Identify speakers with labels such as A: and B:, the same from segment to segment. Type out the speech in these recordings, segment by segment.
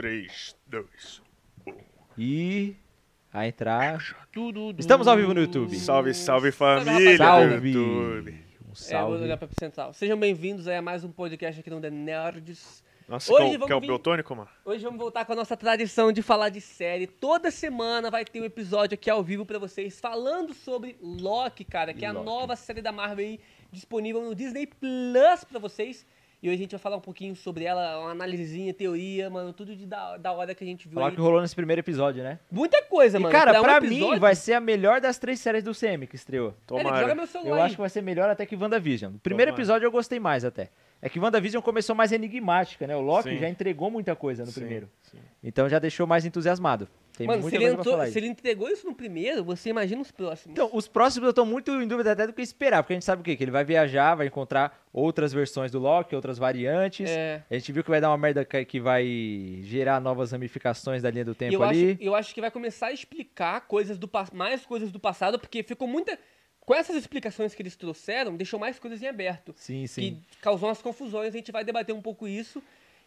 A: 3, 2, 1.
B: E a entrar. Estamos ao vivo no YouTube.
A: Salve, salve família do
B: Salve!
A: YouTube.
B: Um
C: É, vou
B: salve.
C: olhar pra central. Sejam bem-vindos aí a mais um podcast aqui no The Nerds.
A: Nossa,
C: Hoje
B: é
A: qual-
C: vamos
A: quer o
C: vir-
A: Beltônico, mano?
C: Hoje vamos voltar com a nossa tradição de falar de série. Toda semana vai ter um episódio aqui ao vivo pra vocês falando sobre Loki, cara, que é a
B: Loki.
C: nova série da Marvel aí, disponível no Disney Plus pra vocês. E hoje a gente vai falar um pouquinho sobre ela, uma análisezinha, teoria, mano, tudo de da, da hora que a gente viu
B: Falar
C: aí.
B: o que rolou nesse primeiro episódio, né?
C: Muita coisa,
B: E
C: mano.
B: cara,
C: um
B: pra mim
C: episódio-
B: vai ser a melhor das três séries do CM que estreou.
C: Eric,
A: Tomara.
C: joga meu celular
B: Eu
C: aí.
B: acho que vai ser melhor até que WandaVision. No primeiro
A: Tomara.
B: episódio eu gostei mais até. É que WandaVision começou mais enigmática, né? O Loki
A: Sim.
B: já entregou muita coisa no
A: Sim,
B: primeiro.
A: sim.
B: Então já deixou mais entusiasmado. Tem
C: Mano, se
B: muita
C: ele,
B: coisa pra
C: entrou-
B: falar aí.
C: se ele entregou isso no primeiro, você imagina os próximos.
B: Então, os próximos eu tô muito em dúvida até do que esperar, porque a gente sabe o quê? Que ele vai viajar, vai encontrar outras versões do Loki, outras variantes.
C: É.
B: A gente viu que vai dar uma merda que que vai gerar novas ramificações da linha do
C: E
B: tempo
C: eu
B: ali.
C: Acho, eu acho que vai começar a explicar coisas do pas- mais coisas do passado, porque ficou muita. Com essas explicações que eles trouxeram, deixou mais coisas em aberto.
B: Sim, sim.
C: Que causou umas confusões, a gente vai debater um pouco isso.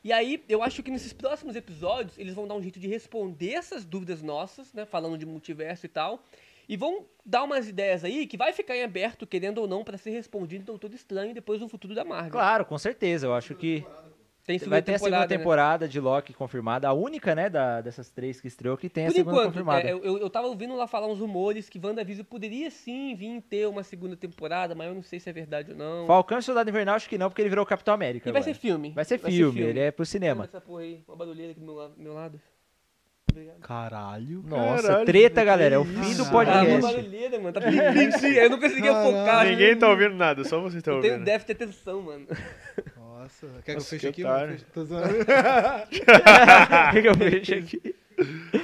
C: E aí, eu acho que nesses próximos episódios, eles vão dar um jeito de responder essas dúvidas nossas, né? Falando de multiverso e tal. E vão dar umas ideias aí que vai ficar em aberto, querendo ou não, pra ser respondido então todo estranho depois no futuro da Marvel.
B: Claro, com certeza. Eu acho que
C: Tem
B: vai ter a segunda
C: né?
B: temporada de Loki confirmada. A única, né, da- dessas três que estreou que tem a
C: Por
B: segunda
C: enquanto,
B: confirmada.
C: é, eu, eu- eu tava ouvindo lá falar uns rumores que WandaVision poderia sim vir ter uma segunda temporada, mas eu não sei se é verdade ou não.
B: Falcão e Soldado Invernal acho que não, porque ele virou Capitão América.
C: e vai ser
B: agora.
C: filme.
B: Vai ser filme, ele é pro cinema.
C: Essa porra aí, uma barulheira aqui do meu, la- do meu lado. Obrigado.
D: Caralho.
B: Nossa,
A: Caralho,
B: treta,
A: que
B: galera. É o
A: isso?
B: fim do
C: Ah, uma
B: podcast.
C: barulheira, mano. Tá blim, blim, blim. Eu não conseguia
D: Caralho.
C: focar.
A: Ninguém tá ouvindo nada, só você tá
C: Ah, Eu tenho
A: ouvindo.
C: déficit de atenção, mano.
D: Nossa, quer que eu
A: Nossa,
D: feche
A: que
D: aqui?
A: otário.
D: mano? Fecha- Tô zoando.
C: Ah,
B: O que que eu vejo aqui?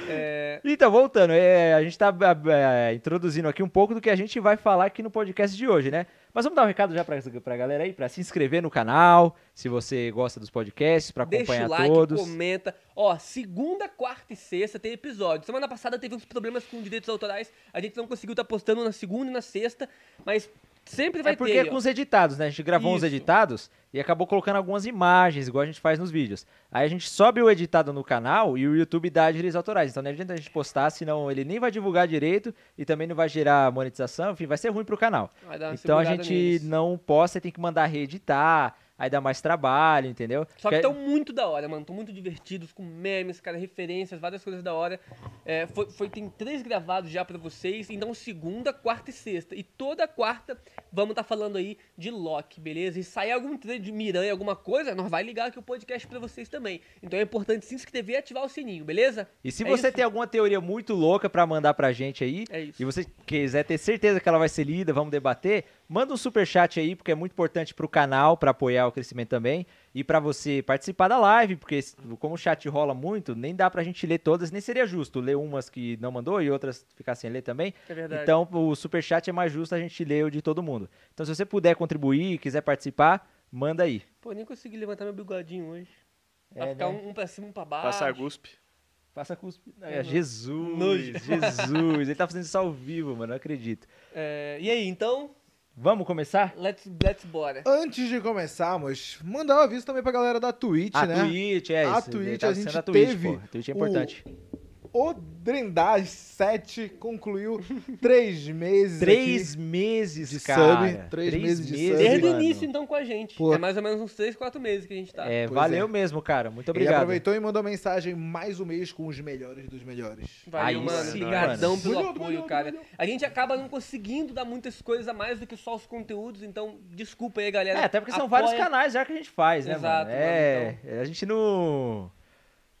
C: É,
B: Então, voltando, é, a gente tá é, introduzindo aqui um pouco do que a gente vai falar aqui no podcast de hoje, né? Mas vamos dar um recado já pra, pra galera aí, pra se inscrever no canal, se você gosta dos podcasts, pra
C: deixa
B: acompanhar
C: o like,
B: todos.
C: comenta. Ó, segunda, quarta e sexta tem episódio. Semana passada teve uns problemas com direitos autorais. A gente não conseguiu estar postando na segunda e na sexta, mas sempre vai
B: É porque
C: ter.
B: é com os editados, né? A gente gravou uns
C: Isso.
B: editados e acabou colocando algumas imagens, igual a gente faz nos vídeos. Aí a gente sobe o editado no canal e o YouTube dá direitos autorais. Então não adianta a gente postar, senão ele nem vai divulgar direito e também não vai gerar monetização, enfim, vai ser ruim pro canal.
C: Vai dar uma
B: então a
C: segurada
B: gente
C: neles.
B: não posta e tem que mandar reeditar, aí dá mais trabalho, entendeu?
C: Só que
B: Quer-
C: estão muito da hora, mano. Estão muito divertidos, com memes, cara, referências, várias coisas da hora. É, foi, foi- tem três gravados já pra vocês. Então, segunda, quarta e sexta. E toda quarta vamos estar falando aí de Loki, beleza? E sair algum trailer de Miranha, alguma coisa, nós vai ligar aqui o podcast pra vocês também. Então é importante se inscrever e ativar o sininho, beleza?
B: E se
C: É
B: você
C: isso.
B: tem alguma teoria muito louca pra mandar pra gente aí,
C: É isso.
B: e você quiser ter certeza que ela vai ser lida, vamos debater, manda um superchat aí, porque é muito importante pro canal, pra apoiar o crescimento também, e pra você participar da live, porque esse- como o chat rola muito, nem dá pra gente ler todas, nem seria justo ler umas que não mandou e outras ficar sem ler também.
C: É verdade.
B: Então o superchat é mais justo a gente ler o de todo mundo. Então se você puder contribuir, quiser participar, manda aí.
C: Pô, nem consegui levantar meu bigodinho hoje. Vai
B: É,
C: ficar
B: né?
C: um, um pra cima, um pra baixo.
A: Passar guspe.
B: Passa cuspe.
C: não.
B: É, Jesus,
C: Nojo.
B: Jesus. Ele tá fazendo isso ao vivo, mano, não acredito.
C: É, e aí, então,
B: Vamos começar?
C: let's, let's bora.
D: Antes de começarmos, mandar um aviso também pra galera da Twitch,
B: A
D: né?
B: Twitch, é
D: A
B: isso.
D: Twitch,
B: tá
D: a gente
B: sendo a Twitch,
D: teve
B: pô. A Twitch é
D: o-
B: importante.
D: O Drendage 7 concluiu três meses.
B: Três
D: aqui.
B: meses,
D: de
B: cara.
D: sub, três meses de sub.
C: Desde o
B: mano.
C: início, então, com a gente.
D: Pô.
C: É mais ou menos uns 3, 4 meses que a gente tá.
B: né? É,
D: Pois
B: valeu
D: é.
B: mesmo, cara. Muito
D: Ele
B: obrigado.
D: aproveitou e mandou mensagem mais um mês com os melhores dos melhores.
C: Valeu,
B: Aí
C: mano.
A: sim,
C: Obrigadão
B: mano.
C: pelo
D: Valeu,
C: apoio,
D: valeu,
C: cara.
D: valeu.
C: A gente acaba não conseguindo dar muitas coisas a mais do que só os conteúdos, então desculpa aí, galera.
B: É, até porque são
C: Apoia-
B: vários canais já que a gente faz, né,
C: Exato,
B: mano? É, a gente não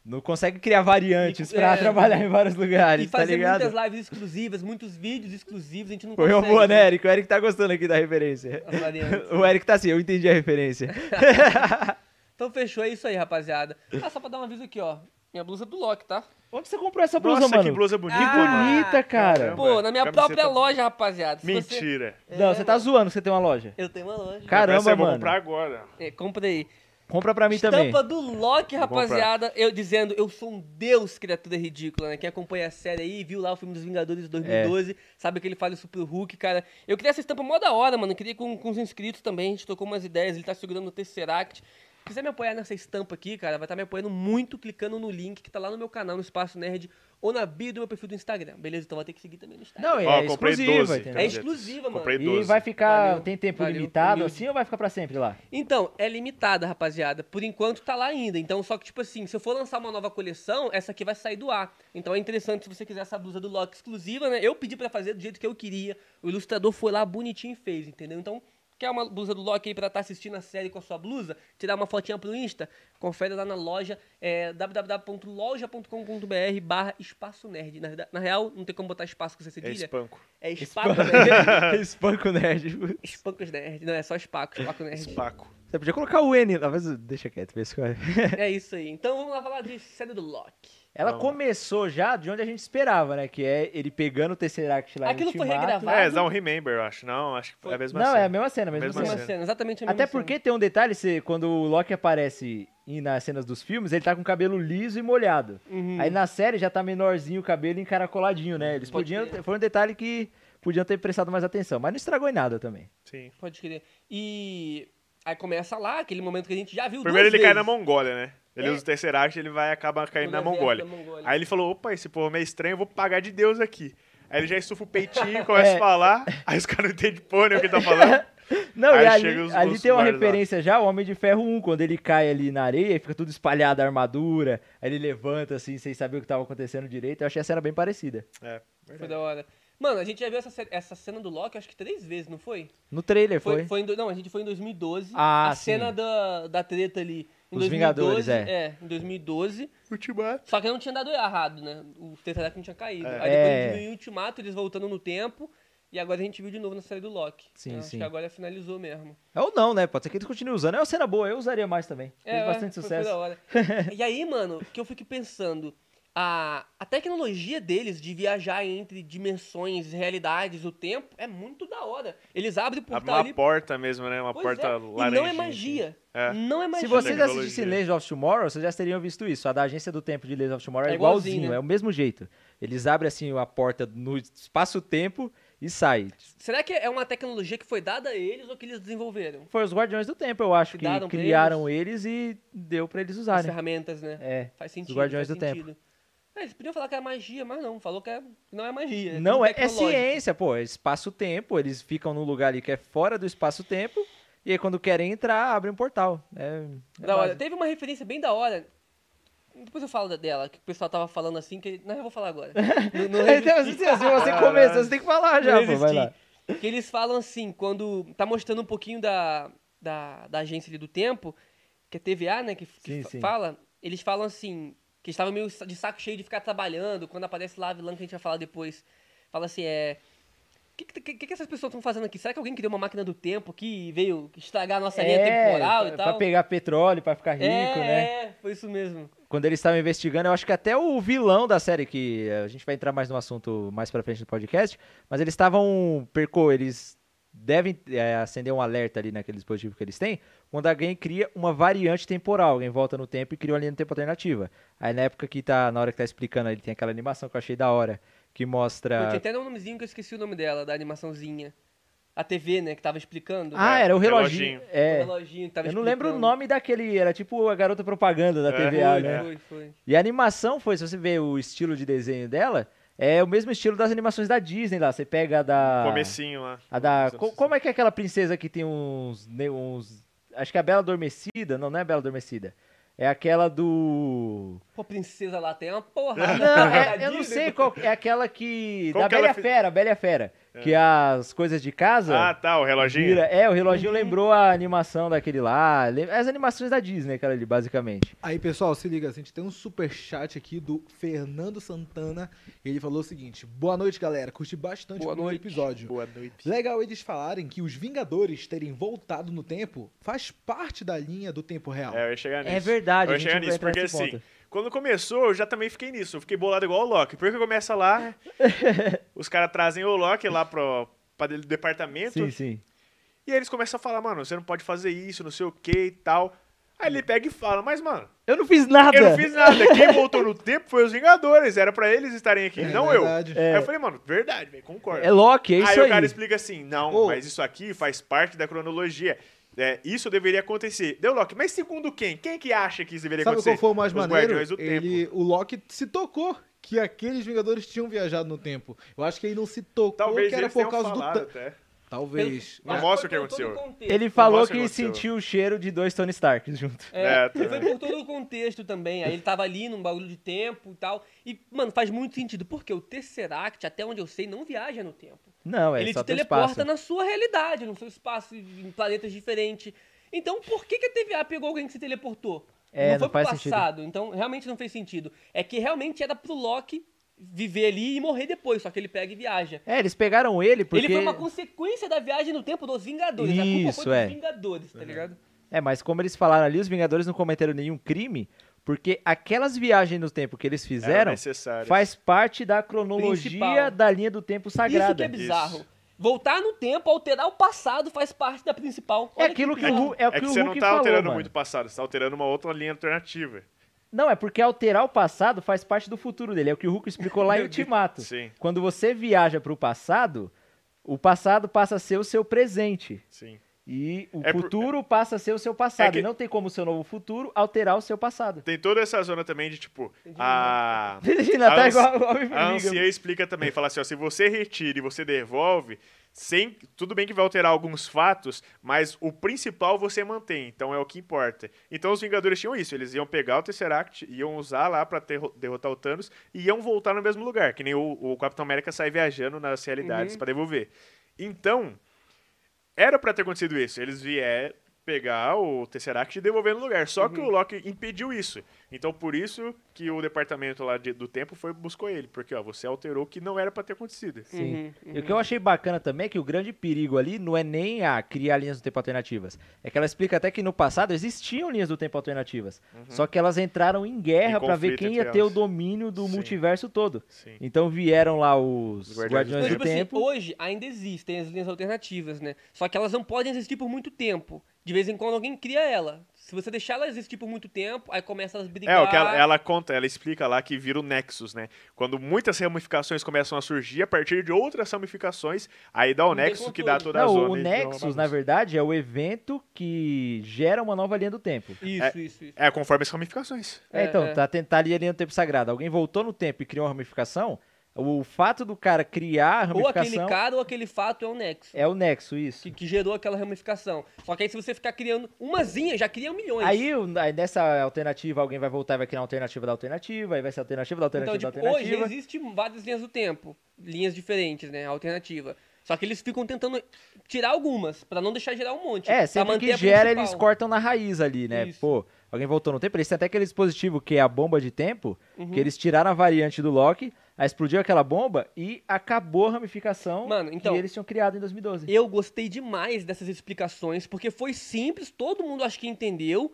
B: não consegue criar variantes pra
C: É.
B: trabalhar em vários lugares,
C: E
B: tá
C: fazer
B: ligado?
C: muitas lives exclusivas, muitos vídeos exclusivos, a gente não
B: Foi uma
C: consegue.
B: boa, né, Eric? O Eric tá gostando aqui da referência.
C: as variantes.
B: O Eric tá assim, eu entendi a referência.
C: Então fechou, é isso aí, rapaziada. Ah, só pra dar um aviso aqui, ó. Minha blusa do Loki, tá?
B: Onde você comprou essa blusa,
A: Nossa,
B: mano?
A: que blusa bonita,
C: Ah,
A: mano.
B: bonita, cara.
A: Caramba.
C: Pô, na minha
A: Camiseta-
C: própria loja, rapaziada. Se você-
A: Mentira.
B: Não, você tá zoando que você tem uma loja.
C: Eu tenho uma loja.
B: Caramba,
A: Essa eu vou
B: mano.
A: comprar agora.
C: É, comprei.
B: Compra pra mim também.
C: Estampa do Loki,
A: Vou comprar.
C: rapaziada. Eu dizendo, eu sou um deus, criatura ridícula, né? Quem acompanha a série aí, viu lá o filme dos Vingadores de 2012, sabe que ele fala isso pro Hulk, cara. Eu queria essa estampa mó da hora, mano. Eu Queria com, com os inscritos também, a gente tocou umas ideias. Ele tá segurando o Tesseract. quiser me apoiar nessa estampa aqui, cara, vai estar me apoiando muito clicando no link que tá lá no meu canal, no Espaço Nerd, ou na bio do meu perfil do Instagram, beleza? Então vai ter que seguir também no Instagram.
B: Não, é
A: Ó, comprei
B: exclusiva,
A: 12.
B: entendeu?
C: É exclusiva, mano.
A: Comprei É
B: E
A: 12.
B: vai ficar,
C: Valeu,
B: tem tempo
C: valeu,
B: limitado
C: humilde.
B: assim ou vai ficar pra sempre lá?
C: Então, é limitada, rapaziada. Por enquanto tá lá ainda. Então, só que, tipo assim, se eu for lançar uma nova coleção, essa aqui vai sair do ar. Então é interessante se você quiser essa blusa do Loki exclusiva, né? Eu pedi pra fazer do jeito que eu queria. O ilustrador foi lá bonitinho e fez, entendeu? Então, quer uma blusa do Loki aí pra estar assistindo a série com a sua blusa? Tirar uma fotinha pro Insta? Confere lá na loja é, www.loja.com.br barra espaço nerd. Na, verdade- na real, não tem como botar espaço com essa
A: É
C: cedilha.
A: espanco.
C: É espaço nerd.
B: Espanco nerd.
C: Espancos nerd. Não, é só espaco. Espaco nerd.
A: Espaco.
B: Você podia colocar o N, lá, mas deixa quieto, vê se vai.
C: É isso aí. Então vamos lá falar de série do Loki.
B: Ela
A: Vamos.
B: começou já de onde a gente esperava, né? Que é ele pegando o Tesseract lá
C: Aquilo
B: no
C: foi
B: Ultimato.
C: regravado.
A: É, dá um remember, eu acho. Não, acho que é a mesma
B: Não,
A: cena.
B: é a mesma cena, a mesma,
A: Mesma
C: Uma
B: cena.
A: cena.
C: cena, exatamente a mesma
B: Até porque tem um detalhe, se, quando o Loki aparece em- nas cenas dos filmes, ele tá com o cabelo liso e molhado.
C: Uhum.
B: Aí na série já tá menorzinho o cabelo e encaracoladinho, né? Eles
C: Pode
B: podiam.
C: crer.
B: ter- Foi um detalhe que podiam ter prestado mais atenção, mas não estragou em nada também.
A: Sim.
C: cena. Pode crer. E aí começa lá, aquele momento que a gente já viu
A: Primeiro
C: duas
A: ele cai na
C: vezes.
A: Mongólia, né? Ele
C: É.
A: usa o Tesseract ele vai acabar caindo
C: No
A: na
C: deserto
A: Mongólia.
C: da Mongólia.
A: Aí ele falou, opa, esse povo é meio estranho, eu vou pagar de Deus aqui. Aí ele já estufa o peitinho, começa
B: É.
A: a falar, aí os caras não entendem porra nem o que tá falando.
B: Não,
A: Aí
B: e ali,
A: chega os-
B: ali
A: os
B: tem uma
A: guardas lá.
B: referência já, o Homem de Ferro 1, quando ele cai ali na areia e fica tudo espalhado a armadura, aí ele levanta assim, sem saber o que tava acontecendo direito. Eu achei a cena bem parecida.
A: É,
C: Foi da hora. Mano, a gente já viu essa, ce- essa cena do Loki acho que três vezes, não foi?
B: No trailer foi.
C: em do- não, a gente foi em 2012.
B: Ah,
C: a
B: sim.
C: cena da, da treta ali. Em
B: Os
C: 2012,
B: Vingadores, é.
C: É, em 2012.
A: ultimato.
C: Só que não tinha dado errado, né? O Tesseract não tinha caído.
A: É.
C: Aí depois a
B: É.
C: gente viu em Ultimato, eles voltando no tempo. E agora a gente viu de novo na série do Loki.
B: Sim,
C: Então, Acho
B: sim.
C: que agora finalizou mesmo.
B: Ou não, né? Pode ser que eles continuem usando. É uma cena boa, eu usaria mais também. Fez bastante
C: É, foi- foi
B: sucesso.
C: da hora. e aí, mano, que eu fico pensando, a, a tecnologia deles de viajar entre dimensões, realidades, o tempo, é muito da hora. Eles abrem o portal
A: Uma
C: ali.
A: porta mesmo, né? Uma
C: Pois
A: porta
C: é, e
A: laranja. assim.
C: não é magia.
A: É.
C: Não é
B: Se
C: magia.
B: vocês
A: Tecnologia.
B: assistissem Legends of Tomorrow, vocês já teriam visto isso. A da agência do tempo de Legends of Tomorrow é,
C: É
B: igualzinho,
C: igualzinho, né?
B: é o mesmo jeito. Eles abrem assim a porta no espaço-tempo e saem.
C: Será que é uma tecnologia que foi dada a eles ou que eles desenvolveram?
B: Foi os Guardiões do Tempo, eu acho, que,
C: Cuidaram pra
B: criaram eles. e deu pra eles
C: As
B: usarem.
C: ferramentas, né?
B: É.
C: Faz sentido.
B: Guardiões
C: faz
B: do Tempo.
C: sentido. É, eles podiam falar que é magia, mas não. Falou que é- não é magia.
B: Não,
C: tudo
B: é, é
C: tecnológico.
B: ciência, pô. É espaço-tempo. Eles ficam num lugar ali que é fora do espaço-tempo. E aí, quando querem entrar, abrem um portal. É, é
C: Da hora.
B: básico.
C: Teve uma referência bem da hora. Depois eu falo da- dela, que o pessoal tava falando assim, que. Não, eu vou falar agora. Não, não
B: Então,
C: resisti,
B: assim, se você começou, você tem que falar já,
C: não
B: pô. Vai
C: resisti.
B: lá.
C: Que eles falam assim, quando. Tá mostrando um pouquinho da, da, da agência ali do tempo, que é TVA, né? Que, que
B: Sim,
C: fa-
B: sim.
C: fala. Eles falam assim, que eles estavam meio sa- de saco cheio de ficar trabalhando. Quando aparece lá a vilã que a gente vai falar depois. Fala assim, é. O que, que, que- que essas pessoas estão fazendo aqui? Será que alguém criou uma máquina do tempo aqui e veio estragar a nossa linha temporal
B: É, pra,
C: e tal?
B: pra pegar petróleo, pra ficar rico,
C: é,
B: né?
C: É, foi isso mesmo.
B: Quando eles estavam investigando, eu acho que até o vilão da série, que eh, a gente vai entrar mais no assunto mais pra frente no podcast, mas eles estavam. Percou, eles devem eh, acender um alerta ali naquele dispositivo que eles têm, quando alguém cria uma variante temporal. Alguém volta no tempo e cria uma linha do tempo alternativa. Aí na época que tá. Na hora que tá explicando, ele tem aquela animação que eu achei da hora, que
C: Pô, Tinha
B: mostra.
C: até um nomezinho que eu esqueci o nome dela, da animaçãozinha. A TV, né, que tava explicando.
B: Ah, era o
A: Reloginho.
B: reloginho.
C: O
B: É.
C: reloginho que tava
B: Eu não lembro o
C: explicando.
B: nome daquele. Era tipo a garota propaganda da
A: É.
B: TVA,
C: foi,
B: né?
C: Foi, foi.
B: E a animação foi, se você ver o estilo de desenho dela, é o mesmo estilo das animações da Disney lá. Você pega a da.
A: Comecinho assim. lá.
B: A da. co- como é que é aquela princesa que tem uns. ne- uns acho que é a Bela Adormecida. Não, não é a Bela Adormecida. É aquela do.
C: Pô, princesa lá tem uma porra.
B: Não, é- eu não sei qual. É aquela que.
A: Qual
B: da
A: que
B: Bela
A: ela fe-
B: Fera, Bela Fera. Que as coisas de casa.
A: Ah, tá, o reloginho.
B: vira- É, o reloginho lembrou a animação daquele lá. lem- As animações da Disney, aquela ali, basicamente.
D: Aí, pessoal, se liga, a gente tem um superchat aqui do Fernando Santana. E ele falou o seguinte: Boa noite, galera. Curti bastante
C: Boa
D: o
C: noite.
D: primeiro episódio.
A: Boa noite.
D: Legal eles falarem que os Vingadores terem voltado no tempo faz parte da linha do tempo real.
A: É, eu ia chegar nisso.
B: É verdade,
A: eu
B: a
A: ia
B: gente
A: chegar
B: vai
A: nisso,
B: entrar
A: porque
B: nesse
A: assim,
B: ponto.
A: quando começou, eu já também fiquei nisso. Eu fiquei bolado igual o Loki. Porque começa lá, os caras trazem o Loki lá pro pra dele do departamento,
B: Sim, sim.
A: e aí eles começam a falar, mano, você não pode fazer isso, não sei o que e tal. Aí ele pega e fala, mas, mano,
B: Eu não fiz
D: Tá
B: nada!
A: eu não fiz nada. Quem voltou no tempo foi os Vingadores. Era pra eles estarem aqui,
D: É
A: não
D: verdade.
A: eu. Aí eu falei, mano, verdade, velho, concordo.
B: É Loki, é isso aí.
A: o cara explica assim, não,
D: Ô.
A: mas isso aqui faz parte da cronologia. É, isso deveria acontecer. Deu Loki, mas segundo quem? Quem que acha que isso deveria
D: Sabe
A: acontecer?
D: qual foi o mais
A: Os
D: maneiro?
A: Guardiões do Tempo.
D: Ele, o Loki se tocou que aqueles Vingadores tinham viajado no tempo. Eu acho que ele não se tocou
A: Talvez
D: que era
A: eles
D: por
A: tenham
D: causa
A: falado
D: do... ta-
A: até.
D: Talvez.
A: Não
C: Mas
A: mostra
C: foi
A: o que
C: por todo
A: aconteceu.
C: o contexto.
B: Ele falou
A: mostra
B: que
A: o que aconteceu.
B: sentiu o cheiro de dois Tony Starks junto.
A: É,
C: É,
A: também.
C: foi por todo o contexto também. Aí ele tava ali num bagulho de tempo e tal. E, mano, faz muito sentido, porque o Tesseract, até onde eu sei, não viaja no tempo.
B: Não, é
C: ele
B: só
C: te
B: teu
C: teleporta
B: espaço.
C: na sua realidade, no seu espaço, em planetas diferentes. Então, por que, que a TVA pegou alguém que se teleportou?
B: É,
C: não foi
B: não faz
C: pro
B: sentido.
C: passado, então realmente não fez sentido. É que realmente era pro Loki viver ali e morrer depois, só que ele pega e viaja.
B: É, eles pegaram ele porque...
C: Ele foi uma consequência da viagem no tempo dos Vingadores. a culpa
B: Isso,
C: foi dos
B: é.
C: Vingadores, tá ligado?
B: É, mas como eles falaram ali, os Vingadores não cometeram nenhum crime, porque aquelas viagens no tempo que
C: É,
B: eles
A: Era
B: fizeram
A: necessário.
B: faz parte da cronologia
C: Principal.
B: da linha do tempo
C: Isso que
B: sagrada.
C: é bizarro.
A: Isso.
C: Voltar no tempo, alterar o passado faz parte da principal.
B: É
C: Olha
B: aquilo que o
C: bizarro.
B: Hu- é o que,
A: É que
B: o
A: você
B: Hulk
A: não tá
B: falou,
A: alterando
B: mano.
A: muito o passado, você tá alterando uma outra linha alternativa.
B: Não, é porque alterar o passado faz parte do futuro dele. É o que o Hulk explicou lá em
C: Meu Deus.
B: Ultimato.
A: Sim.
B: Quando você viaja pro passado, o passado passa a ser o seu presente.
A: Sim.
B: E o
A: É por-
B: futuro passa a ser o seu passado.
A: É que-
B: E não tem como o seu novo futuro alterar o seu passado.
A: Tem toda essa zona também de tipo. A.
B: Regina, tá
A: A
B: igual
A: ansi-
B: o Homem
A: A
B: Formiga.
A: anciã explica também, fala assim, ó, se você retira e você devolve, sem, tudo bem que vai alterar alguns fatos, mas o principal você mantém, então é o que importa. Então os Vingadores tinham isso, eles iam pegar o Tesseract, iam usar lá pra terro- derrotar o Thanos e iam voltar no mesmo lugar, que nem o, o Capitão América sai viajando nas realidades pra devolver. Então, era pra ter acontecido isso, eles vieram pegar o Tesseract e devolver no lugar, só que o Loki impediu isso. Então por isso que o departamento lá de- do tempo foi buscou ele, porque ó, você alterou o que não era pra ter acontecido.
B: Sim. E o que eu achei bacana também é que o grande perigo ali não é nem a criar linhas do tempo alternativas. É que ela explica até que no passado existiam linhas do tempo alternativas. Só que elas entraram em guerra
A: Uhum. Em
B: pra ver
A: conflito
B: quem ia
A: entre
B: ter o
A: elas.
B: domínio do
A: Sim.
B: multiverso todo.
A: Sim.
B: Então vieram lá os
A: Os
B: Guardiões,
A: Guardiões do
C: Então,
B: do
C: tipo assim,
B: Tempo.
C: hoje ainda existem as linhas alternativas, né? Só que elas não podem existir por muito tempo. De vez em quando alguém cria ela. Se você deixar ela existir por muito tempo, aí começa elas brigar.
A: É, o que ela, ela conta, ela explica lá que vira o Nexus, né? Quando muitas ramificações começam a surgir a partir de outras ramificações, aí dá Tipo assim, o
C: Não tem
A: Nexus que dá
C: controle.
A: toda a
B: Não,
A: zona.
B: o
A: e dá uma assim.
B: Nexus, na
A: bagunça.
B: verdade, é o evento que gera uma nova linha do tempo.
C: Isso, isso, isso.
A: É, conforme as ramificações.
B: É,
C: É,
B: então,
C: é.
B: tá tentar ali a linha do tempo sagrado. Alguém voltou no tempo e criou uma ramificação. O fato do cara criar a
C: Ou aquele
B: ramificação
C: cara ou aquele fato é o nexo.
B: é o nexo, isso.
C: Que, que gerou aquela ramificação. Só que aí se você ficar criando umazinha, já cria milhões.
B: Aí, o- aí nessa alternativa, alguém vai voltar e vai criar a alternativa da alternativa, aí vai ser a alternativa da alternativa
C: Então, tipo,
B: da
C: hoje
B: alternativa.
C: existem várias linhas do tempo, linhas diferentes, né? Alternativa. Só que eles ficam tentando tirar algumas, pra não deixar gerar um monte.
B: é,
C: Pra
B: sempre
C: manter
B: que
C: a
B: gera,
C: principal.
B: eles cortam na raiz ali, né?
C: Isso.
B: Pô, alguém voltou no tempo, eles têm até aquele dispositivo que é a bomba de tempo,
C: Uhum.
B: que eles tiraram a variante do Loki, aí explodiu aquela bomba e acabou a ramificação
C: Mano, então-
B: que eles tinham criado em 2012.
C: Eu gostei demais dessas explicações, porque foi simples, todo mundo acho que entendeu.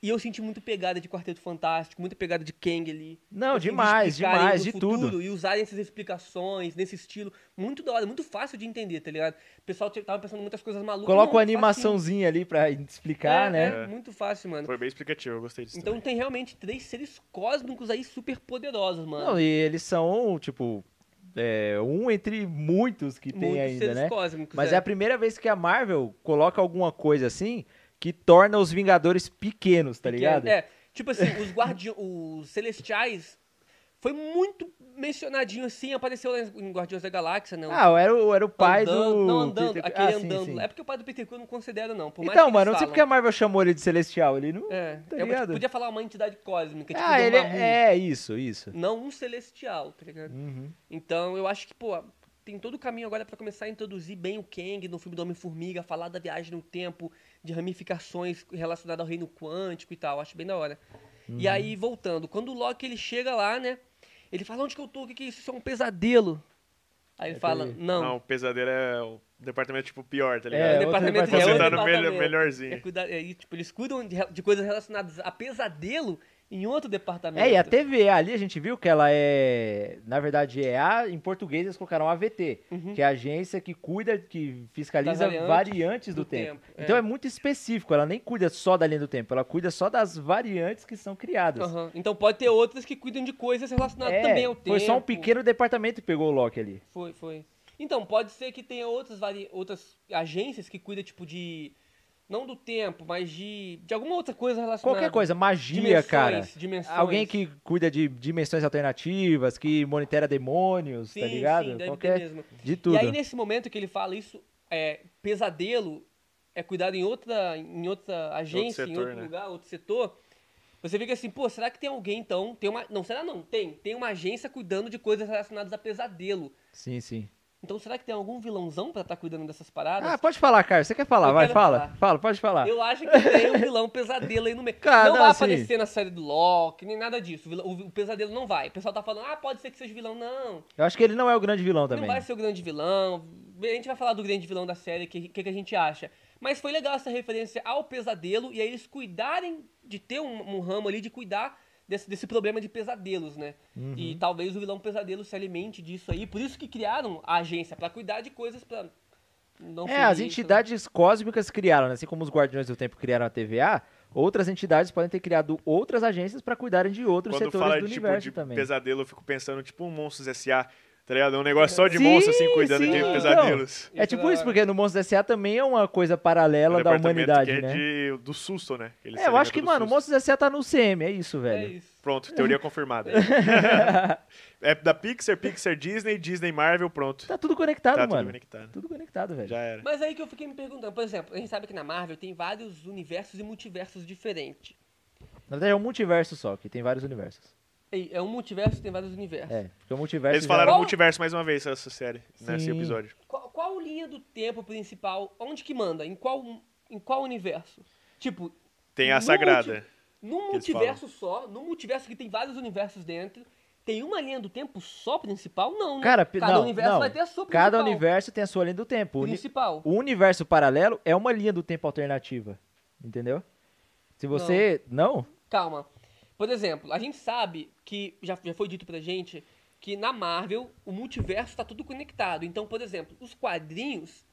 C: E eu senti muito pegada de Quarteto Fantástico, muita pegada de Kang ali.
B: Não,
C: Assim, de
B: demais,
C: explicarem
B: demais,
C: do
B: de
C: futuro
B: tudo.
C: E usarem essas explicações, nesse estilo. Muito da hora, muito fácil de entender, tá ligado? O pessoal t- tava pensando em muitas coisas malucas.
B: Coloca
C: não,
B: uma
C: facinho.
B: animaçãozinha ali pra explicar,
C: É,
B: né?
C: é, muito fácil, mano.
A: Foi bem explicativo, eu gostei disso.
C: Então tem realmente três seres cósmicos aí super poderosos, mano.
B: Não, e eles são, tipo, é, um entre muitos que tem
C: Muitos
B: ainda,
C: seres
B: né?
C: cósmicos.
B: Mas é. a primeira vez que a Marvel coloca alguma coisa assim que torna os Vingadores pequenos, tá
C: Que
B: ligado?
C: É, é, tipo assim, os guardiões, os celestiais, foi muito mencionadinho assim, apareceu lá em Guardiões da Galáxia, não.
B: Ah, era o, era o pai
C: andando,
B: do.
C: Não andando,
B: Peter-
C: aquele
B: Ah, sim,
C: andando.
B: sim.
C: É porque o pai do Peter Quill eu não considera, não. Por mais
B: Então,
C: que
B: mano, eu
C: eles
B: não sei
C: falam.
B: porque a Marvel chamou ele de Celestial. Ele não.
C: É,
B: tá
C: é,
B: ligado?
C: tipo, podia falar uma entidade cósmica, tipo
B: ah,
C: do
B: ele
C: Mahu,
B: é. É, isso, isso.
C: não um celestial, tá ligado?
B: Uhum.
C: Então, eu acho que, pô, tem todo o caminho agora pra começar a introduzir bem o Kang no filme do Homem-Formiga, falar da viagem no tempo, de ramificações relacionadas ao reino quântico e tal. Acho bem da hora.
B: Uhum.
C: E aí, voltando, quando o Loki ele chega lá, né? Ele fala: Onde que eu tô? O que, que é isso? Isso é um pesadelo. Aí ele
B: É
C: fala: Não.
A: Não, o pesadelo é o departamento, tipo, pior, tá
B: É,
A: ligado?
B: outro
C: departamento
B: departamento.
C: é
A: Você tá
C: outro
A: no melhor-
C: departamento.
A: melhorzinho.
C: É cuida- é, e, tipo, eles cuidam de, de coisas relacionadas a pesadelo em outro departamento.
B: É, e a TVA ali a gente viu que ela é. Na verdade, é a. Em português eles colocaram a AVT, que é a agência que cuida, que fiscaliza
C: Das Uhum. variantes
B: variantes, do,
C: do
B: tempo.
C: tempo, é.
B: Então é muito específico, ela nem cuida só da linha do tempo, ela cuida só das variantes que são criadas.
C: Aham. Então pode ter outras que cuidam de coisas relacionadas
B: É,
C: também ao tempo.
B: Foi só um pequeno departamento que pegou o Loki ali.
C: Foi, foi. Então, pode ser que tenha outras, vari... outras agências que cuidam, tipo, de não do tempo, mas de, de alguma outra coisa relacionada.
B: Qualquer coisa, magia,
C: dimensões,
B: cara.
C: Dimensões.
B: Alguém que cuida de dimensões alternativas, que monitera demônios,
C: sim,
B: tá ligado?
C: Sim, deve ter
B: Qualquer
C: mesmo.
B: de tudo.
C: E aí, né? nesse momento que ele fala isso, é, pesadelo é cuidado em outra, em outra agência, em
A: setor,
C: outro
A: né?
C: lugar, outro setor. Você fica assim, pô, será que tem alguém então? Tem uma. Não, será não? Tem. Tem uma agência cuidando de coisas relacionadas a pesadelo.
B: Sim, sim.
C: Então será que tem algum vilãozão pra estar cuidando dessas paradas?
B: Ah, pode falar, cara. Você quer falar?
C: Eu
B: Vai,
C: quero
B: fala.
C: falar.
B: Fala, pode falar.
C: Eu acho que tem um vilão pesadelo aí no meio.
B: Ah, Cara,
C: não,
B: não,
C: vai
B: assim-
C: aparecer na série do Loki, nem nada disso. O, vilão- o- o pesadelo não vai. O pessoal tá falando, ah, pode ser que seja vilão. Não,
B: Eu acho que ele não é o grande vilão também.
C: não vai ser o grande vilão. A gente vai falar do grande vilão da série, o que, que, que a gente acha. Mas foi legal essa referência ao pesadelo e aí eles cuidarem de ter um, um ramo ali, de cuidar desse, desse problema de pesadelos, né? E
B: Uhum.
C: talvez o vilão pesadelo se alimente disso aí. Por isso que criaram a agência, pra cuidar de coisas pra não
B: É, as
C: fugir,
B: entidades cósmicas criaram, né? assim como os Guardiões do Tempo criaram a TVA, outras entidades podem ter criado outras agências pra cuidarem de outros
A: Quando
B: setores
A: fala
B: do
A: de, tipo,
B: universo
A: de
B: também.
A: pesadelo, eu fico pensando, tipo, um Monstros S.A., tá ligado? É um negócio só de
B: Sim,
A: monstros, assim, cuidando
B: sim,
A: de
B: então.
A: pesadelos.
B: É
C: Isso
B: tipo
C: é-
B: isso, porque no Monstros S.A. também é uma coisa
A: É um
B: paralela da
A: departamento
B: humanidade,
A: que é
B: né?
A: de- do susto, né? Que eles
B: É,
A: se
B: eu acho
A: alimentam
B: que,
A: do
B: mano, o
A: susto.
B: Monstros S.A. tá no CM, é isso,
C: É
B: velho.
C: isso.
A: Pronto, teoria confirmada. é da Pixar, Pixar Disney, Disney Marvel, pronto.
B: Tá tudo conectado,
A: tá tudo
B: mano.
A: conectado.
B: Tudo conectado, velho.
A: Já era.
C: Mas aí que eu fiquei me perguntando, por exemplo, a gente sabe que na Marvel tem vários universos e multiversos diferentes.
B: Na verdade, é um multiverso só, que tem vários universos.
C: Ei, É um multiverso, tem vários universos.
B: É, porque o multiverso.
A: Eles
B: já-
A: falaram
C: Qual-
A: multiverso mais uma vez nessa série, nesse
B: Sim.
A: episódio.
C: Qual, qual linha do tempo principal? Onde que manda? Em qual, em qual universo? Tipo,
A: Tem a
C: No
A: Sagrada.
C: num
A: Que eles
C: multiverso só, num multiverso que tem vários universos dentro, tem uma linha do tempo só principal? Não, né?
B: Cara, pi-
C: Cada
B: não,
C: universo
B: não.
C: vai ter a sua principal. é
B: Cada universo tem a sua linha do tempo. O uni-
C: principal.
B: O universo paralelo é uma linha do tempo alternativa. Entendeu? Se você. Não?
C: Calma. Por exemplo, a gente sabe que, já, já foi dito pra gente, que na Marvel o multiverso tá tudo conectado. Então, por exemplo, os quadrinhos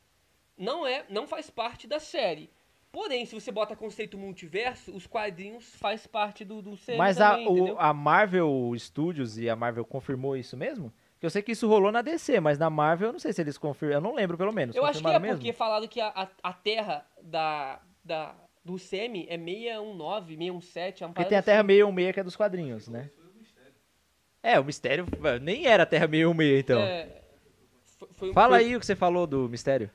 C: não é não faz parte da série. Porém, se você bota conceito multiverso, os quadrinhos faz parte do, do série
B: Mas a,
C: também,
B: o-
C: entendeu?
B: a Marvel Studios e a Marvel confirmou isso mesmo? Que eu sei que isso rolou na DC, mas na Marvel eu não sei se eles confirmam. Eu não lembro, pelo menos.
C: Eu acho que é
B: Confirmaram
C: porque falaram que a, a, a terra da, da, do CM é 619, 617, é uma
B: Porque
C: parada
B: tem a Terra 616 que é dos quadrinhos, né? É, o mistério eh, nem era a Terra 616, então.
C: É, foi- foi- um
B: Fala
C: foi-
B: aí o que você falou do mistério.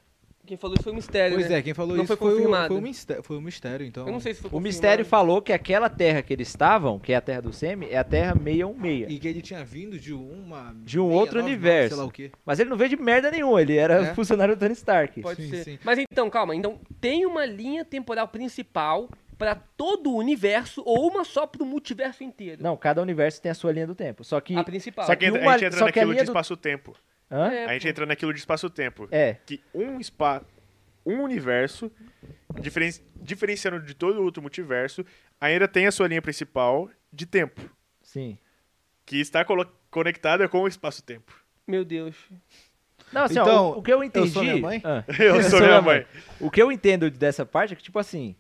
C: Quem falou isso foi um mistério,
D: Pois
C: né?
D: é, quem falou
C: Não foi
D: isso foi, o-
C: confirmado.
D: foi, um mistério, foi um mistério, então.
C: Eu não sei se foi
B: O mistério
C: confirmado.
B: falou que aquela terra que eles estavam, que é a terra do Semi, é a terra 616.
D: E que ele tinha vindo de uma.
B: De um outro
D: 699,
B: universo.
D: Sei lá o quê.
B: Mas ele não veio de merda nenhuma, ele era
D: É?
B: funcionário do Tony Stark.
C: Pode
D: Sim,
C: ser.
D: sim.
C: Mas então, calma. Então, tem uma linha temporal principal pra todo o universo ou uma só pro multiverso inteiro?
B: Não, cada universo tem a sua linha do tempo. Só que.
C: A principal.
A: Só que
B: Só que
A: a
B: uma-
A: gente entra
B: só que a
A: naquilo de
B: linha do-
A: espaço-tempo.
B: Hã?
C: É,
A: A gente entra naquilo de espaço-tempo.
B: É.
A: Que um spa, um universo, diferen- diferenciando de todo outro multiverso, ainda tem a sua linha principal de tempo,
B: sim.
A: que está colo- conectada com o espaço-tempo.
C: Meu Deus.
B: Não, assim,
D: Então,
B: ó, o, o que eu entendi.
D: eu sou minha mãe?
B: Hã?
A: Eu sou minha mãe.
B: O que eu entendo dessa parte é que, tipo assim,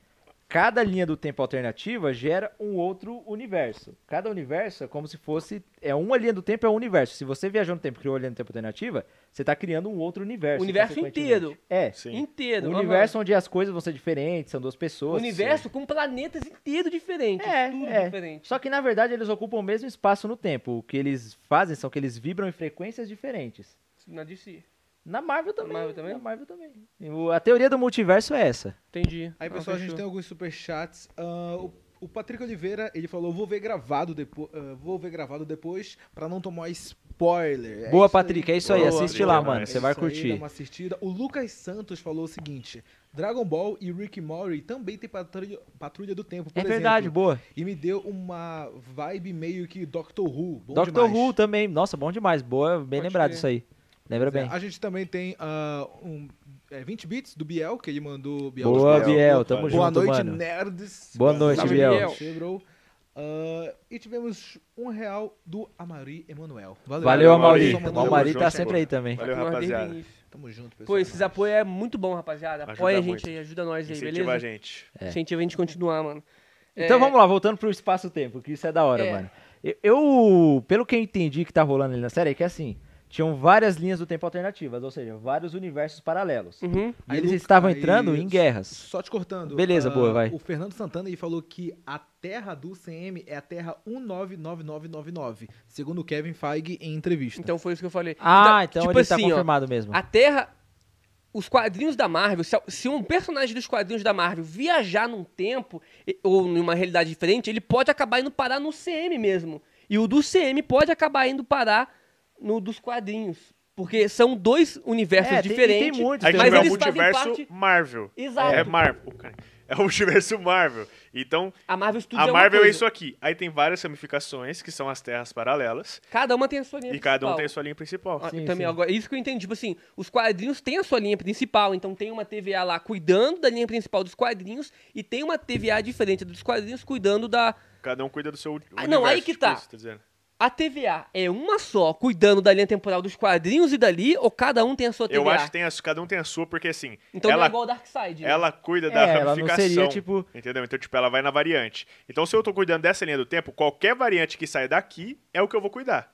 B: cada linha do tempo alternativa gera um outro universo. Cada universo é como se fosse. É uma linha do tempo, é um universo. Se você viajou no tempo e criou uma linha do tempo alternativa, você tá criando um outro universo.
C: O universo
B: consequentemente.
C: inteiro.
B: É.
A: Sim.
C: Inteiro.
B: Um
C: aham.
B: universo onde as coisas vão ser diferentes, são duas
C: O
B: pessoas.
C: universo com planetas inteiros diferentes.
B: É,
C: tudo
B: é.
C: diferente.
B: Só que na verdade eles ocupam o mesmo espaço no tempo. O que eles fazem são que eles vibram em frequências diferentes.
C: Na DC.
B: Na Marvel também.
C: Marvel também?
B: Na Marvel também. O- A teoria do multiverso é essa.
C: Entendi.
D: Aí,
C: Ah,
D: pessoal, a gente
C: fechou.
D: tem um alguns superchats. Ah, o, o Patrick Oliveira, ele falou, vou ver gravado depois. vou ver gravado depois pra não tomar spoiler.
B: Boa,
D: isso aí.
B: Patrick, é isso aí.
A: Boa,
B: Assiste
A: Patrick,
B: lá,
A: é
B: mano.
A: nóis.
B: Você vai
D: Isso aí, dá
B: curtir.
D: uma assistida. O Lucas Santos falou o seguinte: Dragon Ball e Rick Mori também tem patrulha, Patrulha do tempo. Por
B: É verdade,
D: exemplo,
B: boa.
D: E me deu uma vibe meio que Doctor Who. Bom
B: Doctor
D: demais.
B: Who também. Nossa, bom demais. Boa, bem
C: Pode
B: lembrado
C: crer.
B: isso aí. Lembra
D: É,
B: bem.
D: A gente também tem ah, um, é, 20 bits do Biel, que ele mandou. Biel
B: Boa,
D: Biel.
B: Biel. Tamo
A: Boa
D: Boa
B: junto,
D: noite,
B: mano.
D: nerds.
B: Boa noite,
D: Salve,
B: Biel.
D: Você, bro. Ah, e tivemos um real do Amari Emanuel.
C: Ah,
B: Valeu,
A: Amaury.
B: Amaury.
D: Só
B: O
D: mandou-
A: Tamo
B: Amaury
A: junto,
B: tá
A: boa.
B: sempre aí também.
A: Valeu,
C: Nós desde o
A: rapaziada.
C: início.
D: Tamo junto, pessoal.
C: Pô, esses apoios é muito bom, rapaziada.
A: Ajuda
C: Apoia a gente
A: muito.
C: aí, ajuda nós aí,
A: Incentiva
C: beleza?
A: a gente.
C: Incentiva a gente a continuar, mano.
B: É. Então
C: É,
B: vamos lá, voltando pro espaço-tempo, que isso é da hora,
C: É.
B: mano. Eu- Eu, pelo que eu entendi que tá rolando ali na série, é que assim, tinham várias linhas do tempo alternativas, ou seja, vários universos paralelos.
C: Uhum.
B: E
D: Aí,
B: eles
D: Lucas,
B: estavam
D: aí,
B: entrando em guerras.
D: Só te cortando.
B: Beleza,
D: ah,
B: boa, vai.
D: O Fernando Santana ele falou que a terra do CM é a terra 199999, segundo o Kevin Feige em entrevista.
C: Então foi isso que eu falei.
B: Ah, então
C: tipo
B: ele tá
C: assim, ó,
B: confirmado mesmo.
C: A Terra. Os quadrinhos da Marvel, se, se um personagem dos quadrinhos da Marvel viajar num tempo e- ou numa realidade diferente, ele pode acabar indo parar no CM mesmo. E o do CM pode acabar indo parar no dos quadrinhos. Porque são dois universos
B: É, tem- e tem
C: diferentes.
B: muitos,
C: mas
A: Aí
B: tem
A: tipo, é o
C: eles fazem
A: multiverso
C: parte.
A: Marvel.
C: Exato.
A: É Marvel. cara. É o multiverso Marvel. Então,
C: A Marvel Studios
A: a
C: é uma
A: Marvel é
C: coisa.
A: isso aqui. Aí tem várias ramificações, que são as terras paralelas.
C: Cada uma tem a sua linha
A: E cada um
C: principal.
A: tem a sua linha principal.
C: Ah,
B: Sim,
C: eu também,
B: sim.
C: agora, isso que eu entendi, tipo assim, os quadrinhos têm a sua linha principal, então tem uma TVA lá cuidando da linha principal dos quadrinhos e tem uma TVA diferente dos quadrinhos cuidando da...
A: Cada um cuida do seu
C: Ah,
A: universo,
C: não, aí que
A: tipo
C: tá.
A: isso, tô dizendo.
C: A TVA é uma só, cuidando da linha temporal dos quadrinhos e dali, ou cada um tem a sua TVA?
A: Eu acho que tem a, cada um tem a sua, porque assim,
C: Então não é
A: ela,
C: igual o Darkseid. né?
A: ela cuida da
B: É, ela não
A: ramificação.
B: seria, tipo-
A: Entendeu? Então, tipo, ela vai na variante. Então, se eu tô cuidando dessa linha do tempo, qualquer variante que sai daqui é o que eu vou cuidar.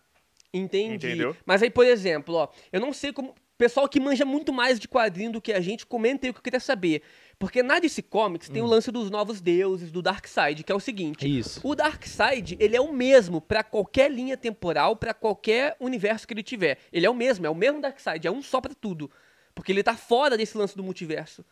C: Entendi.
A: Entendeu?
C: Mas aí, por exemplo, ó, eu não sei como. Pessoal que manja muito mais de quadrinho do que a gente, comenta aí o que eu queria saber. Porque na DC Comics
B: Hum.
C: tem o lance dos novos deuses, do Darkseid, que é o seguinte.
B: Isso.
C: O Darkseid, ele é o mesmo pra qualquer linha temporal, pra qualquer universo que ele tiver. Ele é o mesmo, é o mesmo Darkseid, é um só pra tudo. Porque ele tá fora desse lance do multiverso.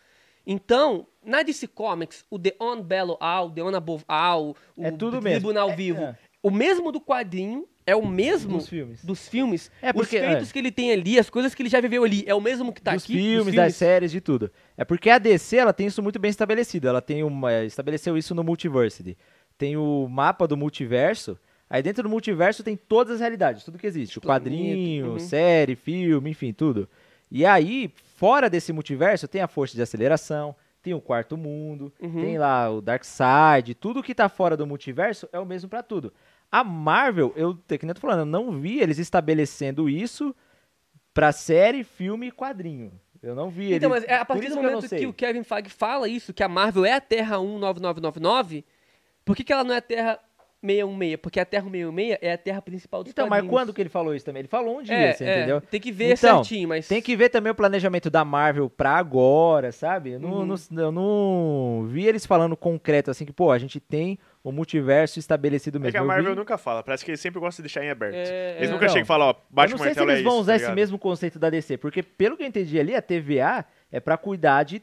C: Então, na DC Comics, o The On Bello All, The On Above All, o
B: É tudo mesmo.
C: Tribunal
B: É,
C: Vivo,
B: é.
C: o mesmo do quadrinho é o mesmo
B: Dos filmes.
C: dos filmes,
B: É, porque-
C: os feitos
B: é.
C: que ele tem ali, as coisas que ele já viveu ali, é o mesmo que tá
B: dos
C: aqui.
B: filmes,
C: Os
B: das séries, de tudo. É porque a DC ela tem isso muito bem estabelecido. Ela tem uma, é, estabeleceu isso no Multiversity. Tem o mapa do multiverso. Aí dentro do multiverso tem todas as realidades, tudo que existe. O
C: Planeta,
B: quadrinho,
C: uhum.
B: série, filme, enfim, tudo. E aí, fora desse multiverso, tem a força de aceleração, tem o quarto mundo,
C: Uhum.
B: tem lá o Dark Side, tudo que tá fora do multiverso é o mesmo pra tudo. A Marvel, eu, é que nem eu tô falando, eu não vi eles estabelecendo isso pra série, filme e quadrinho. Eu não vi
C: Então,
B: eles.
C: mas é a
B: por
C: partir
B: isso
C: do
B: eu não
C: momento que,
B: sei.
C: o Kevin Feige fala isso, que a Marvel é a Terra 19999, por que, que ela não é a Terra 616? Porque a Terra 616 é a Terra principal dos
B: Então, mas
C: quadrinhos.
B: quando que ele falou isso também? Ele falou um dia,
C: É,
B: você
C: é,
B: entendeu?
C: tem que ver
B: Então,
C: certinho, mas...
B: Tem que ver também o planejamento da Marvel pra agora, sabe? Eu não,
C: Uhum.
B: não- eu não vi eles falando concreto, assim, que, pô, a gente tem o multiverso estabelecido
A: É
B: mesmo.
A: que a
B: Eu
A: Marvel
B: vi-
A: nunca fala, parece que eles sempre gostam de deixar em aberto.
C: É,
A: eles
C: é.
A: nunca
B: Então,
A: chegam e falam, ó,
B: Eu
A: bate
B: não
A: o
B: sei se
A: martelo
B: eles
A: é
B: vão
A: isso,
B: usar
A: tá
B: esse
A: ligado?
B: mesmo conceito da DC, porque pelo que eu entendi ali, a TVA é pra cuidar de.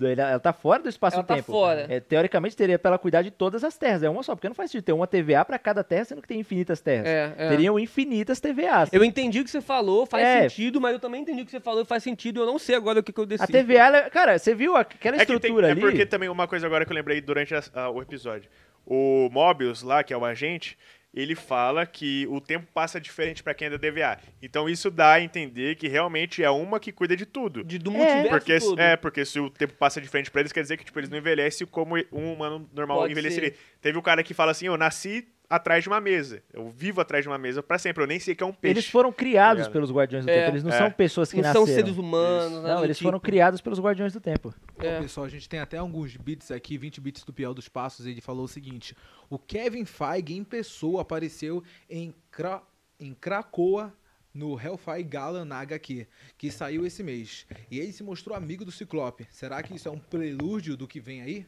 B: Ela, ela tá fora do
C: Ela
B: espaço-tempo.
C: tá fora.
B: É, teoricamente teria pra ela cuidar de todas as terras. É uma só, porque não faz sentido ter uma TVA pra cada terra, sendo que tem infinitas terras.
C: É, é.
B: Teriam infinitas TVAs.
C: Eu entendi o que você falou, faz
B: É.
C: sentido, mas eu também entendi o que você falou, faz sentido, eu não sei agora o que, que eu decidi.
B: A TVA, ela- cara, você viu aquela
A: que tem-
B: estrutura
A: é
B: ali?
A: porque também uma coisa agora que eu lembrei durante a- a- o episódio. O Mobius lá, que é o agente, ele fala que o tempo passa diferente pra quem é da DVA. Então isso dá a entender que realmente é uma que cuida de tudo.
C: De, do multiverso
A: Porque, se-
C: todo.
A: é, porque se o tempo passa de frente pra eles, quer dizer que tipo, eles não envelhecem como um humano normal
C: Pode
A: envelheceria. Teve um cara que fala assim, eu nasci atrás de uma mesa. Eu vivo atrás de uma mesa pra sempre. Eu nem sei que é um peixe.
B: Eles foram criados
A: Obrigado.
B: pelos Guardiões do
C: É.
B: Tempo. Eles não
A: É.
B: são pessoas que
C: Não
B: nasceram.
C: são seres humanos, nada
B: Não,
C: do
B: eles
C: tipo.
B: foram criados pelos Guardiões do Tempo.
C: É.
D: Ó, pessoal, a gente tem até alguns bits aqui, 20 bits do Piel dos Passos, ele falou o seguinte: o Kevin Feige em pessoa apareceu em, Kra em Krakoa no Hellfire Gala na HQ, que saiu esse mês. E ele se mostrou amigo do Ciclope. Será que isso é um prelúdio do que vem aí?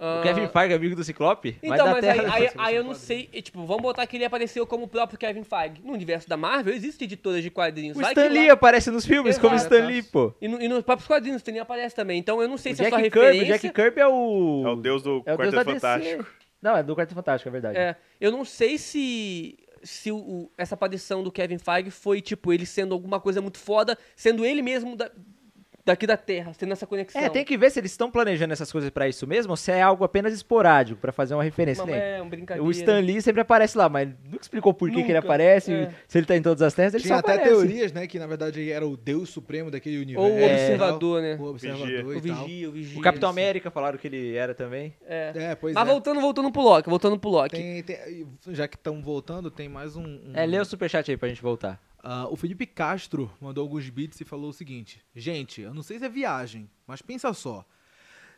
C: Ah,
B: O Kevin
A: é
B: Feige, amigo do Ciclope?
C: Então,
B: da
C: mas aí,
B: Terra-
C: aí- aí
B: um
C: eu não sei. e, tipo, vamos botar que ele apareceu como o próprio Kevin Feige. No universo da Marvel, existe editoras de quadrinhos.
B: O
C: Vai
B: Stan
C: que lá-
B: Lee aparece nos filmes como
C: Exato.
B: Stan Lee, pô.
C: E, no- e nos próprios quadrinhos, o Stan Lee aparece também. Então eu não sei
B: O
C: se é só
B: Jack Kirby, o
C: referência.
B: Jack Kirby é o...
A: É o deus do
B: é o deus
A: Quarteto
B: da DC.
A: Fantástico.
B: Não, é do Quarteto Fantástico, é verdade.
C: É, eu não sei se, se o- o- essa aparição do Kevin Feige foi, tipo, ele sendo alguma coisa muito foda, sendo ele mesmo da- daqui da Terra, tendo essa conexão.
B: É, tem que ver se eles estão planejando essas coisas pra isso mesmo ou se é algo apenas esporádico, pra fazer uma referência.
C: Uma,
B: que nem-
C: é, um brincadeira.
B: né? O Stan Lee sempre aparece lá, mas nunca explicou por que que ele
C: Nunca,
B: aparece,
C: é.
B: se ele tá em todas as terras, ele
D: Tinha
B: só
D: até
B: aparece.
D: teorias, né, que na verdade ele era o deus supremo daquele universo.
C: Ou o
D: e tal.
C: observador, né?
D: O
A: Vigia.
D: observador
C: O
D: e tal.
C: Vigia, o Vigia.
B: O Capitão América falaram que ele era também.
C: É.
D: É, pois
C: Mas
D: é.
C: voltando, voltando pro Loki, voltando pro Loki.
D: Tem- tem- já que estão voltando, tem mais um, um-
B: É, lê o superchat aí pra gente voltar.
D: Ah, o Felipe Castro mandou alguns bits e falou o seguinte: Gente, eu não sei se é viagem, mas pensa só.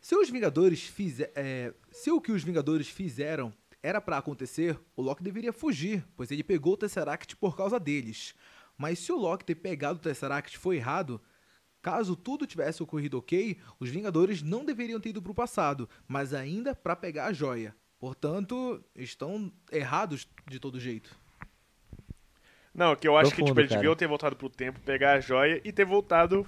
D: Se os Vingadores fizer, é, se o que os Vingadores fizeram era pra acontecer, o Loki deveria fugir, pois ele pegou o Tesseract por causa deles. Mas se o Loki ter pegado o Tesseract foi errado, caso tudo tivesse ocorrido ok, os Vingadores não deveriam ter ido pro passado, mas ainda pra pegar a joia. Portanto, estão errados de todo jeito.
A: Não, que eu acho que tipo,
B: Profundo,
A: eles
B: cara.
A: deviam ter voltado pro tempo, pegar a joia e ter voltado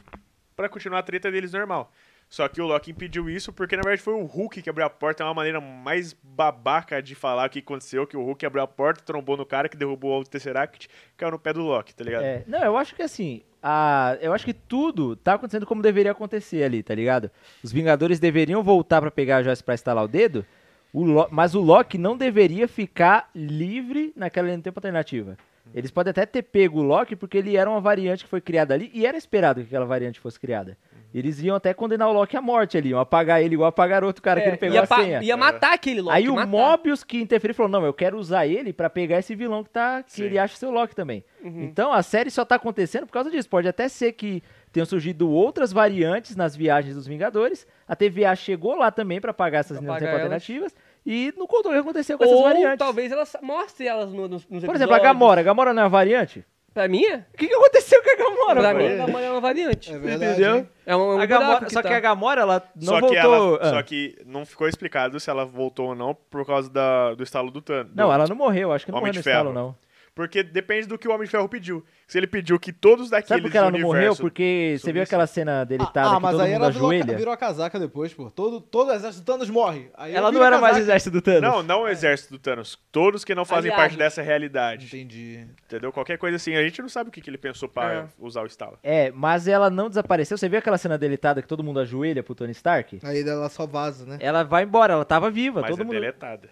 A: pra continuar a treta deles normal. Só que o Loki impediu isso porque, na verdade, foi o Hulk que abriu a porta. É uma maneira mais babaca de falar o que aconteceu, que o Hulk abriu a porta, trombou no cara que derrubou o Tesseract, caiu no pé do Loki, tá ligado?
B: É, não, eu acho que assim, a, eu acho que tudo tá acontecendo como deveria acontecer ali, tá ligado? Os Vingadores deveriam voltar pra pegar a Joyce pra estalar o dedo, o Lo- mas o Loki não deveria ficar livre naquela linha do tempo alternativa. Eles podem até ter pego o Loki porque ele era uma variante que foi criada ali e era esperado que aquela variante fosse criada. Eles iam até condenar o Loki à morte ali, iam apagar ele igual apagaram outro cara que
C: É,
B: não pegou
C: ia,
B: a
C: pa-
B: senha.
A: É.
C: ia matar aquele Loki.
B: Aí o
C: matar.
B: Mobius que interferiu falou: não, eu quero usar ele pra pegar esse vilão que tá. que
A: Sim.
B: ele acha ser o Loki também.
C: Uhum.
B: Então a série só tá acontecendo por causa disso. Pode até ser que tenham surgido outras variantes nas viagens dos Vingadores. A TVA chegou lá também pra pagar essas
C: Pra
B: linhas de
C: pagar
B: tempo
C: elas.
B: alternativas. E não contou o que aconteceu com essas
C: Ou
B: variantes.
C: talvez elas mostre elas no, nos, nos
B: Por exemplo, a
C: episódios.
B: Gamora. A Gamora não é uma variante?
C: Pra mim é.
B: O que, que aconteceu com a Gamora?
C: Pra mim,
B: mano?
C: a Gamora é uma variante.
D: verdade.
B: Entendeu?
C: É um, é um
B: A
C: buraco
B: Gamora-
C: que
B: só
C: tá.
B: que a Gamora, ela não
A: só,
B: voltou.
A: que ela,
B: Ah,
A: só que não ficou explicado se ela voltou ou não por causa da- do estalo do Thanos.
B: Não, ela não morreu. Acho que não
A: Homem
B: morreu no
A: de
B: estalo,
A: Ferro.
B: não.
A: Porque depende do que o Homem de Ferro pediu. Se ele pediu que todos daqueles
B: Sabe por que ela não morreu?
A: universo-
B: Porque você viu
A: subisse.
B: aquela cena deletada
D: Ah,
B: que
D: mas
B: todo
D: aí
B: mundo
D: ela virou, a-
B: ajoelha?
D: virou a casaca depois, pô. Todo, todo o exército do Thanos morre. Aí
B: Ela não
D: vira
B: era mais
D: casaca.
B: exército do Thanos. É.
A: Não, não o exército do Thanos. Todos que não fazem
C: Aliados.
A: parte dessa realidade.
D: Entendi.
A: Entendeu? Qualquer coisa assim. A gente não sabe o que, que ele pensou pra
C: É.
A: usar o estalo.
B: É, mas ela não desapareceu. Você viu aquela cena deletada que todo mundo ajoelha pro Tony Stark?
D: Aí ela só vaza, né?
B: Ela vai embora, ela tava viva,
A: Mas
B: todo
A: é
B: mundo.
A: deletada.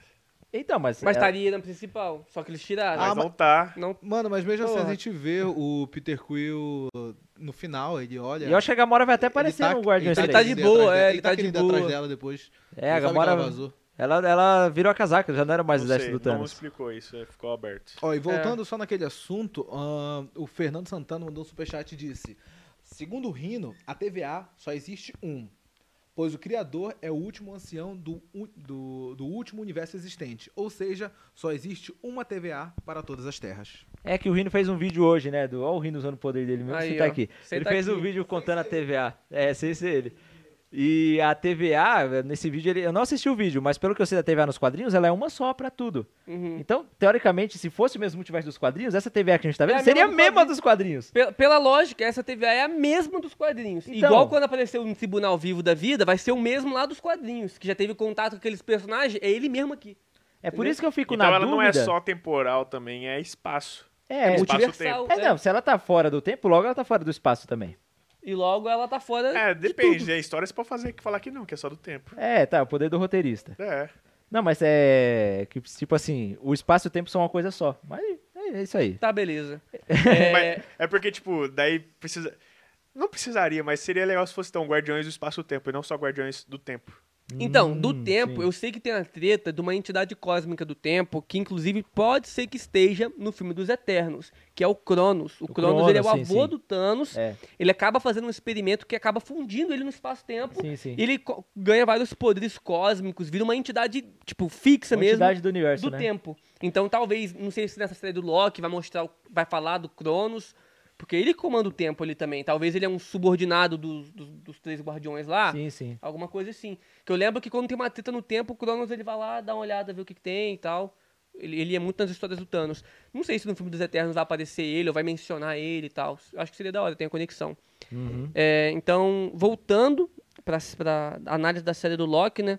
B: Então, mas.
C: É. Mas
B: ela-
C: estaria na principal. Só que eles
B: Ah,
C: tiraram.
A: mas
D: mas-
A: não tá.
C: Não,
D: Mano, mas mesmo assim
C: Porra.
D: a gente vê o Peter Quill no final, ele olha.
B: E eu acho que a Gamora vai até
D: ele
B: aparecer
D: tá-
B: no Guardiões
C: ele tá
B: 3.
C: de
D: querendo ir
C: boa,
D: atrás dela,
C: é,
D: ele tá querendo ir atrás dela depois.
B: É, a
D: Ele sabe que
B: Gamora.
D: ela vazou.
B: Ela, ela virou a casaca, já não era mais
A: não
B: exército
A: sei,
B: do
A: não
B: Thanos.
A: explicou isso. é, Ficou aberto.
D: Ó, e voltando só naquele assunto, ahn, o Fernando Santana mandou um superchat e disse: Segundo o Rino, a TVA só existe um, pois o criador é o último ancião do, u- do, do último universo existente. Ou seja, só existe uma TVA para todas as terras.
B: É que o Rino fez um vídeo hoje, né? Do... Ó, o Rino usando o poder dele mesmo,
C: Aí,
B: você tá
C: ó.
B: aqui.
C: Você
B: ele
C: tá
B: fez
C: aqui.
B: um vídeo contando a TVA. É, sem ser ele. E a TVA, nesse vídeo, ele... eu não assisti o vídeo, mas pelo que eu sei da TVA nos quadrinhos, ela é uma só pra tudo.
C: uhum.
B: Então, teoricamente, se fosse o mesmo multiverso dos quadrinhos, essa TVA que a gente tá
C: É
B: vendo
C: a
B: seria a
C: mesma do
B: mesma
C: quadrinho.
B: dos quadrinhos.
C: Pela, pela lógica, essa TVA é a mesma dos quadrinhos.
B: Então.
C: Igual quando apareceu no Tribunal Vivo da Vida, vai ser o mesmo lá dos quadrinhos, que já teve contato com aqueles personagens, é ele mesmo aqui.
B: É por isso que eu fico
A: Então
B: na
A: ela
B: dúvida.
A: não é só temporal também, é espaço.
B: É,
A: espaço
C: Multiversal. né?
B: é, não, se ela tá fora do tempo, logo ela tá fora do espaço também.
C: E logo ela tá fora.
A: É,
C: de
A: depende.
C: tudo.
A: A história você pode fazer que falar que não, que é só do tempo.
B: É, tá, o poder do roteirista.
A: É.
B: Não, mas é que tipo assim, o espaço e o tempo são uma coisa só. Mas é é isso aí.
C: Tá, beleza.
A: Mas
C: É,
A: é porque, tipo, daí precisa. Não precisaria, mas seria legal se fosse então Guardiões do Espaço-Tempo e não só Guardiões do Tempo.
C: Então, do
B: Hum,
C: tempo,
B: sim.
C: eu sei que tem a treta de uma entidade cósmica do tempo, que inclusive pode ser que esteja no filme dos Eternos, que é o Cronos. O,
B: O
C: Cronos,
B: Cronos,
C: ele é o
B: sim,
C: avô
B: sim.
C: do Thanos,
B: É,
C: ele acaba fazendo um experimento que acaba fundindo ele no espaço-tempo,
B: sim, sim.
C: e ele co- ganha vários poderes cósmicos, vira uma entidade, tipo, fixa mesmo
B: Quantidade do universo,
C: do
B: né?
C: tempo. Então, talvez, não sei se nessa série do Loki vai mostrar, o- vai falar do Cronos, porque ele comanda o tempo ali também. Talvez ele é um subordinado dos, dos- dos três guardiões lá.
B: Sim, sim.
C: Alguma coisa assim. Que eu lembro que quando tem uma treta no tempo, o Cronos ele vai lá, dá uma olhada, vê o que, que tem e tal. Ele, ele é muito nas histórias do Thanos. Não sei se no filme dos Eternos vai aparecer ele ou vai mencionar ele e tal. Eu Acho que seria da hora, tem a conexão.
B: Uhum.
C: É, então, voltando pra, pra análise da série do Loki, né?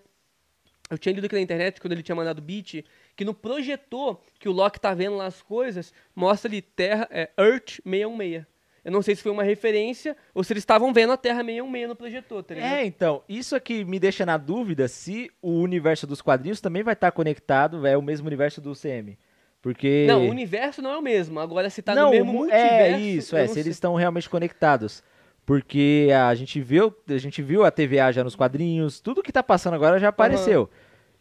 C: Eu tinha lido aqui na internet, quando ele tinha mandado o beat, que no projetor que o Loki tá vendo lá as coisas, mostra ali Terra, é, Earth 616. Eu não sei se foi uma referência ou se eles estavam vendo a Terra 616 no projetor, tá ligado?
B: É, então, isso aqui me deixa na dúvida se o universo dos quadrinhos também vai estar conectado, é o mesmo universo do CM. Porque
C: Não, o universo não é o mesmo. Agora, se tá
B: não,
C: no mesmo
B: o mu-
C: multiverso...
B: É isso,
C: eu
B: é,
C: não
B: se
C: sei.
B: eles estão realmente conectados. Porque a gente viu, a gente viu a TVA já nos quadrinhos, tudo que tá passando agora já apareceu.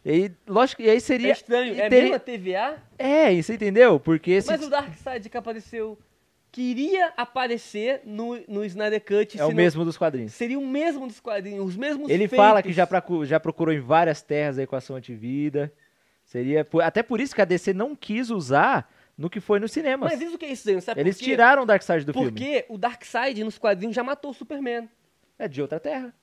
B: E lógico, e aí
C: É
B: seria
C: estranho,
B: teria-
C: é mesmo a TVA?
B: É, e você entendeu? Porque esse
C: Mas o Darkseid que apareceu... Queria aparecer no, no Snyder Cut.
B: é o
C: se não-
B: mesmo dos quadrinhos.
C: Seria o mesmo dos quadrinhos, os mesmos
B: Ele
C: feitos.
B: fala que já, pracu- já procurou em várias terras a equação antivida. Seria por- até por isso que a DC não quis usar no que foi nos cinemas.
C: Mas isso que é isso, Zeno, sabe
B: Eles
C: por quê?
B: tiraram o Darkseid do filme.
C: Porque o Darkseid nos quadrinhos já matou o Superman.
B: É de outra terra.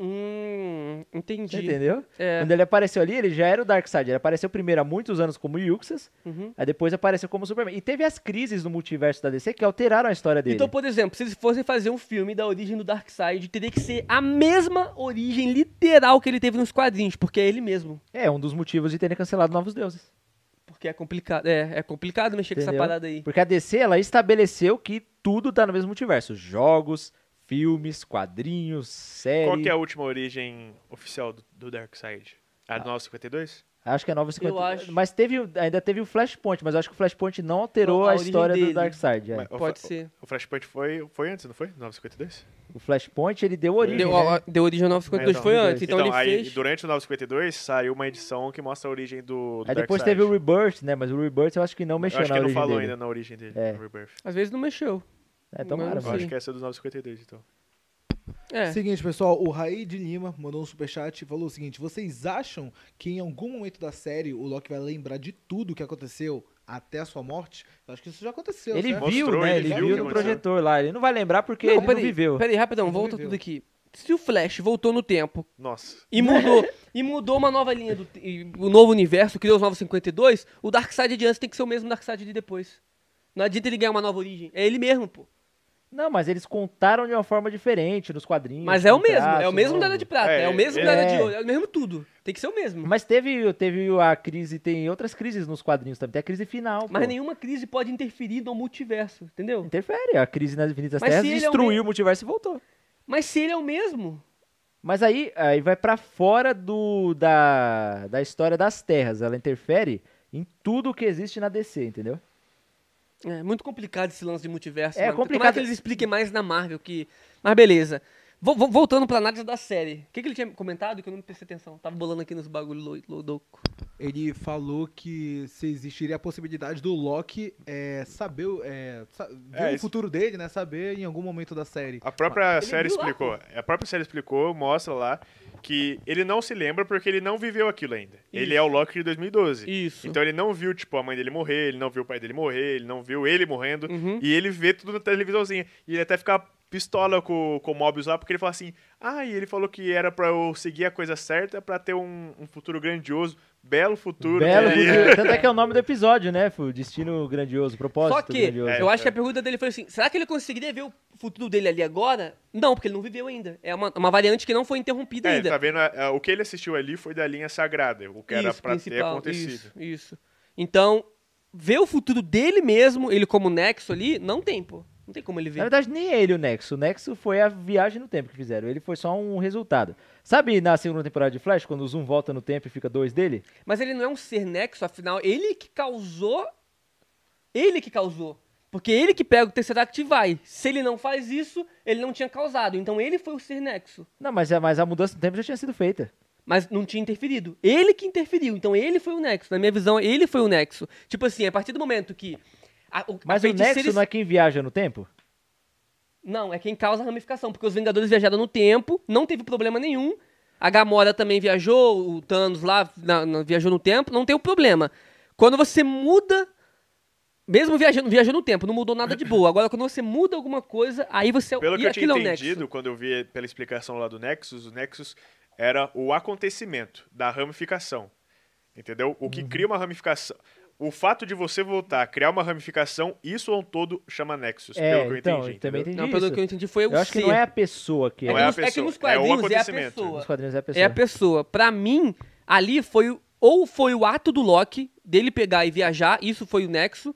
C: Hum,
B: Você
C: entendi.
B: entendeu?
C: É.
B: Quando ele apareceu ali, ele já era o Darkseid. Ele apareceu primeiro há muitos anos como Yuxas,
C: Uhum.
B: aí depois apareceu como Superman. E teve as crises no multiverso da DC que alteraram a história dele.
C: Então, por exemplo, se eles fossem fazer um filme da origem do Darkseid, teria que ser a mesma origem literal que ele teve nos quadrinhos, porque é ele mesmo.
B: É um dos motivos de terem cancelado Novos Deuses.
C: Porque é complicado, é, é complicado mexer com essa
B: Entendeu?
C: parada aí.
B: Porque a DC, ela estabeleceu que tudo tá no mesmo multiverso. Jogos, filmes, quadrinhos, séries...
A: Qual que é a última origem oficial do, do Darkseid? A do 952?
B: Acho que é 950.
C: Eu acho.
B: Mas teve, o- ainda teve o Flashpoint, mas eu acho que o Flashpoint não alterou
C: A- a
B: a,
C: origem
B: história
C: dele.
B: do Darkseid. é.
A: Mas o
C: Pode
A: Fla-
C: ser.
A: O Flashpoint foi, foi antes, não foi? 952?
B: O Flashpoint, ele deu origem.
C: Deu,
B: né?
C: ó, deu origem ao 952,
A: Então,
C: foi antes, então, ele
A: aí,
C: fez...
A: durante o 952, saiu uma edição que mostra a origem do, do
B: Aí depois
A: Darkseid.
B: teve o Rebirth, né? Mas o Rebirth eu acho que não mexeu
A: Eu acho
B: na
A: que ele não
B: origem
A: falou
B: dele.
A: ainda na origem dele,
B: É.
A: no Rebirth.
C: Às vezes não mexeu.
B: É, tomara,
C: Não
A: Eu
B: mano.
C: sei.
A: acho que essa é do 952, então.
C: É.
D: Seguinte, pessoal, o Raí de Lima mandou um superchat e falou o seguinte: vocês acham que em algum momento da série o Loki vai lembrar de tudo o que aconteceu até a sua morte? Eu acho que isso já aconteceu.
B: Ele
D: certo?
B: viu,
A: Mostrou,
B: né?
A: ele
B: Ele,
A: viu o
B: viu
A: que
B: no
A: aconteceu.
B: projetor lá. Ele não vai lembrar porque ele é. não viveu.
C: Peraí, rapidão,
D: Ele não
C: volta
D: viveu.
C: tudo aqui. Se o Flash voltou no tempo
A: Nossa.
C: e mudou, e mudou uma nova linha, do, te- e o novo universo, criou os novos 52, o Darkseid de antes tem que ser o mesmo Darkseid de depois. Não adianta ele ganhar uma nova origem, é ele mesmo, pô.
B: Não, mas eles contaram de uma forma diferente nos quadrinhos. né?
C: Mas é o
B: com
C: mesmo,
B: traço,
C: é o mesmo da Era
B: novo.
C: de Prata, é,
A: É,
C: o mesmo
A: é.
C: da Era de Ouro, é o mesmo tudo. Tem que ser o mesmo.
B: Mas teve, teve a crise, tem outras crises nos quadrinhos também. Tem a crise final.
C: Mas
B: pô.
C: nenhuma crise pode interferir no multiverso, entendeu?
B: Interfere. A crise nas Infinitas
C: Mas se
B: Terras
C: ele é o
B: destruiu
C: mesmo-
B: o multiverso e voltou.
C: Mas se ele é o mesmo,
B: Mas aí, aí vai pra fora do da, da história das terras. Ela interfere em tudo que existe na DC, entendeu?
C: É muito complicado esse lance de multiverso.
B: É
C: mano.
B: complicado.
C: Tomara que eles expliquem mais na Marvel que. Mas beleza. Vo- vo- voltando pra análise da série. O que, que ele tinha comentado que eu não prestei atenção? Tava bolando aqui nos bagulho lou- louco.
D: Ele falou que se existiria a possibilidade do Loki é, saber o- é, sa- ver o
A: isso.
D: futuro dele, né? Saber em algum momento da série.
A: A própria
C: Ele
A: série
C: viu lá,
A: explicou. A própria série explicou, mostra lá que ele não se lembra porque ele não viveu aquilo ainda. Ele é o Loki de 2012.
C: Isso.
A: Então ele não viu, tipo, a mãe dele morrer, ele não viu o pai dele morrer, ele não viu ele morrendo.
C: Uhum.
A: E ele vê tudo na televisãozinha. E ele até fica pistola com, com o Mobius lá, porque ele fala assim: ah, e ele falou que era pra eu seguir a coisa certa pra ter um, um futuro grandioso, belo futuro.
B: Belo,
A: E-
B: futuro. Tanto é que é o nome do episódio, né? Fu? Destino Grandioso, Propósito
C: Só que,
B: Grandioso.
A: É.
C: eu acho que a pergunta dele foi assim: será que ele conseguiria ver o futuro dele ali agora? Não, porque ele não viveu ainda. É uma, uma variante que não foi interrompida
A: É,
C: ainda.
A: tá vendo? A- a- o que ele assistiu ali foi da linha sagrada, o que era
C: Isso,
A: pra ter
C: principal,
A: acontecido.
C: Isso, isso. Então, ver o futuro dele mesmo, ele como nexo ali, não tem, pô. Não tem como ele ver.
B: Na verdade, nem é ele o Nexo. O Nexo foi a viagem no tempo que fizeram. Ele foi só um resultado. Sabe na segunda temporada de Flash, quando o Zoom volta no tempo e fica dois dele?
C: Mas ele não é um ser nexo, afinal, ele que causou. Ele que causou. Porque ele que pega o Tesseract e vai. Se ele não faz isso, ele não tinha causado. Então ele foi o ser nexo.
B: Não, mas, a- mas a mudança do tempo já tinha sido feita.
C: Mas não tinha interferido. Ele que interferiu. Então ele foi o nexo. Na minha visão, ele foi o nexo. Tipo assim, a partir do momento que. a- o, a
B: Mas o
C: feiticeira-
B: Nexo não é quem viaja no tempo?
C: Não, é quem causa a ramificação. Porque os Vingadores viajaram no tempo, não teve problema nenhum. A Gamora também viajou, o Thanos lá na- na- viajou no tempo, não tem o problema. Quando você muda, mesmo viajando, viajou no tempo, não mudou nada de boa. Agora, quando você muda alguma coisa, aí você...
A: Pelo
C: e
A: que eu tinha
C: aquilo é o Nexo.
A: entendido, quando eu vi pela explicação lá do Nexus, o Nexus era o acontecimento da ramificação. Entendeu? O
B: Uhum.
A: que cria uma ramificação. O fato de você voltar a criar uma ramificação, isso ao todo chama Nexus,
B: é,
A: pelo que eu
B: então,
A: entendi.
B: eu também
A: entendeu?
B: entendi
C: Não, pelo
B: isso.
C: que eu entendi, foi o
B: Eu acho que
C: ser.
B: não é a pessoa que...
A: Não
C: que
A: é a
C: nos- que
A: pessoa,
C: nos
A: é o
C: quadrinhos é a
A: acontecimento.
C: pessoa.
B: Nos quadrinhos é a pessoa.
C: É a pessoa. Pra mim, ali foi o- ou foi o ato do Loki dele pegar e viajar, isso foi o Nexo,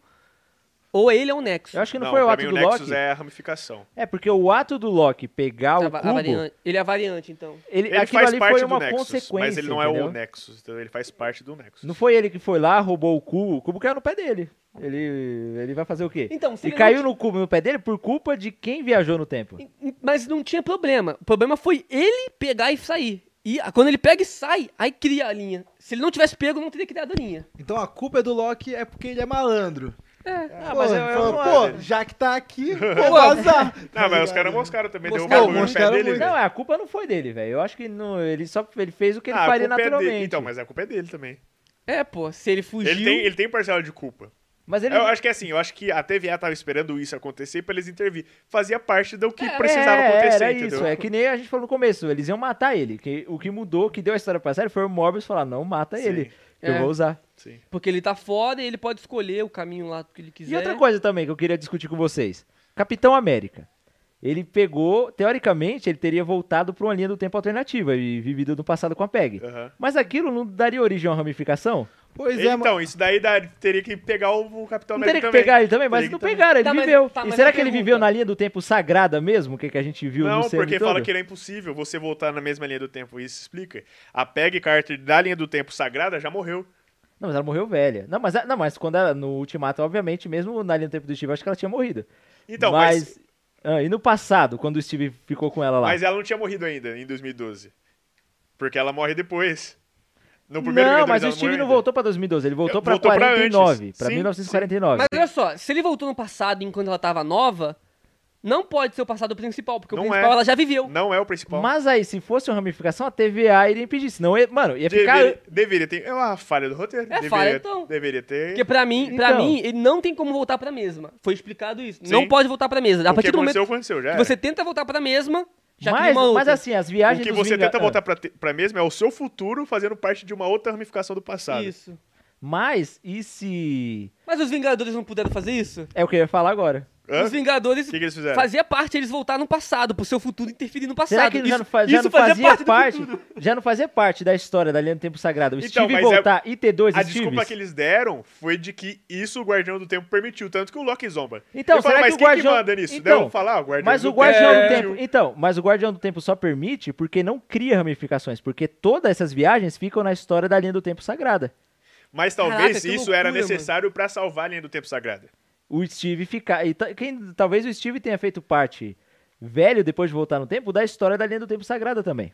C: ou ele é o Nexo.
B: Eu acho que não,
A: Não,
B: foi o
A: pra
B: ato
A: mim,
B: do
A: o Nexus
B: Loki. É...
A: é a ramificação.
B: porque o ato do Loki pegar
C: A
B: o
C: va- a
B: cubo,
C: variante- ele é a variante, então.
B: ele,
A: Ele
B: aquilo
A: faz
B: ali
A: parte
B: foi
A: do
B: uma
A: Nexus,
B: consequência,
A: mas ele não é
B: entendeu?
A: o Nexus, então ele faz parte do Nexus.
B: Não foi ele que foi lá, roubou o cubo, o cubo caiu no pé dele. Ele, ele vai fazer o quê?
C: Então, se
B: e
C: ele
B: caiu
C: não
B: no cubo no pé dele por culpa de quem viajou no tempo.
C: Mas não tinha problema. O problema foi ele pegar e sair. E a- quando ele pega e sai, aí cria a linha. Se ele não tivesse pego, não teria criado a linha.
D: Então a culpa é do Loki é porque ele é malandro.
B: Ah,
D: Pô,
A: é-
B: mas eu,
D: ele
B: eu
D: falou,
B: não,
D: pô, já que tá aqui, vou vazar. Tá
A: Não, mas os caras moscaram também, deu um
D: Mostraram,
A: bagulho no pé
D: mostraram
A: dele.
D: muito.
C: Então,
A: velho.
C: é.
B: não, é a culpa não foi dele, velho. Eu acho que não, ele só ele fez o que ele
A: Ah, a
B: faria
A: culpa é dele.
B: naturalmente.
A: Então, mas a culpa é dele também.
C: É, pô, se ele fugiu.
A: Ele tem, ele tem parcela de culpa.
B: Mas ele.
A: Eu acho que é assim, eu acho que a TVA tava esperando isso acontecer pra eles intervir. Fazia parte do que precisava
B: É,
A: acontecer,
B: era
A: entendeu?
B: isso. É que nem a gente falou no começo, eles iam matar ele. Que, o que mudou, que deu a história pra série, foi o Morbius falar: não mata
A: Sim.
B: ele, que
C: É.
B: eu vou usar.
A: Sim.
C: Porque ele tá fora e ele pode escolher o caminho lá que ele quiser.
B: E outra coisa também que eu queria discutir com vocês. Capitão América. Ele pegou, teoricamente, ele teria voltado para uma linha do tempo alternativa e vivido no passado com a PEG.
A: Aham.
B: Mas aquilo não daria origem a uma ramificação?
D: Pois é, mano.
A: Então, isso daí dá- teria que pegar o, o Capitão
B: Não
A: América
B: teria que
A: também.
B: pegar ele também, mas
A: Teria
B: não
A: que também.
B: pegaram, ele
C: Tá, mas-
B: viveu.
C: tá,
B: e
C: mas
B: será
C: a
B: que ele
C: pergunta-
B: viveu na linha do tempo sagrada mesmo, que, que a gente viu no
A: Não,
B: filme
A: porque
B: todo?
A: fala que era impossível você voltar na mesma linha do tempo. Isso explica. A Peg Carter da linha do tempo sagrada já morreu.
B: Não, mas ela morreu velha. Não, mas, não, mas quando ela, no Ultimato, obviamente, mesmo na linha do tempo do Steve, eu acho que ela tinha morrido.
A: Então, mas,
B: mas... Ah, e no passado, quando o Steve ficou com ela lá?
A: mas ela não tinha morrido ainda em 2012. Porque ela morre depois. No primeiro
B: não,
A: Vingadores
B: mas o
A: ela
B: Steve
A: morreu
B: não
A: ainda.
B: voltou pra 2012, ele voltou pra
A: Voltou pra
B: 49,
A: antes.
B: pra
A: Sim,
B: 1949.
C: Mas olha só, se ele voltou no passado enquanto ela tava nova, não pode ser o passado principal, porque o
A: Não
C: principal
A: é.
C: ela já viveu.
A: Não é o principal.
B: Mas aí, se fosse uma ramificação, a TVA iria impedir, senão, ia- mano, ia ficar...
A: Deveria, deveria ter. É uma falha do roteiro.
C: É
A: deveria,
C: falha, então.
A: Deveria ter.
C: Porque pra mim, pra
B: Então.
C: mim, ele não tem como voltar pra mesma. Foi explicado isso.
A: Sim.
C: Não pode voltar pra mesma.
A: o
C: A
A: que
C: partir do momento
A: aconteceu, é. aconteceu já.
C: que
A: era.
C: você tenta voltar pra mesma, já cria
B: Mas,
C: uma
B: mas
C: outra.
B: assim, as
A: O
B: viagens
A: que
B: dos
A: você
B: Vinga-
A: tenta
B: ah,
A: voltar pra, te- pra mesmo é o seu futuro fazendo parte de uma outra ramificação do passado.
C: Isso.
B: Ah, Mas, e se...
C: Mas os Vingadores não puderam fazer isso?
B: É o que eu ia falar agora.
A: Hã?
C: Os Vingadores
A: O que, que eles fizeram?
C: fazia parte eles voltar no passado, pro seu futuro interferir no passado.
B: Será que ele já
C: Isso-
B: não, faz- já
C: isso
B: não fazia parte,
C: do futuro.
B: já não fazia parte da história da linha do tempo sagrado? O
A: Então,
B: Steve
A: mas é-
B: voltar e ter dois
A: A
B: Steves?
A: desculpa que eles deram foi de que isso o Guardião do Tempo permitiu, tanto que o Loki zomba.
B: Então,
A: Ele fala,
B: será
A: mas
B: que o
A: quem
B: Guardião-
A: que manda nisso?
B: Então,
A: Deu falar, "Ah, o Guardião
B: Mas
A: é do
B: o Guardião do
A: Tempo.
B: Tempo, então, mas o Guardião do Tempo só permite porque não cria ramificações, porque todas essas viagens ficam na história da linha do tempo sagrada.
A: Mas
C: Caraca,
A: talvez
C: que
A: isso
C: loucura,
A: era
C: mano.
A: necessário pra salvar a linha do Tempo Sagrado.
B: O Steve ficar, e ta- quem talvez o Steve tenha feito parte velho depois de voltar no tempo da história da linha do tempo sagrada também.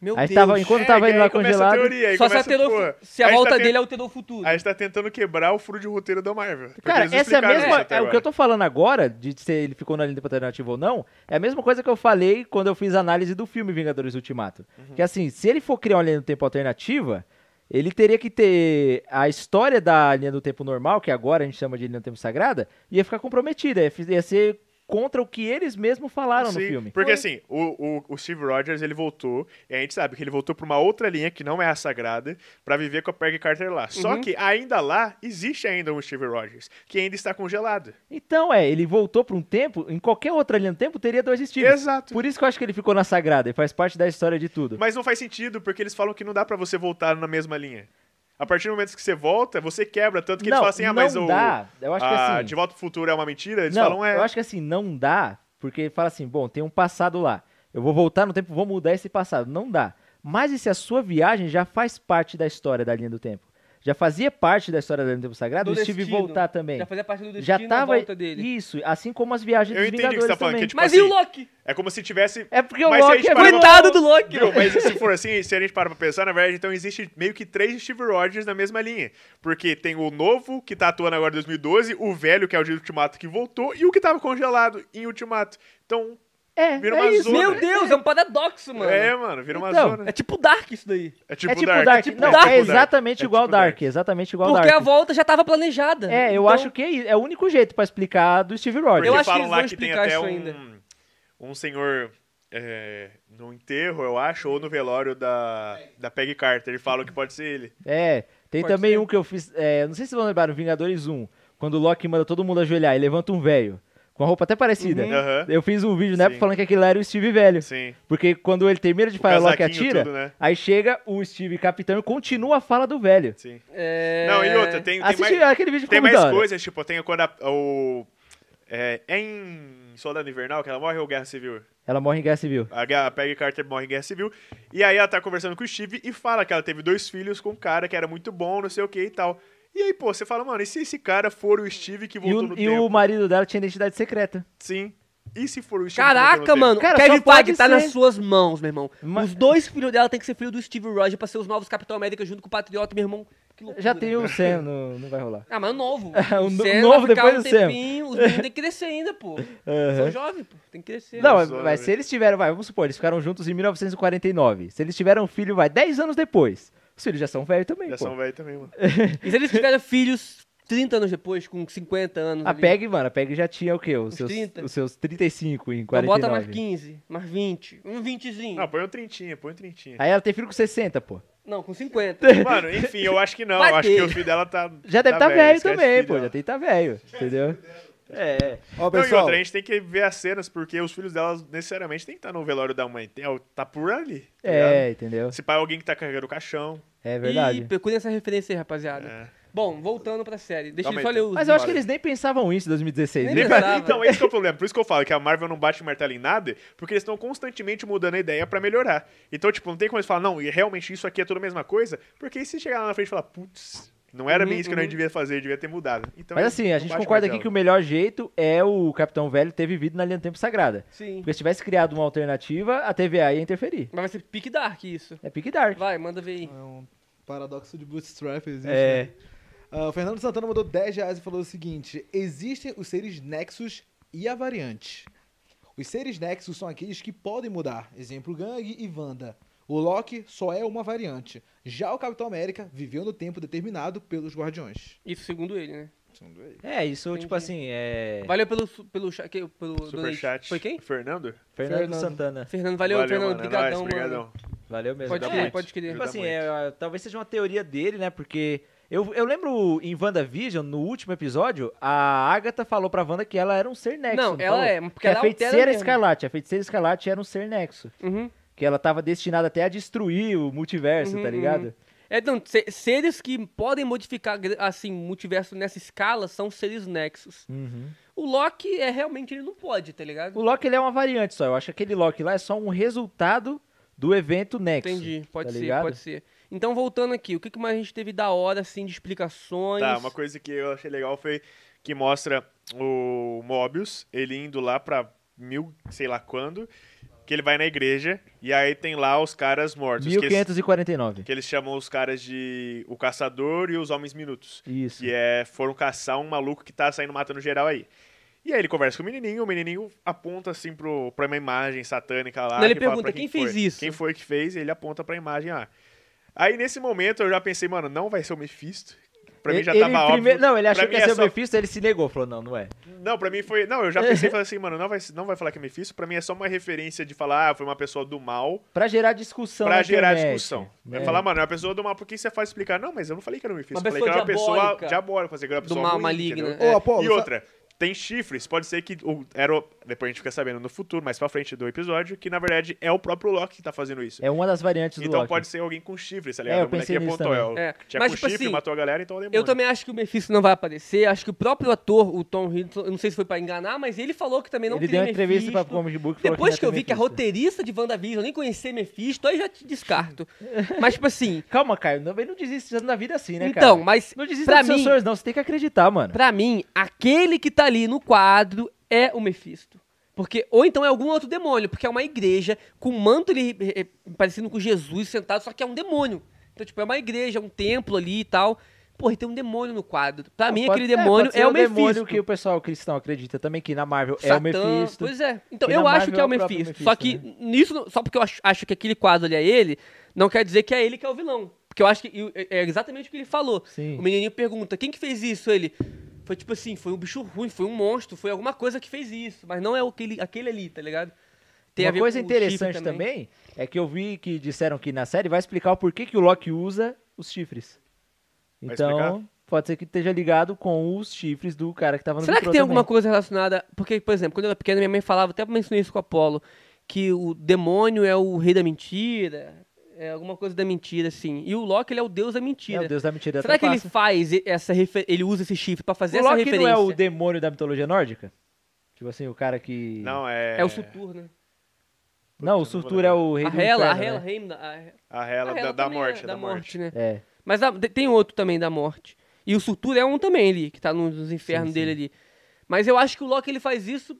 C: Meu
B: Aí
C: Deus.
B: tava
A: É,
B: enquanto tava indo lá congelado.
A: teoria, aí
C: Só se,
A: começa,
C: alterou,
A: pô,
C: se a
A: gente
C: volta
A: tá ten-
B: é
C: dele alterou o futuro.
A: A gente tá tentando quebrar o furo de roteiro da Marvel. porque
B: Cara,
A: eles
B: essa é a
A: explicaram isso
B: mesma.
A: até
B: é, o que
A: agora.
B: eu tô falando agora, de se ele ficou na linha do alternativa ou não, é a mesma coisa que eu falei quando eu fiz a análise do filme Vingadores Ultimato.
A: Uhum.
B: Que assim, se ele for criar uma linha do tempo alternativa, ele teria que ter a história da linha do tempo normal, que agora a gente chama de linha do tempo sagrada, ia ficar comprometida, ia, fi- ia ser contra o que eles mesmos falaram
A: Sim,
B: no filme.
A: Porque assim, o, o, o Steve Rogers, ele voltou, e a gente sabe que ele voltou pra uma outra linha que não é a sagrada, pra viver com a Peggy Carter lá. Só que ainda lá, existe ainda um Steve Rogers, que ainda está congelado.
B: Então, é, ele voltou pra um tempo, em qualquer outra linha do tempo teria dois estilos.
A: Exato.
B: Por isso que eu acho que ele ficou na sagrada, e faz parte da história de tudo.
A: Mas não faz sentido, porque eles falam que não dá pra você voltar na mesma linha. A partir do momento que você volta, você quebra, tanto que eles
B: Não,
A: falam assim, ah, mas
B: não
A: o...
B: dá. Eu acho que
A: a
B: assim-
A: De Volta pro Futuro é uma mentira? Eles
B: não,
A: falam, é...
B: eu acho que assim, não dá, porque fala assim, bom, tem um passado lá, eu vou voltar no tempo, vou mudar esse passado. Não dá. Mas e se a sua viagem já faz parte da história da linha do tempo? Já fazia parte da história da linha do tempo sagrado,
C: Do
B: o Steve
C: destino.
B: voltar também.
C: Já fazia parte do
B: Já
C: destino
B: tava
C: a volta dele.
B: isso, assim como as viagens
A: Eu
B: dos
A: entendi o que
B: Vingadores
A: você tá falando,
B: também.
A: que é tipo
C: Mas e
A: assim,
C: o Loki?
A: é como se tivesse...
B: É porque o
A: Mas se a
B: Loki
A: gente
B: é
A: parar pra-
B: voltado
C: Coitado do Loki!
A: Viu? Mas se for assim, se a gente para pra pensar, na verdade, então existe meio que três Steve Rogers na mesma linha. Porque tem o novo, que tá atuando agora em 2012, o velho, que é o de Ultimato, que voltou, e o que tava congelado em Ultimato. Então,
B: É,
A: Vira
B: é
A: uma
B: isso.
A: zona.
C: Meu Deus, é um paradoxo, mano.
A: né? é, mano, vira uma
B: Então,
A: zona.
C: É tipo Dark isso daí.
A: É
B: É tipo
A: Dark.
B: Dark.
A: tipo
B: Não,
A: Dark.
B: é exatamente
A: É
B: igual
A: tipo
B: Dark, exatamente igual
C: Porque é
B: Dark.
C: a volta já tava planejada.
B: É, eu
C: Então,
B: acho que é, isso, é o único jeito pra explicar do Steve Rogers.
A: Porque
C: Eu acho que
A: falam
C: eles
A: lá
C: vão
A: que tem
C: explicar
A: até
C: isso
A: um,
C: ainda.
A: um senhor é, no enterro, eu acho, ou no velório da, da Peggy Carter. Eles falam que pode ser ele.
B: É, tem
C: Pode
B: também
C: ser.
B: um que eu fiz. é, não sei se vocês vão lembrar, no Vingadores 1, quando o Loki manda todo mundo ajoelhar e levanta um velho. Com a roupa até parecida.
A: Uhum. Aham.
B: Eu fiz um vídeo na época
A: Sim.
B: falando que aquele lá era o Steve velho.
A: Sim.
B: Porque quando ele termina de falar o Loki
A: casaquinho,
B: atira,
A: tudo, né?
B: aí chega o Steve capitão e continua a fala do velho.
A: Sim.
C: É...
A: Não, e outra, tem, tem
B: Assiste
A: mais,
B: aquele vídeo
A: tem
B: ficou muito
A: mais
B: da hora.
A: coisas, tipo, tem quando a, o... É, em Soldado Invernal, que ela morre ou Guerra Civil?
B: Ela morre em Guerra Civil.
A: A, Ga- a Peggy Carter morre em Guerra Civil. E aí ela tá conversando com o Steve e fala que ela teve dois filhos com um cara que era muito bom, não sei o que e tal. E aí, pô, você fala, mano, e se esse cara for o Steve que
B: E
A: voltou
B: o,
A: no
B: e
A: tempo?
B: o marido dela tinha identidade secreta.
A: Sim. E se for o Steve que voltou no
C: Caraca,
A: tempo?
C: mano,
B: Cara,
C: o Kevin
B: só pode
C: Feige tá
B: ser.
C: nas suas mãos, meu irmão.
B: Ma-
C: Os dois filhos dela tem que ser filho do Steve Rogers pra ser os novos Capitão América junto com o Patriota, meu irmão. Que loucura.
B: Já tem o Sam, no- não vai rolar.
C: Ah, mas o novo.
B: O no-
C: Sam
B: novo
C: vai ficar
B: depois
C: um
B: do Sam.
C: tempinho, Os meninos têm que crescer ainda, pô. São jovens, pô. Tem que crescer.
B: Não, mas,
A: Nossa,
B: mas
A: velho.
B: se eles tiveram, vai, vamos supor, eles ficaram juntos em 1949. Se eles tiveram um filho, vai, 10 anos depois. Os filhos já são velhos também,
A: Já
B: pô.
A: são velho um também, mano.
C: E se eles tiverem filhos 30 anos depois, com 50 anos.
B: A
C: ali.
B: PEG, mano, a PEG já tinha o quê? Os,
C: Uns
B: seus,
C: 30.
B: os seus 35 em
C: Mas
B: 49.
C: então bota mais 15, mais 20. Um 20zinho.
A: Não, põe um trintinha, põe um trintinha.
B: Aí ela tem filho com 60, pô.
C: Não, com 50.
B: É
A: Mano, enfim, eu acho que não.
C: Vai
A: acho que
C: ter.
A: o filho dela tá.
B: Já deve tá,
A: velho
B: velho
A: esquece
B: também,
A: filho
B: pô.
A: dela.
B: Já tem tá velho, entendeu? É,
E: Ó,
A: Não, e
E: pessoal,
A: outra, a gente tem que ver as cenas, porque os filhos dela necessariamente tem que estar no velório da mãe. Tem, tá por ali. tá ligado?
B: é, entendeu?
A: Se pai é alguém que tá carregando o caixão.
B: É
C: Ih,
B: verdade.
C: procurem essa referência aí, rapaziada.
A: É.
C: Bom, voltando pra série. Deixa
A: Calma
C: eu só
A: aí,
C: ler os.
B: Mas eu acho que
C: embalos.
B: eles nem pensavam isso em 2016.
C: Nem
B: né?
A: Nem
C: pensava.
A: pra- Então, esse que é o problema. Por isso que eu falo que a Marvel não bate o martelo em nada, porque eles estão constantemente mudando a ideia pra melhorar. Então, tipo, não tem como eles falar, não, e realmente isso aqui é tudo a mesma coisa, porque aí se chegar lá na frente e falar, putz, não era bem isso que a
C: uhum.
A: gente devia fazer, devia ter mudado. Então,
B: Mas
A: eles
B: assim, a
A: não
B: gente
A: batem o
B: concorda aqui
A: martelo.
B: que o melhor jeito é o Capitão Velho ter vivido na linha do tempo sagrada.
C: Sim.
B: Porque se tivesse criado uma alternativa, a TVA ia interferir.
C: Mas vai ser Pick Dark isso.
B: É Pick Dark.
C: Vai, manda ver aí.
E: é um paradoxo de bootstrap, existe,
B: É.
E: né? Ah, o Fernando Santana mandou 10 reais e falou o seguinte, existem os seres nexos e a variante. Os seres nexos são aqueles que podem mudar, exemplo Gang e Wanda. O Loki só é uma variante. Já o Capitão América viveu no tempo determinado pelos Guardiões.
C: Isso segundo ele, né?
B: É, isso, tipo
C: Entendi.
B: assim, é.
C: Valeu pelo, su- pelo, cha- que- pelo donate.
A: Superchat.
C: Foi quem?
A: Fernando?
B: Fernando,
E: Fernando.
B: Santana.
C: Fernando, valeu, Fernando.
A: mano, é
C: Obrigadão,
A: nóis,
C: mano.
A: brigadão.
B: Valeu mesmo.
C: Pode
B: É,
A: Ajuda
C: crer,
A: muito,
C: pode crer.
B: Tipo
A: ajuda
B: assim,
A: muito.
B: é, talvez seja uma teoria dele, né? Porque eu, eu lembro em WandaVision, no último episódio, a Agatha falou pra Wanda que ela era um ser nexo.
C: Não, ela
B: falou?
C: é, porque
B: Que
C: ela
B: a
C: altera
B: feiticeira
C: mesmo.
B: escarlate. A feiticeira escarlate era um ser nexo.
C: Uhum.
B: Que ela tava destinada até a destruir o multiverso,
C: Uhum,
B: tá ligado?
C: uhum. É, então, se- seres que podem modificar, gra- assim, o multiverso nessa escala são seres nexos.
B: Uhum.
C: O Loki, é realmente, ele não pode, tá ligado?
B: O Loki ele é uma variante só. Eu acho que aquele Loki lá é só um resultado do evento Nexo.
C: Entendi, pode
B: tá
C: ser,
B: ligado?
C: pode ser. Então, voltando aqui, o que que mais a gente teve da hora, assim, de explicações?
A: Tá, uma coisa que eu achei legal foi que mostra o Mobius, ele indo lá pra mil, sei lá quando, que ele vai na igreja, e aí tem lá os caras mortos. que eles-
B: 1549.
A: Que eles chamam os caras de o caçador e os homens minutos.
B: Isso.
A: Que é, foram caçar um maluco que tá saindo matando geral aí. E aí ele conversa com o menininho, o menininho aponta assim pro, pra uma imagem satânica lá.
C: Não, ele
A: que fala pra
C: pergunta, "Quem fez
A: foi.
C: isso?"
A: Quem foi que fez, ele aponta pra imagem lá. Aí nesse momento eu já pensei, mano, não vai ser o Mephisto. Pra mim já
B: Ele- ele
A: tava
B: primeiro-
A: óbvio.
B: Não, ele
A: Pra
B: achou que
A: mim
B: ia
A: é
B: ser o
A: só-
B: Mephisto, ele se negou, falou, não, não é.
A: Não, pra mim foi... Não, eu já pensei, falei assim, mano, não vai, não vai falar que é Mephisto. Pra mim é só uma referência de falar, ah, foi uma pessoa do mal.
B: Pra gerar discussão
A: pra
B: na
A: gerar
B: internet,
A: discussão.
B: né?
A: Vai falar, mano, é uma pessoa do mal, por que você faz explicar? Não, mas eu não falei que era um mefício.
C: Uma
A: Eu falei que
C: pessoa
A: era uma
C: diabólica.
A: pessoa diabólica, fazer que era uma
C: Do
A: pessoa
C: mal,
A: ruim,
C: maligna.
A: entendeu?
E: Ô,
C: É.
E: Apolo,
A: E
E: só-
A: outra, tem chifres, pode ser que o- era o- depois a gente fica sabendo no futuro, mais pra frente do episódio, que na verdade é o próprio Loki que tá fazendo isso.
B: É uma das variantes do
A: então
B: Loki.
A: pode ser alguém com chifres, tá
B: É,
A: ligado?
B: eu
A: o moleque
B: pensei nisso
A: apontou, é, o-
C: também. É,
A: tinha
C: mas,
A: com
C: tipo
A: chifre,
C: assim,
A: matou a galera, então é o demônio.
C: Eu também acho que o Mephisto não vai aparecer. Acho que o próprio ator, o Tom Hiddleston, eu não sei se foi pra enganar, mas ele falou que também não
B: Ele deu
C: queria
B: uma entrevista
C: Mephisto.
B: pra Comic Book e falou
C: Depois
B: não
C: que eu
B: tem
C: vi que a
B: Mephisto.
C: roteirista de WandaVision eu nem conhecia Mephisto, aí já te descarto. Mas, tipo assim,
B: Calma, Caio, não, não desiste na vida assim, né, cara?
C: então, mas
B: Não desista
C: pra
B: dos seus
C: mim,
B: sonhos, não. Você tem que acreditar, mano.
C: pra mim, aquele que tá ali no quadro é o Mephisto. Porque, ou então é algum outro demônio, porque é uma igreja com um manto ali eh, eh, parecendo com Jesus sentado, só que é um demônio. Então, tipo, é uma igreja, é um templo ali e tal. Porra, e tem um demônio no quadro. Pra mim,
B: Pode-
C: aquele demônio
B: pode
C: é,
B: ser
C: o
B: o demônio
C: Mephisto.
B: que o pessoal cristão acredita também, que na Marvel é
C: Satã.
B: o Mephisto.
C: Pois é. Então,
B: Que
C: eu
B: na
C: acho
B: Marvel
C: que é
B: é
C: o
B: o próprio
C: Mephisto. Só que
B: Mephisto, né?
C: nisso, não- só porque eu acho, acho que aquele quadro ali é ele, não quer dizer que é ele que é o vilão. Porque eu acho que e- é exatamente o que ele falou.
B: Sim.
C: O menininho pergunta: quem que fez isso? Ele. Foi tipo assim: foi um bicho ruim, foi um monstro, foi alguma coisa que fez isso. Mas não é aquele, aquele ali, tá ligado? a
B: Uma
C: ver
B: coisa
C: com o chifre
B: interessante também. é que eu vi que disseram que na série vai explicar o porquê que o Loki usa os chifres.
A: Vai
B: Então,
A: explicar?
B: pode ser que esteja ligado com os chifres do cara que tava no
C: Será que
B: metrô
C: tem alguma
B: também.
C: coisa relacionada. Porque, por exemplo, quando eu era pequeno, minha mãe falava, até mencionei isso com o Apolo, que o demônio é o rei da mentira. É alguma coisa da mentira, assim. E o Loki, ele é o deus da mentira.
B: É o deus da mentira.
C: Será que ele
B: trapaça.
C: faz e- essa refer... ele usa esse chifre pra fazer
B: O
C: essa
B: Loki
C: referência?
B: não é o demônio da mitologia nórdica? Tipo assim, o cara que...
A: Não, é...
C: É o Sutur, né?
B: Não, o
A: Putz, eu não vou
B: Surtur é o rei
C: A
B: do
C: Hela, a
B: inferno,
C: Hela,
B: né?
C: Heimda- a-
A: A Hela
C: a
A: da,
C: Hela
A: da
C: também é
A: morte, da morte.
C: né?
B: É.
C: Mas a- de- tem outro também da morte. E o Sutur é um também ali, que tá nos, nos infernos
B: Sim,
C: dele ali. Mas eu acho que o Loki ele faz isso.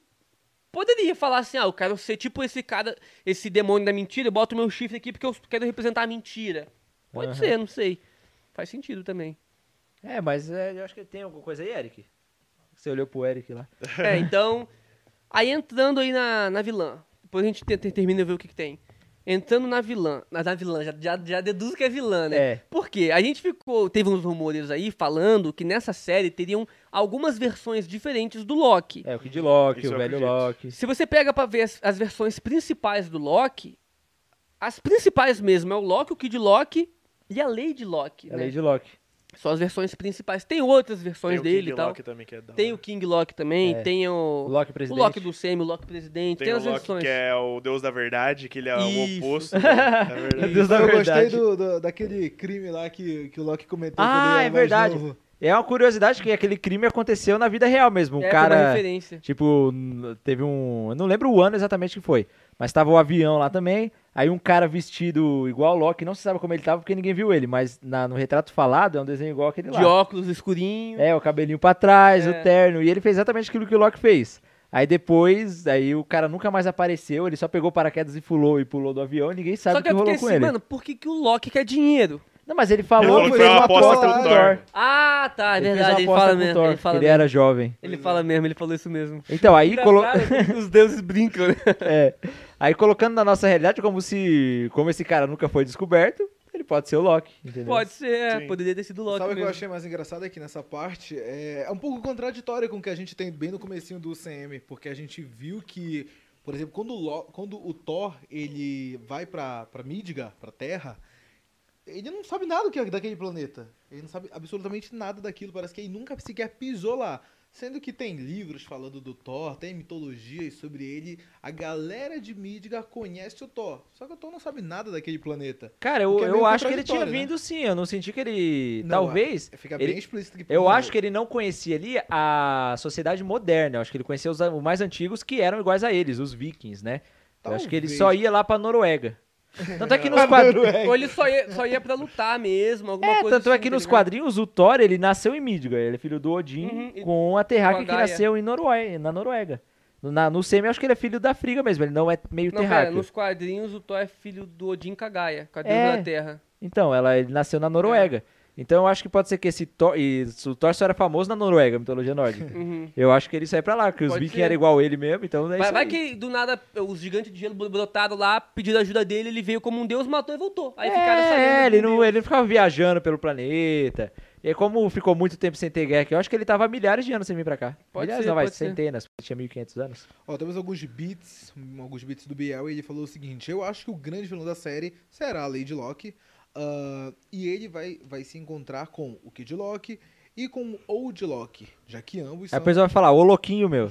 C: Poderia falar assim, ah, eu quero ser tipo esse cara, esse demônio da mentira, eu boto meu chifre aqui porque eu quero representar a mentira. Pode
B: Aham.
C: ser, não sei. Faz sentido também.
B: É, mas é, eu acho que tem alguma coisa aí, Eric. Você olhou pro Eric lá.
C: É, então. Aí entrando aí na, na vilã. Depois a gente te- te- termina e vê o que, que tem. Entrando na vilã, na, na vilã, já, já, já deduz que é vilã, né?
B: É.
C: Por quê? A gente ficou, teve uns rumores aí falando que nessa série teriam algumas versões diferentes do Loki.
B: É, o Kid Loki,
A: Isso
B: o
A: eu
B: velho
A: acredito.
B: Loki.
C: Se você pega pra ver as, as versões principais do Loki, as principais mesmo é o Loki, o Kid Loki e a Lady Loki,
B: É a
C: né?
B: Lady Loki.
C: São as versões principais. Tem outras versões
A: Tem o
C: dele
A: King
C: e tal.
A: Loki também, que é da
C: Tem o
A: hora.
C: King Loki também,
B: É.
C: tem
B: O
C: o,
B: Loki
C: o
B: presidente.
C: Loki do Semi, o Loki presidente, tem,
A: Tem o
C: as
A: Loki,
C: versões.
A: que é o deus da verdade, que ele é o
C: Isso.
A: oposto. da- da
B: Meu
A: verdade.
B: Deus da
E: eu
B: É verdade.
E: gostei do, do- daquele crime lá que, que o Loki
B: Ah,
E: comentou. quando ele era
B: é
E: mais
B: verdade.
E: novo.
B: É uma curiosidade que aquele crime aconteceu na vida real mesmo. O
C: É, tem uma
B: Um cara.
C: referência.
B: Tipo, n- teve um. Eu não lembro o ano exatamente que foi. Mas tava o avião lá também. Aí um cara vestido igual o Loki, não se sabe como ele tava porque ninguém viu ele, mas na- no retrato falado é um desenho igual aquele lá.
C: De óculos escurinho.
B: É, o cabelinho pra trás,
C: É.
B: o terno. E ele fez exatamente aquilo que o Loki fez. Aí depois, aí o cara nunca mais apareceu, ele só pegou paraquedas e pulou e pulou do avião e ninguém sabe
C: Só
B: o
C: que
B: que
C: eu
B: rolou
C: fiquei
B: com
C: assim,
B: ele.
C: mano, por que, que o Loki quer dinheiro?
B: Não, mas ele
A: Ele
B: falou
A: falou que foi uma aposta com o Thor.
C: Ah, tá, é
B: Ele fez
C: verdade.
B: uma
C: Ele
B: aposta
C: fala
B: com o
C: mesmo.
B: Thor,
C: Ele fala
B: porque ele
C: mesmo.
B: era jovem.
C: Ele fala mesmo, ele falou isso mesmo.
B: Então, aí colocou.
C: Engraçado que Os deuses brincam, né?
B: É. Aí colocando na nossa realidade como se. Como esse cara nunca foi descoberto, ele pode ser o Loki. Entendeu?
C: Pode ser, é,
A: Sim.
C: poderia ter sido o Loki.
E: Sabe o que eu
C: mesmo.
E: achei mais engraçado aqui nessa parte? É, é um pouco contraditório com o que a gente tem bem no comecinho do CM, porque a gente viu que, por exemplo, quando o, Lo- quando o Thor ele vai pra, pra Midgar, pra Terra, ele não sabe nada que é daquele planeta. Ele não sabe absolutamente nada daquilo, parece que ele nunca sequer pisou lá. Sendo que tem livros falando do Thor, tem mitologias sobre ele. A galera de Midgar conhece o Thor. Só que o Thor não sabe nada daquele planeta.
B: Cara, eu,
E: O que é meio
B: eu acho que ele tinha
E: contraditório, né?
B: vindo sim. Eu não senti que ele.
E: Não, é.
B: talvez.
E: Fica
B: ele-
E: bem explícito que é.
B: Eu acho que ele não conhecia ali a sociedade moderna. Eu acho que ele conhecia os, os mais antigos que eram iguais a eles, os vikings, né? Eu acho que ele
E: Talvez.
B: só ia lá pra Noruega. Tanto é que nos quadrinhos.
C: Ou ele só ia, só ia pra lutar mesmo, alguma
B: É,
C: coisa
B: tanto é
C: assim,
B: que
C: tá
B: nos
C: ligado?
B: quadrinhos o Thor, ele nasceu em Midgard, ele é filho do Odin
C: Uhum, e-
B: com a Terráquea
C: com a
B: que
C: Gaia.
B: nasceu em Noruega, na Noruega. No- Na, no Semi, eu acho que ele é filho da Friga mesmo, ele não é meio
C: Não, pera,
B: terráqueo.
C: nos quadrinhos o Thor é filho do Odin Kagaia, com a deusa
B: É.
C: da Terra.
B: Então, ela, ele nasceu na
C: É.
B: Noruega. Então eu acho que pode ser que esse Thor, e o Thor só era famoso na Noruega, mitologia nórdica.
C: Uhum.
B: eu acho que ele saiu pra lá, porque os
C: Pode
B: vikings
C: ser.
B: eram igual ele mesmo, então é
C: Vai,
B: isso
C: vai
B: aí.
C: que do nada os gigantes de gelo brotaram lá, pediram ajuda dele, ele veio como um deus, matou e voltou. Aí
B: é,
C: ficaram sabendo.
B: é, ele
C: como
B: não,
C: deus.
B: ele não ficava viajando pelo planeta. E aí, como ficou muito tempo sem ter guerra aqui, eu acho que ele tava há milhares de anos sem vir pra cá.
C: Pode
B: milhares
C: ser,
B: não, vai,
C: pode ser.
B: centenas, tinha 1500 anos.
E: Ó, temos alguns beats, alguns beats do Biel, e ele falou o seguinte: Eu acho que o grande vilão da série será a Lady Locke, ah, e ele vai, vai se encontrar com o Kid Locke e com o Old Locke, já que ambos
B: Aí a
E: são,
B: pessoa vai falar, ô louquinho meu.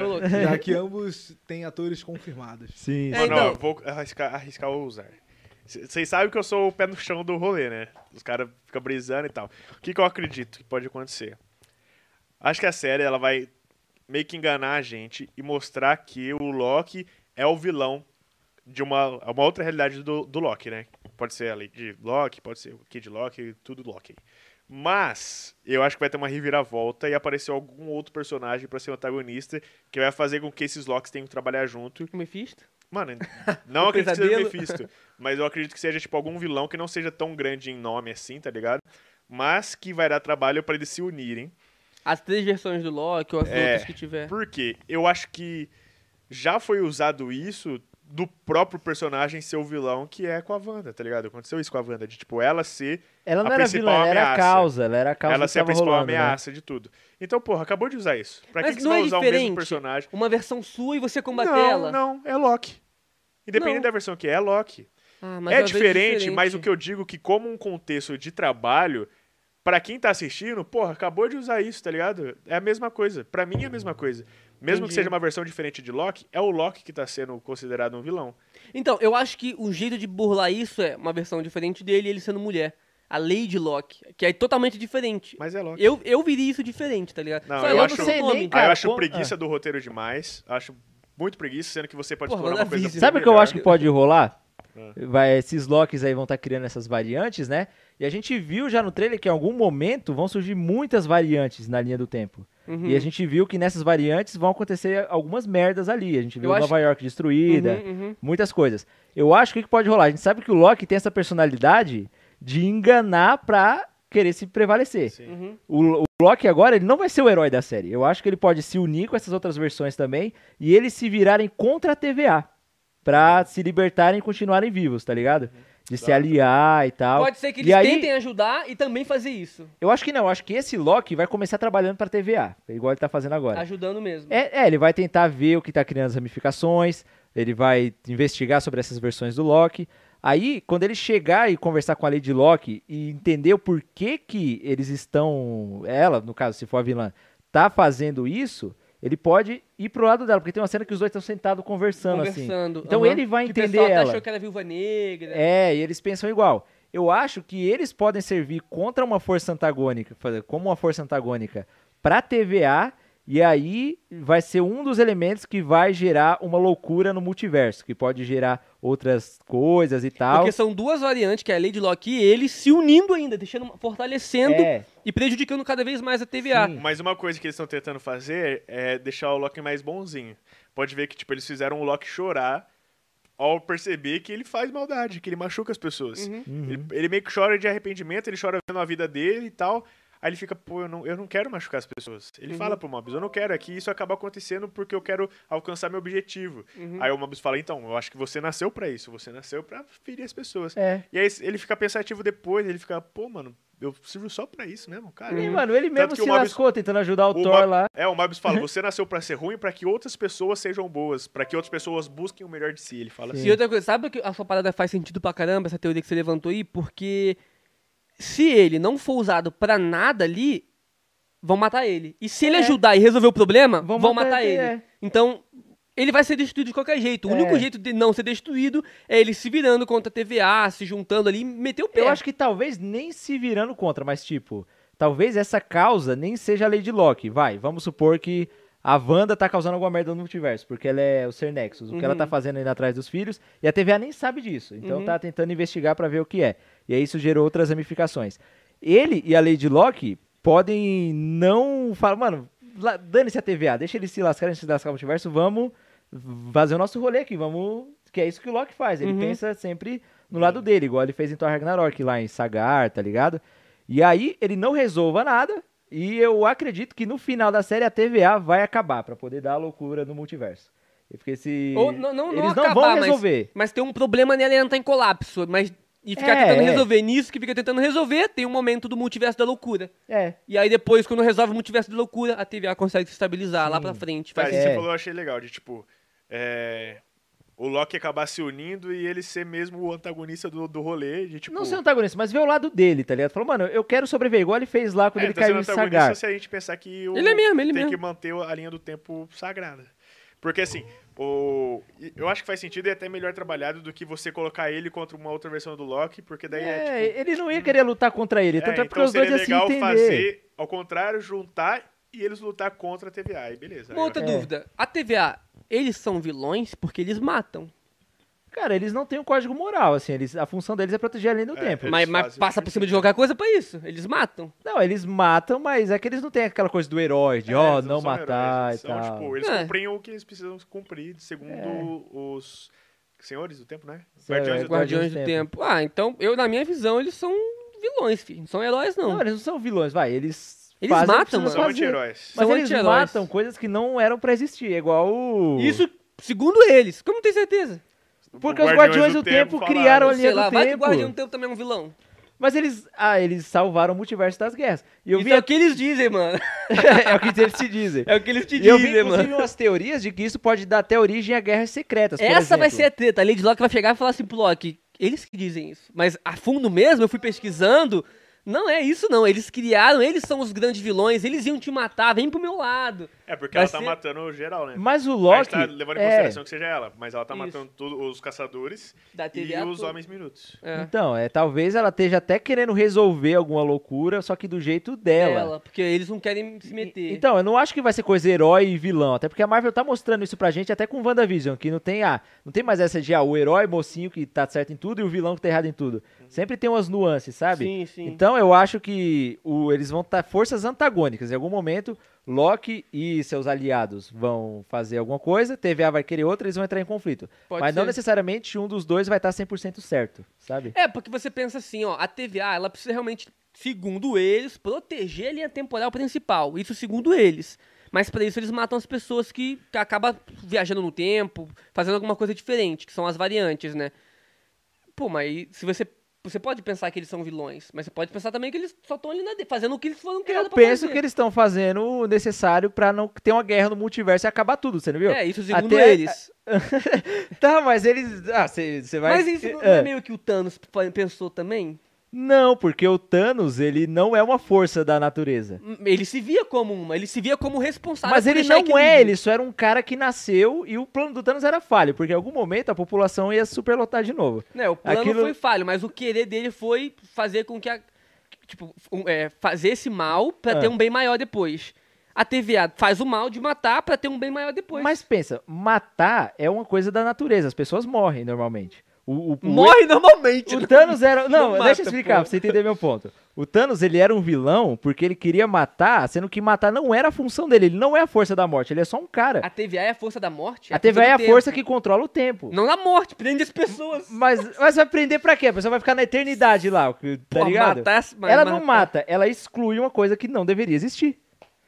C: Ô, louco.
E: já que ambos têm atores confirmados.
B: Sim,
C: É,
A: Mano, ó,
C: então.
A: vou arriscar, arriscar ou usar. C- Vocês sabem que eu sou o pé no chão do rolê, né? Os caras ficam brisando e tal. O que, que eu acredito que pode acontecer? Acho que a série ela vai meio que enganar a gente e mostrar que o Loki é o vilão de uma, é uma outra realidade do, do Loki, né? Pode ser a Lady Loki, pode ser o Kid Loki, tudo Loki. Mas eu acho que vai ter uma reviravolta e aparecer algum outro personagem pra ser o antagonista que vai fazer com que esses Locks tenham que trabalhar junto
C: O Mephisto?
A: Mano, não acredito que seja
C: pesadelo.
A: Mephisto. Mas eu acredito que seja, tipo, algum vilão que não seja tão grande em nome assim, tá ligado? Mas que vai dar trabalho pra eles se unirem.
C: As três versões do Loki ou as
A: É.
C: outras que tiver.
A: Por quê? Eu acho que já foi usado isso do próprio personagem ser o vilão que é com a Wanda, tá ligado? Aconteceu isso com a Wanda, de tipo, ela ser
B: Ela não
A: A
B: era
A: principal
B: vilã, ela era a
A: ameaça.
B: causa. Ela era a causa
A: ela
B: que
A: ser a
B: tava
A: principal
B: rolando, né?
A: ameaça de tudo. Então, porra, acabou de usar isso. Pra
C: Mas
A: que, que
C: não
A: você
C: é
A: vai usar o mesmo
C: diferente
A: personagem?
C: Uma versão sua e você combate
A: não,
C: ela.
A: não, é Loki. Independente
C: Não.
A: da versão que é, é Loki.
C: Ah, mas
A: é
C: eu vejo
A: diferente, mas o que eu digo que como um contexto de trabalho, pra quem tá assistindo, porra, acabou de usar isso, tá ligado? É a mesma coisa. Pra mim é a mesma coisa. Mesmo
C: Entendi.
A: que seja uma versão diferente de Loki, é o Loki que tá sendo considerado um vilão.
C: Então, eu acho que o jeito de burlar isso é uma versão diferente dele, ele sendo mulher. A Lady Loki, que é totalmente diferente.
A: Mas é Loki.
C: Eu, eu viria isso diferente, tá ligado?
A: Não,
C: Só
A: eu
C: é logo
A: acho-
C: no
A: sei
B: nem,
C: nome.
A: Ah,
B: cara,
A: eu acho
B: como-
A: preguiça do roteiro demais. Acho muito preguiça, sendo que você pode
C: Porra,
A: explorar uma coisa
C: maravilha.
B: Sabe o que eu
A: melhor.
B: acho que pode rolar?
A: Ah.
B: Vai, esses locks aí vão estar criando essas variantes, né? E a gente viu já no trailer que em algum momento vão surgir muitas variantes na linha do tempo.
C: Uhum.
B: E a gente viu que nessas variantes vão acontecer algumas merdas ali. A gente viu
C: Eu acho
B: Nova York destruída,
C: Uhum, uhum.
B: muitas coisas. Eu acho que o que pode rolar? A gente sabe que o Loki tem essa personalidade de enganar pra querer se prevalecer.
A: Sim.
C: Uhum.
B: O, o Loki agora, ele não vai ser o herói da série. Eu acho que ele pode se unir com essas outras versões também e eles se virarem contra a TVA. pra se libertarem e continuarem vivos, tá ligado? De se aliar e tal.
C: Pode ser que
B: E
C: eles
B: aí-
C: tentem ajudar e também fazer isso.
B: Eu acho que não, eu acho que esse Loki vai começar trabalhando pra TVA, igual ele tá fazendo agora.
C: Ajudando mesmo.
B: É, é, ele vai tentar ver o que tá criando as ramificações, ele vai investigar sobre essas versões do Loki. Aí, quando ele chegar e conversar com a Lady Loki e entender o porquê que eles estão. Ela, no caso, se for a vilã, tá fazendo isso, ele pode ir pro lado dela, porque tem uma cena que os dois estão sentados conversando, assim.
C: conversando.
B: Então
C: aham.
B: ele vai
C: Que o
B: entender
C: pessoal até
B: ela.
C: achou que era viúva negra.
B: É, e eles pensam igual. Eu acho que eles podem servir contra uma força antagônica, fa- como uma força antagônica, pra TVA, e aí vai ser um dos elementos que vai gerar uma loucura no multiverso, que pode gerar outras coisas e tal.
C: Porque são duas variantes, que é a Lady Locke e ele, se unindo ainda, deixando, fortalecendo
B: É,
C: e prejudicando cada vez mais a TVA.
B: Sim.
A: Mas uma coisa que eles estão tentando fazer é deixar o Loki mais bonzinho. Pode ver que, tipo, eles fizeram o Loki chorar ao perceber que ele faz maldade, que ele machuca as pessoas.
C: Uhum.
A: Ele, ele meio que chora de arrependimento, ele chora vendo a vida dele e tal. Aí ele fica, pô, eu não, eu não quero machucar as pessoas. Ele
C: Uhum.
A: fala pro Mobius, eu não quero, é que isso acaba acontecendo porque eu quero alcançar meu objetivo.
C: Uhum.
A: Aí o Mobius fala, então, eu acho que você nasceu pra isso, você nasceu pra ferir as pessoas.
B: é.
A: E aí ele fica pensativo depois, ele fica, pô, mano, eu sirvo só pra isso mesmo, cara.
C: Uhum.
B: E, mano, ele mesmo
A: que
B: se
A: o Mobius-
B: lascou tentando ajudar o,
A: O
B: Thor
A: Mob-
B: lá.
A: É, o Mobius
C: Uhum.
A: fala, você nasceu pra ser ruim pra que outras pessoas sejam boas, pra que outras pessoas busquem o melhor de si. Ele fala
C: E
A: assim.
C: outra coisa, sabe que a sua parada faz sentido pra caramba, essa teoria que você levantou aí? Porque se ele não for usado pra nada ali, vão matar ele. E se ele
B: É.
C: ajudar e resolver o problema, vão,
B: Vão
C: matar,
B: matar
C: ele.
B: ele, é.
C: Então, ele vai ser destruído de qualquer jeito. O
B: É.
C: único jeito de não ser destruído é ele se virando contra a TVA, se juntando ali e meter o pé.
B: Eu acho que talvez nem se virando contra, mas tipo, talvez essa causa nem seja a Lady Locke. Vai, vamos supor que a Wanda tá causando alguma merda no multiverso, porque ela é o Ser Nexus, o que ela tá fazendo indo atrás dos filhos, e a TVA nem sabe disso. Então tá tentando investigar pra ver o que é. E aí isso gerou outras ramificações. Ele e a Lady Locke podem não falar, mano, la- dane-se a TVA, deixa eles se lascarem, se lascar o multiverso, vamos fazer o nosso rolê aqui, vamos. Que é isso que o Loki faz.
C: Uhum.
B: Ele pensa sempre no lado dele, igual ele fez em Thor Ragnarok, lá em Sagar, tá ligado? E aí ele não resolva nada. E eu acredito que no final da série a TVA vai acabar pra poder dar a loucura no multiverso. Porque se.
C: Ou não, não, não
B: eles não
C: acabar,
B: vão
C: mas-
B: resolver.
C: Mas, tem um problema nela e ela tá em colapso. Mas, e ficar
B: É,
C: tentando
B: é.
C: resolver nisso, que fica tentando resolver, tem um momento do multiverso da loucura.
B: É.
C: E aí depois, quando resolve o multiverso de loucura, a TVA consegue se estabilizar lá pra frente.
A: Cara,
C: Faz
A: isso que
B: É.
A: você falou, eu achei legal, de tipo. é, o Loki acabar se unindo e ele ser mesmo o antagonista do, do rolê. De, tipo,
B: Não
C: um
B: ser antagonista, mas ver o lado dele, tá ligado? Falou, mano, eu quero sobreviver, igual ele fez lá quando
A: é,
B: ele
A: tá
B: caiu
A: sendo
B: em
A: antagonista
B: Sagar.
A: se a gente pensar que o,
C: Ele é mesmo, ele
A: tem
C: mesmo.
A: que manter a linha do tempo sagrada. Porque assim, o, e eu acho que faz sentido e é até melhor trabalhado do que você colocar ele contra uma outra versão do Loki, porque daí é, tipo,
B: É, ele não ia querer lutar contra ele, tanto é, porque
A: então
B: os dois
A: seria
B: iam se
A: legal
B: entender.
A: fazer, ao contrário, juntar e eles lutar contra a TVA. E beleza.
C: Uma
A: Aí É,
B: É.
C: outra
A: eu-
C: dúvida. A TVA, eles são vilões porque eles matam.
B: Cara, eles não têm um código moral, assim, eles, a função deles é proteger a linha do
A: É,
B: tempo.
A: Eles
C: Mas, mas
A: fazem
C: passa por cima de qualquer coisa pra isso. Eles matam.
B: Não, eles matam, mas é que eles não têm aquela coisa do herói, de ó,
A: É, eles
B: não
A: são
B: matar
A: heróis,
B: e
A: eles são,
B: tal.
A: tipo, eles
C: É.
A: cumprem o que eles precisam cumprir, segundo os senhores do tempo, né?
B: Senhor,
A: Guardiões
B: é,
A: do Tempo.
C: Guardiões do tempo. Ah, então, eu, na minha visão, eles são vilões, filho. Não são heróis, não.
B: Não, eles não são vilões, vai, eles.
C: Eles
B: fazem o que
C: matam,
B: precisam
A: São
B: fazer.
A: anti-heróis.
B: Mas
C: São
B: eles
C: anti-heróis.
B: matam coisas que não eram pra existir, é igual o.
C: Isso, segundo eles. Como tem certeza?
B: Porque os Guardiões do Tempo
A: falaram,
B: criaram ali- Linha
C: Sei
B: do
C: lá, vai que o
B: tempo.
C: Guardião do Tempo também é um vilão.
B: Mas eles. Ah, eles salvaram o multiverso das guerras. E eu
C: Isso
B: vi.
C: é o que eles dizem, mano.
B: é o que eles se dizem.
C: É o que eles te
B: E eu vi,
C: dizem, mano.
B: inclusive, umas teorias de que isso pode dar até origem a guerras secretas. por
C: Essa vai
B: exemplo.
C: ser a treta. A Lady Locke vai chegar e falar assim pro Loki, eles que dizem isso. Mas a fundo mesmo, eu fui pesquisando, não é isso não. Eles criaram, eles são os grandes vilões, eles iam te matar, vem pro meu lado.
A: É, porque
C: Vai
A: ela tá
C: ser-
A: matando geral, né?
B: Mas o
A: A
B: Loki.
A: gente tá levando em
B: é,
A: consideração que seja ela, mas ela tá
C: Isso.
A: matando todos os caçadores
C: Da
A: e
C: TVA
A: os
C: toda.
A: homens minutos.
C: É.
B: Então, é, talvez ela esteja até querendo resolver alguma loucura, só que do jeito dela.
C: Ela, porque eles não querem se meter.
B: E- Então, eu não acho que vai ser coisa herói e vilão, até porque a Marvel tá mostrando isso pra gente até com WandaVision, que não tem a, não tem mais essa de ah, o herói mocinho que tá certo em tudo e o vilão que tá errado em tudo. Sempre tem umas nuances, sabe?
C: Sim, sim.
B: Então, eu acho que o- eles vão estar forças antagônicas. Em algum momento, Loki e seus aliados vão fazer alguma coisa, TVA vai querer outra, eles vão entrar em conflito.
C: Pode
B: Mas não
C: ser.
B: necessariamente um dos dois vai estar 100% certo, sabe?
C: É, porque você pensa assim, ó, a TVA, ela precisa realmente, segundo eles, proteger a linha temporal principal. Isso segundo eles. Mas pra isso eles matam as pessoas que acabam viajando no tempo, fazendo alguma coisa diferente, que são as variantes, né? Pô, mas aí, se você. Você pode pensar que eles são vilões, mas você pode pensar também que eles só estão ali na de- fazendo o que eles foram criados
B: Eu
C: pra
B: penso
C: fazer.
B: que eles estão fazendo o necessário pra não ter uma guerra no multiverso e acabar tudo, você não viu?
C: É, isso segundo
B: Até-
C: eles.
B: Tá, mas eles. Ah, você vai.
C: Mas isso não
B: Ah.
C: é meio que o Thanos p- pensou também?
B: Não, porque o Thanos, ele não é uma força da natureza.
C: Ele se via como uma, ele se via como responsável
B: Mas
C: por
B: ele
C: deixar
B: não é,
C: equilíbrio.
B: ele só era um cara que nasceu e o plano do Thanos era falho, porque em algum momento a população ia superlotar de novo.
C: Né, o plano
B: Aquilo-
C: foi falho, mas o querer dele foi fazer com que a. Tipo, um, é, fazer esse mal pra
B: Ah.
C: ter um bem maior depois. A TVA faz o mal de matar pra ter um bem maior depois.
B: Mas pensa, matar é uma coisa da natureza, as pessoas morrem normalmente. O, o- o-
C: Morre normalmente.
B: O Thanos era. Não,
C: Não
B: deixa
C: mata,
B: eu explicar
C: pô.
B: pra você entender meu ponto. O Thanos, ele era um vilão porque ele queria matar, sendo que matar não era a função dele, ele não é a força da morte, ele é só um cara.
C: A TVA é a força da morte?
B: A TVA é a
C: do tempo.
B: força que Tá controla o tempo.
C: Não da morte, prende as pessoas.
B: Mas, mas vai prender pra quê? A pessoa vai ficar na eternidade lá, o que- tá
C: Pô,
B: ligado?
C: matar as- ma-
B: ela não
C: matar-
B: mata, ela exclui uma coisa que não deveria existir.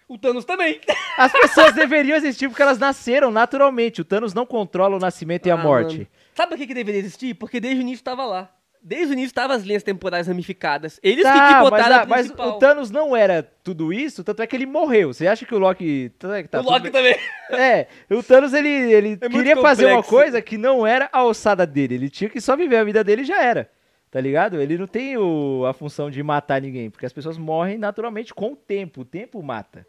C: O Thanos também.
B: As pessoas deveriam existir porque elas nasceram naturalmente. O Thanos não controla o nascimento e a
C: Ah,
B: morte.
C: mano. Sabe por que, que deveria existir? Porque desde o início tava lá. Desde o início tava as linhas temporais ramificadas. Eles que, que
B: Tá, mas,
C: botaram
B: ah,
C: a
B: mas
C: principal.
B: o Thanos não era tudo isso, tanto é que ele morreu. Você acha que o Loki. tanto é que tá
C: O
B: tudo
C: Loki
B: bem-
C: também.
B: É, o Thanos ele, ele
C: É muito
B: queria fazer uma
C: complexo.
B: coisa que não era a alçada dele. Ele tinha que só viver a vida dele e já era. Tá ligado? Ele não tem o- a função de matar ninguém, porque as pessoas morrem naturalmente com o tempo. O tempo mata.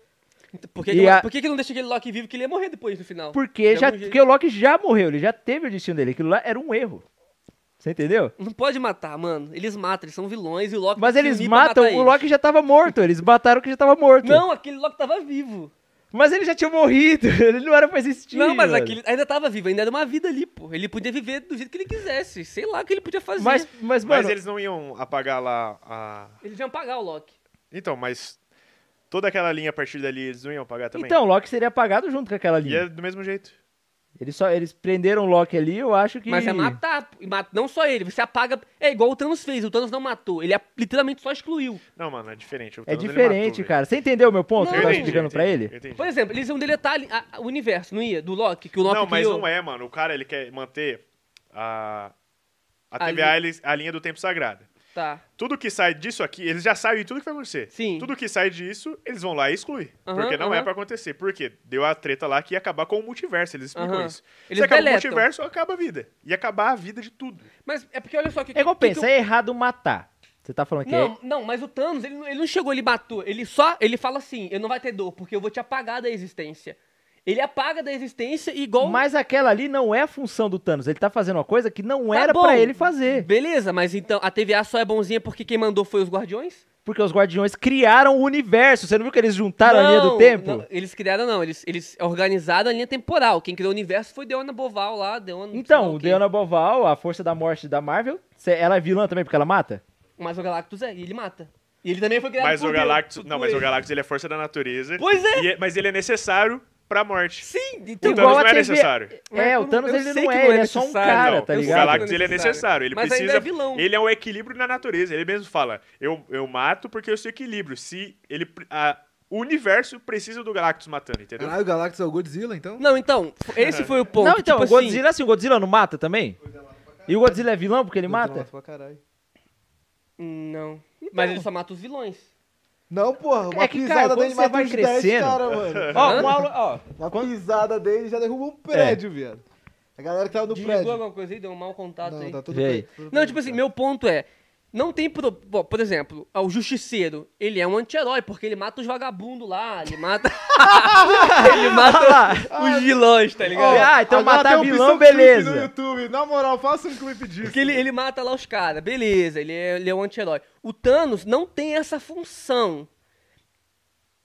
C: Por que,
B: E
C: que não-
B: a-
C: por que, que não deixa aquele Loki vivo que ele ia morrer depois no final?
B: Porque,
C: De
B: já,
C: algum jeito.
B: porque o Loki já morreu, ele já teve o destino dele. Aquilo lá era um erro. Você entendeu?
C: Não pode matar, mano. Eles matam, eles são vilões e o Loki.
B: Mas
C: tem que se
B: eles
C: unir pra
B: matam,
C: matar
B: o
C: eles.
B: Loki já tava morto. Eles mataram o que já tava morto.
C: Não, aquele Loki tava vivo.
B: Mas ele já tinha morrido, ele não era pra existir.
C: não, mas
B: mano.
C: aquele ainda tava vivo, ainda era uma vida ali, pô. Ele podia viver do jeito que ele quisesse. Sei lá o que ele podia fazer.
B: Mas, mas
A: Mas
B: mano,
A: eles não iam apagar lá a.
C: Eles iam pagar o Loki.
A: Então, mas toda aquela linha a partir dali eles não iam apagar também?
B: então, o Loki seria apagado junto com aquela
A: E
B: linha.
A: é do mesmo jeito.
B: Eles, só, eles prenderam o Loki ali, eu acho que.
C: Mas é matar. e mata- Não só ele, você apaga. É igual o Thanos fez, o Thanos não matou. Ele a- literalmente só excluiu.
A: Não, mano, é diferente. O
B: É
A: Thanos, ele
B: diferente,
A: matou,
B: cara. Você entendeu o meu
A: velho.
B: ponto? que
A: Eu
B: eu tava
A: entendi,
B: explicando
A: eu
B: pra
A: entendi,
B: ele?
A: eu entendi.
C: Por exemplo, eles iam deletar ali- a- a- o universo, não ia? Do Loki, que o é, Loki
A: Não, mas
C: criou.
A: não é, mano. O cara, ele quer manter a, a
C: A
A: TVA, ele- a linha do tempo sagrada.
C: Tá.
A: Tudo que sai disso aqui, eles já sabem tudo que vai acontecer.
C: Sim.
A: Tudo que sai disso, eles vão lá e excluem.
C: Aham,
A: porque não é
C: aham.
A: pra acontecer. Por quê? Deu a treta lá que ia acabar com o multiverso. Eles explicam
C: Aham.
A: isso.
C: Eles
A: Se acaba o
C: deletam.
A: multiverso, acaba a vida. E acabar a vida de tudo.
C: Mas é porque olha só que.
B: É igual
C: que- que
B: pensa,
C: o-
B: é errado matar. Você tá falando que é.
C: Não, não, mas o Thanos, ele, não- ele não chegou, ele matou. Ele só, ele fala assim, eu não vai ter dor, porque eu vou te apagar da existência. Ele apaga da existência e igual...
B: Mas aquela ali não é a função do Thanos. Ele tá fazendo uma coisa que não
C: Tá
B: era
C: bom.
B: pra ele fazer.
C: Beleza, mas então a TVA só é bonzinha porque quem mandou foi os Guardiões?
B: Porque os Guardiões criaram o universo. Você não viu que eles juntaram a linha do tempo?
C: não, eles criaram não, eles, eles organizaram a linha temporal. Quem criou o universo foi Deona Boval lá, Deona... sei
B: Então,
C: lá
B: o
C: quê.
B: Deanna Boval, a força da morte da Marvel, cê- ela é vilã também porque ela mata?
C: Mas o Galactus é, e ele mata. E ele também foi criado
A: Mas
C: por
A: o
C: Deus,
A: Galactus.
C: por
A: Não, mas o
C: ele.
A: Galactus ele é força da natureza.
C: Pois é.
A: E mas ele é necessário pra morte.
C: Sim, então...
A: O Thanos não é necessário.
B: É,
C: Mas
B: o
C: eu
B: Thanos
C: não- eu
B: ele
C: sei
B: não
C: que
B: é,
C: não é
B: ele é só um
C: necessário.
B: cara,
A: Não,
B: tá
C: eu
A: O
B: ligado?
A: Galactus ele é necessário. Ele
C: Mas ainda
A: precisa.
C: é vilão.
A: Ele é um equilíbrio na natureza. Ele mesmo fala: eu, eu mato porque eu sou equilíbrio. Se ele. pre- a- o universo precisa do Galactus matando, entendeu?
D: Caralho, o Galactus é o Godzilla, então?
C: Não, então, esse foi o ponto.
B: Não, então,
C: tipo
B: o Godzilla assim, o Godzilla não mata também? E o Godzilla é vilão porque ele mata?
D: Pra caralho.
C: Assim, não.
B: Então.
C: Mas ele só mata os vilões.
E: Não, porra, uma
B: É que, cara,
E: pisada
B: quando
E: dele
B: você
E: mata
B: vai
E: uns 10
B: crescendo-
E: cara, mano.
B: Ó, uma aula, ó.
E: Uma pisada dele já derruba um
B: É.
E: prédio, viado. A galera que tava no
C: Desligou
E: prédio.
C: alguma coisa aí, deu um mau contato
E: Não,
C: aí.
E: tá tudo
B: Vê
E: bem.
B: aí.
E: tudo
C: Não,
E: bem.
C: tipo assim, meu ponto é. Não tem. Pro... Bom, por exemplo, ah, o Justiceiro, ele é um anti-herói, porque ele mata os vagabundos lá, ele mata. ele mata os vilões, tá
E: Ó,
C: ligado?
B: Ah, então
E: agora
B: matar
E: tem um
B: vilão,
E: opção clipe
B: beleza.
E: No YouTube. Na moral, faça um clipe disso.
C: Porque ele, ele mata lá os caras, beleza, ele é, ele é um anti-herói. O Thanos não tem essa função.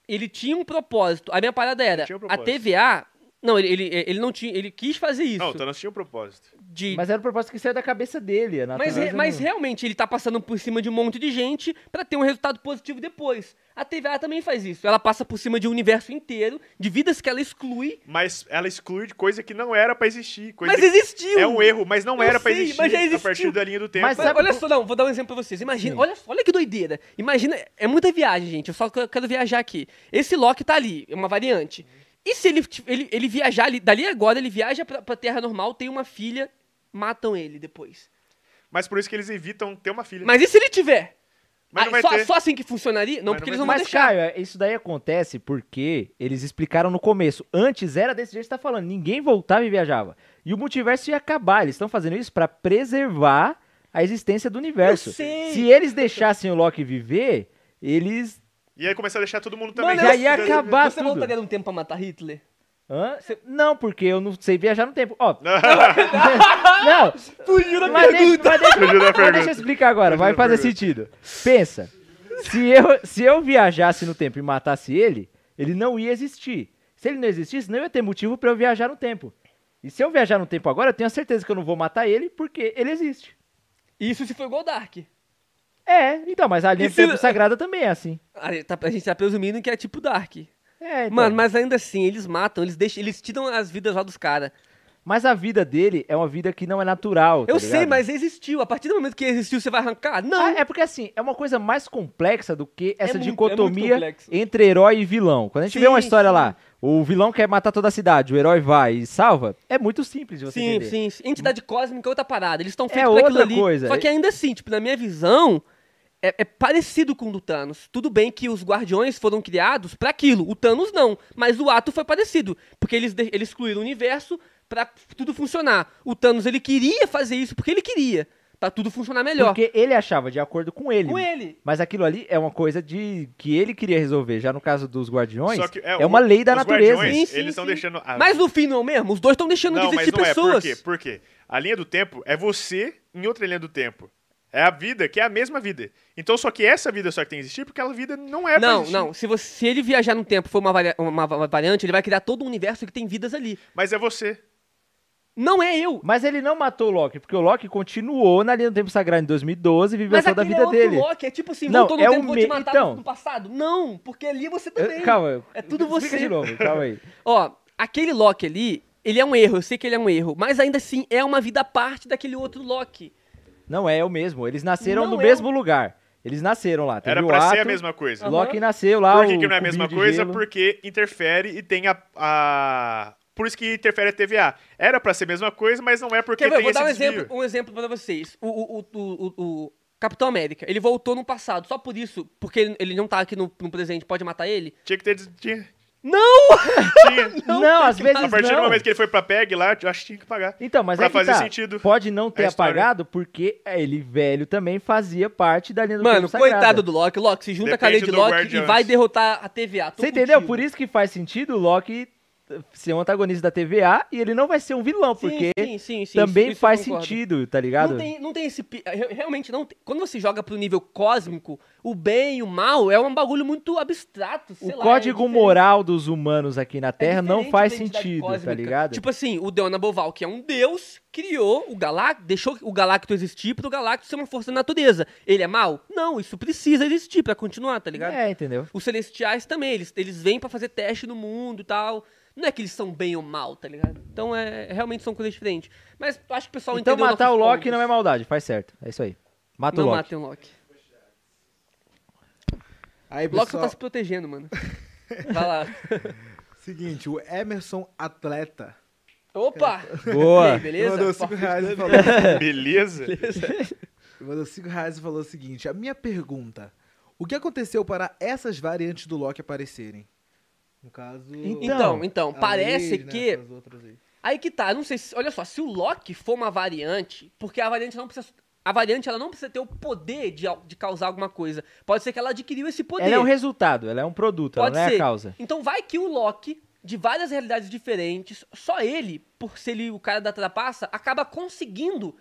C: Ele tinha um propósito. A minha parada era,
A: tinha um
C: a
A: propósito.
C: TVA. Não, ele, ele, ele não tinha. Ele quis fazer isso.
A: Não, o Thanos tinha um propósito.
C: de,
B: Mas era o propósito que saiu da cabeça dele. é a
C: Mas,
B: natureza
C: re- mas
B: não-
C: realmente ele tá passando por cima de um monte de gente pra ter um resultado positivo depois. A TVA também faz isso. Ela passa por cima de um universo inteiro, de vidas que ela exclui,
A: Mas ela exclui de coisa que não era pra existir. Coisa
C: mas
A: que
C: existiu.
A: É um erro, mas não
C: Eu
A: era pra
C: sei,
A: existir
C: mas já
A: a partir
C: existiu.
A: da linha do tempo.
B: Mas
C: Mas
B: sabe
C: olha
B: co-
C: só, não, vou dar um exemplo pra vocês. Imagina,
B: Sim.
C: olha, só, olha que doideira. Imagina, é muita viagem, gente. Eu só que- eu quero viajar aqui. Esse Loki tá ali, é uma variante. E se ele, t- ele, ele viajar ali, dali agora, ele viaja pra, pra Terra normal, tem uma filha, matam ele depois.
A: Mas por isso que eles evitam ter uma filha.
C: Mas e se ele tiver?
A: Mas não
C: Ah,
A: vai
C: só,
A: ter.
C: só assim que funcionaria? Não,
A: Mas
C: porque
A: não
C: eles não vão
B: Mas,
C: deixar.
B: Caio, é- isso daí acontece porque eles explicaram no começo. Antes era desse jeito que você tá falando. Ninguém voltava e viajava. E o multiverso ia acabar. Eles estão fazendo isso pra preservar a existência do universo.
C: Eu sei.
B: Se eles deixassem o Loki viver, eles.
A: E aí começa a deixar todo mundo também.
C: Mano,
B: Já
C: eu-
B: ia acabar
C: Você
B: tudo.
C: voltaria num tempo pra matar Hitler?
B: Hã? Não, porque eu não sei viajar no tempo. Ó, não,
C: Fugiu da
B: mas deixa, mas deixa-
A: Fugiu da
B: mas
A: pergunta.
B: deixa eu explicar agora,
A: Fugiu
B: vai
A: da
C: é
B: fazer
A: pergunta.
B: sentido. Pensa, se eu, se eu viajasse no tempo e matasse ele, ele não ia existir. Se ele não existisse, não ia ter motivo pra eu viajar no tempo. E se eu viajar no tempo agora, eu tenho a certeza que eu não vou matar ele, porque ele existe.
C: Isso se foi igual Dark.
B: É, então, mas a linha
C: E
B: do
C: se-
B: tempo sagrada também é assim.
C: A gente tá, a gente tá presumindo que é tipo Dark.
B: É, então.
C: Mano, mas ainda assim, eles matam, eles deixam, eles tiram as vidas lá dos caras.
B: Mas a vida dele é uma vida que não é natural. tá
C: Eu sei,
B: ligado?
C: mas existiu. A partir do momento que existiu, você vai arrancar? Não.
B: Ah, é porque assim, é uma coisa mais complexa do que essa
C: muito- é muito
B: dicotomia
C: complexo.
B: entre herói e vilão. Quando a gente vê
C: Sim,
B: uma história
C: sim.
B: lá, o vilão quer matar toda a cidade, o herói vai e salva, é muito simples de você
C: sim,
B: entender.
C: sim, sim. Entidade cósmica é outra parada. Eles estão
B: É
C: feitos pra aquilo
B: outra
C: ali.
B: coisa.
C: Só que ainda assim, tipo, na minha visão, é, é parecido com o do Thanos. Tudo bem que os guardiões foram criados pra aquilo. O Thanos não. Mas o ato foi parecido. Porque eles, de- eles excluíram o universo pra tudo funcionar. O Thanos, ele queria fazer isso porque ele queria. Pra tudo funcionar melhor.
B: Porque ele achava de acordo com ele.
C: Com ele.
B: Mas aquilo ali é uma coisa de que ele queria resolver. Já no caso dos Guardiões,
A: Só que, é,
B: é,
A: o-
B: uma lei da
A: os
B: natureza.
A: Guardiões-
C: Sim, sim,
A: Eles tão
C: sim.
A: deixando a-
C: Mas no fim não é o mesmo? Os dois estão deixando
A: Não,
C: de
A: mas
C: existir
A: não é. Por
C: pessoas.
A: quê? Por quê? A linha do tempo é você em outra linha do tempo. É a vida, que é a mesma vida. Então, só que essa vida só que tem que existir, porque aquela vida não é pra
C: Não,
A: existir.
C: não. Se, você, se ele viajar no tempo for uma, varia- uma- uma variante, ele vai criar todo um universo que tem vidas ali.
A: Mas é você.
C: Não é eu.
B: Mas ele não matou o Loki, porque o Loki continuou na linha do tempo sagrado em 2012 e viveu
C: Mas
B: toda a
C: aquele
B: vida
C: é outro
B: dele.
C: Loki, é tipo assim,
B: Não,
C: voltou no
B: é
C: tempo,
B: o
C: vou te
B: me-
C: matar
B: então.
C: no passado. Não, porque ali você
B: Eu-
C: também.
B: calma,
C: É tudo
B: explica
C: você.
B: de novo, calma aí.
C: Ó, aquele Loki ali, ele é um erro, eu sei que ele é um erro, mas ainda assim é uma vida à parte daquele outro Loki.
B: Não é o mesmo. Eles nasceram
C: Não
B: no
C: é
B: mesmo lugar. Eles nasceram lá. Teve
A: Era
B: o
A: pra ser a
B: ato,
A: mesma coisa.
B: Loki nasceu lá.
A: Por que,
B: Ah, o
A: que não é a
B: cubinho
A: mesma
B: de
A: coisa?
B: gelo.
A: Porque interfere e tem a, a- Por isso que interfere a TVA. Era pra ser a mesma coisa, mas não é porque
C: Quer ver? Eu
A: tem
C: Vou
A: esse
C: dar um
A: desvio.
C: exemplo, um exemplo pra vocês. O, o- o- o- o- o Capitão América, ele voltou no passado, só por isso, porque ele, ele não tá aqui no, no presente, pode matar ele?
A: Tinha que ter... des- Tinha,
C: Não!
A: tinha.
B: Não, às vezes
A: a partir
B: não.
A: do momento que ele foi pra PEG lá, eu acho que tinha que pagar.
B: Então, mas
A: pra
B: é que
A: fazer
B: tá.
A: sentido
B: Pode não ter
A: a história.
B: apagado porque ele velho também fazia parte da linha do tempo
C: Mano,
B: sagrada.
C: coitado do Loki. Loki, se junta com a
A: Depende
C: Lady
A: do
C: Loki
A: Guardiões.
C: e vai derrotar a TVA. Tô
B: Você entendeu?
C: contigo.
B: Por isso que faz sentido o Loki ser um antagonista da TVA e ele não vai ser um vilão,
C: Sim,
B: porque
C: sim, sim, sim,
B: também
C: isso- isso eu
B: faz
C: concordo.
B: sentido, tá ligado?
C: Não tem, não tem esse. pi- re- Realmente não. tem- Quando você joga pro nível cósmico, o bem e o mal é um bagulho muito abstrato. sei
B: O
C: lá, é
B: código
C: diferente.
B: moral dos humanos aqui na
C: É
B: Terra não
C: diferente
B: faz
C: da entidade
B: sentido,
C: cósmica.
B: tá ligado?
C: Tipo assim, o Deona Boval, que é um deus, criou o Galacto, deixou o Galacto existir pro Galacto ser uma força da natureza. Ele é mal? Não, isso precisa existir pra continuar, tá ligado?
B: é, entendeu?
C: Os celestiais também, eles, eles vêm pra fazer teste no mundo e tal. Não é que eles são bem ou mal, tá ligado? Então é realmente são coisas diferentes. Mas eu acho que o pessoal
B: Então
C: entendeu
B: matar o
C: nossos
B: Loki
C: pontos.
B: não é maldade, faz certo. É isso aí. Mata
C: Não
B: o Loki.
C: matem o Loki.
E: Aí,
C: Loki só
E: pessoal,
C: tá se protegendo, mano. Vai lá.
D: Seguinte, o Emerson Atleta
C: Opa!
B: Boa.
C: E aí, beleza?
D: mandou 5 reais e falou...
A: Beleza?
D: Ele Mandou 5 reais e falou o seguinte: a minha pergunta: o que aconteceu para essas variantes do Loki aparecerem? No caso.
C: Então, então,
D: a
C: parece
D: Liz, né,
C: que.
D: essas outras aí.
C: Aí que tá, eu não sei se. Olha só, se o Loki for uma variante, porque a variante não precisa. A variante ela não precisa ter o poder de, al- de causar alguma coisa. Pode ser que ela adquiriu esse poder.
B: Ela é um resultado, ela é um produto,
C: Pode
B: ela não
C: ser.
B: é a causa.
C: Então vai que o Loki, de várias realidades diferentes, só ele, por ser ele o cara da trapaça, acaba conseguindo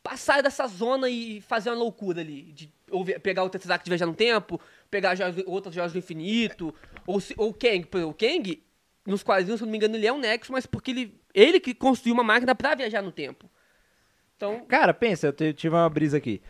C: passar dessa zona e fazer uma loucura ali. De ou vi- pegar o Tesseract e viajar no tempo, pegar as joias do- outras joias do infinito, ou, se, ou o Kang. Por exemplo, o Kang, nos quadrinhos, se eu não me engano, ele é um Nexus, mas porque ele, ele que construiu uma máquina pra viajar no tempo. Então,
B: Cara, pensa, eu te- tive uma brisa aqui.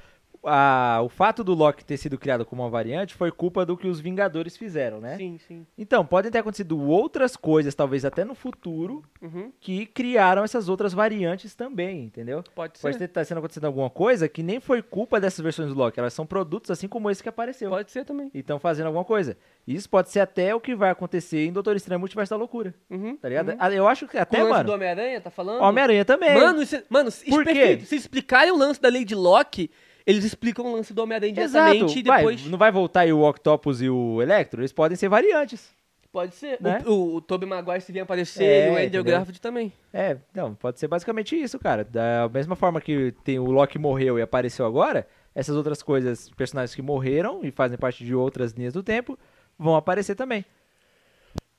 B: a- o fato do Loki ter sido criado como uma variante foi culpa do que os Vingadores fizeram, né?
C: Sim, sim.
B: Então, podem ter acontecido outras coisas, talvez até no futuro,
C: Uhum.
B: que criaram essas outras variantes também, entendeu?
C: Pode ser.
B: Pode ter tá sendo acontecendo alguma coisa que nem foi culpa dessas versões do Loki. Elas são produtos assim como esse que apareceu.
C: Pode ser também.
B: E estão fazendo alguma coisa. Isso pode ser até o que vai acontecer em Doutor Estranho Multiverso da Loucura.
C: Uhum.
B: Tá ligado? Ah, Eu acho que
C: Com
B: até,
C: o lance do
B: mano.
C: Homem-Aranha, tá falando?
B: Homem-Aranha também.
C: Mano, isso, é- mano isso
B: Por
C: é
B: quê?
C: perfeito. Se explicarem o lance da Lady Locke, eles explicam o lance do Homem-Aranha diretamente
B: Exato.
C: e
B: Vai,
C: depois.
B: não vai voltar aí o Octopus e o Electro? Eles podem ser variantes.
C: Pode ser.
B: Né?
C: O, o, o Tobey Maguire se vem aparecer
B: É,
C: e o Andrew
B: entendeu?
C: Garfield também.
B: É, não, pode ser basicamente isso, cara. Da mesma forma que tem o Loki morreu e apareceu agora, essas outras coisas, personagens que morreram e fazem parte de outras linhas do tempo, vão aparecer também.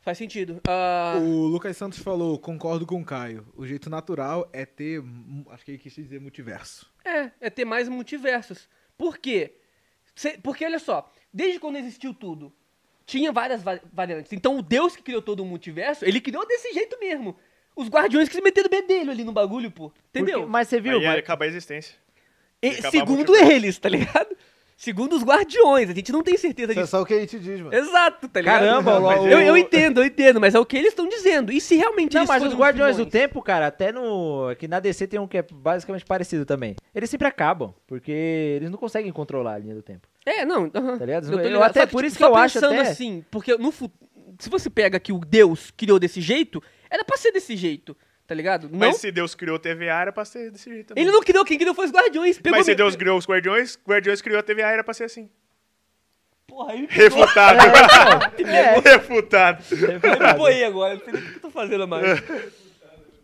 C: Faz sentido. Ah,
D: O Lucas Santos falou, concordo com o Caio. O jeito natural é ter. mu- Acho que ele quis dizer multiverso.
C: É, é ter mais multiversos. Por quê? Cê- porque, olha só, desde quando existiu tudo, tinha várias va- variantes. Então, o Deus que criou todo o multiverso, ele criou desse jeito mesmo. Os guardiões que se meteram o bedelho ali no bagulho, pô. Entendeu?
B: Porque- mas você viu?
A: Aí é
B: mas-
A: ia acabar a existência.
C: E-
A: acabar o
C: segundo
A: multiverso.
C: eles, tá ligado? Segundo os guardiões, a gente não tem certeza
F: Isso é
C: disso.
F: só o que a gente diz, mano.
C: Exato, tá ligado?
B: Caramba, o-
A: Mas
C: eu,
B: o-
C: eu entendo, eu entendo, mas é o que eles estão dizendo. E se realmente
B: Não,
C: eles
B: mas
C: foram
B: os Guardiões do
C: vilões?
B: Tempo, cara, até no. Que na DC tem um que é basicamente parecido também. Eles sempre acabam, porque eles não conseguem controlar a linha do tempo.
C: É, não. aham.
B: Tá ligado?
C: Eu tô
B: Eu
C: ligado.
B: até-
C: Só que,
B: por isso
C: só
B: que eu acho
C: pensando
B: até-
C: assim, porque no fu- se você pega que o Deus criou desse jeito, era pra ser desse jeito, tá ligado? Não.
A: Mas se Deus criou a TVA, era pra ser desse jeito também.
C: Ele não criou, quem criou foi os Guardiões. Pegou
A: Mas se
C: meu-
A: Deus criou os Guardiões, Guardiões criou a TVA, era pra ser assim.
C: Porra, aí me pegou,
A: Refutado.
B: É,
A: Refutado.
C: aí me foi agora, não sei nem o que eu tô fazendo mais.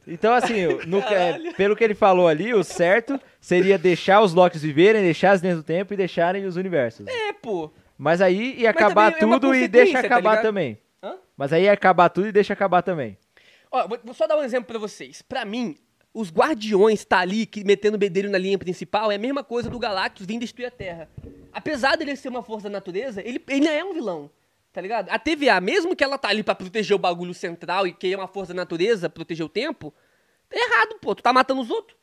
B: Então, assim, no- é, pelo que ele falou ali, o certo seria deixar os Locks viverem, deixar as linhas do tempo e deixarem os universos.
C: É, pô.
B: Mas aí ia acabar
C: também é uma
B: tudo e deixa
C: consequência, tá
B: acabar
C: ligado?
B: também.
C: Hã?
B: Mas aí ia acabar tudo e deixa acabar também.
C: Ó, vou, vou só dar um exemplo pra vocês. Pra mim, os Guardiões tá ali que, metendo o bedelho na linha principal é a mesma coisa do Galactus vir destruir a Terra. Apesar dele ser uma força da natureza, ele ainda é um vilão. Tá ligado? A TVA, mesmo que ela tá ali pra proteger o bagulho central e que é uma força da natureza, proteger o tempo, tá errado, pô. Tu tá matando os outros.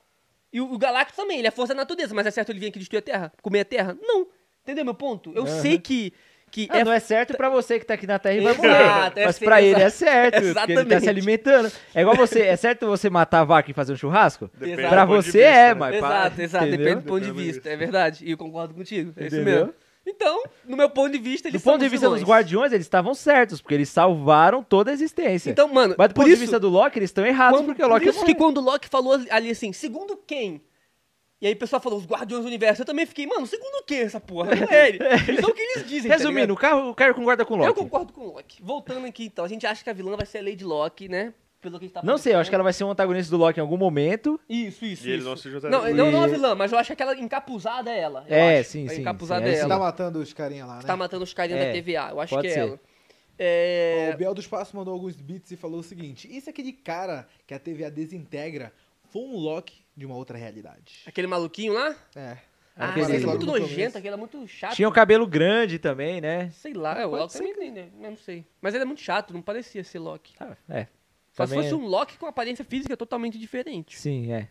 C: E o, o Galactus também, ele é força da natureza, mas é certo ele vir aqui destruir a Terra? Comer a Terra? Não. Entendeu meu ponto? Eu sei que. que
B: Ah, não é certo pra você que tá aqui na Terra e vai
C: Exato,
B: morrer.
C: é
B: Mas
C: cer-
B: pra ele é
C: exa-
B: certo, porque ele tá
C: Exatamente.
B: se alimentando. É igual você, é certo você matar a vaca e fazer um churrasco?
A: Depende
B: Pra
A: do ponto de
B: você
A: vista,
B: é,
A: né?
B: mas para-
C: Exato, exato.
B: entendeu?
C: Depende do ponto de
A: Depende
C: vista. É verdade. E eu concordo contigo. É isso
B: Entendeu?
C: mesmo. Então, no meu ponto de vista,
B: Do
C: eles são
B: ponto de
C: os
B: vista dos
C: vilões.
B: guardiões, eles estavam certos, porque eles salvaram toda a existência.
C: Então, mano,
B: Mas do
C: por
B: ponto
C: isso,
B: de vista do Loki, eles estão errados,
C: quando,
B: porque o Loki
C: por isso que
B: morreu.
C: quando o Loki falou ali assim, segundo quem? E aí o pessoal falou, os Guardiões do Universo. Eu também fiquei, mano, segundo quem essa porra? Não é ele. Eles são o que eles dizem, tá
B: Resumindo, o, carro, o cara concorda com o
C: ligado? Eu
B: Loki.
C: concordo com o Loki. Voltando aqui, então. A gente acha que a vilã vai ser a Lady Loki, né? Pelo que a gente tá
B: Não sei, eu acho que
C: parecendo.
B: ela vai ser um antagonista do Loki em algum momento.
C: Isso, isso,
A: E eles
C: isso.
A: vão se juntar
C: Não,
A: depois.
C: não, não a
B: E-
C: vilã, mas eu acho que ela encapuzada é ela. eu
B: É,
C: acho.
B: sim,
C: A
B: sim,
C: Encapuzada
B: sim, aí
C: é
F: Você
B: sim.
F: tá
C: ela.
F: matando os carinha lá, né?
C: Tá matando os carinhas
B: É,
C: da TVA. Eu acho
B: pode
C: que é
B: ser.
C: ela. É...
E: Ó, O Biel dos Passos mandou alguns beats e falou o seguinte: Isso é aquele cara que a TVA desintegra foi um Loki de uma outra realidade.
C: Aquele maluquinho lá?
E: É.
C: Ah,
B: Aquele-
C: aquele é muito
E: Logo no
C: nojento,
E: começo.
C: aquele é muito chato.
B: Tinha o cabelo grande também, né?
C: Sei lá, é, o
E: pode
C: Loki
E: ser
C: também tem, né? Eu não sei. Mas ele é muito chato, não parecia ser Loki.
B: Ah, é.
C: Só
B: Também
C: se
B: é-
C: fosse um Loki com aparência física totalmente diferente.
B: Sim, é.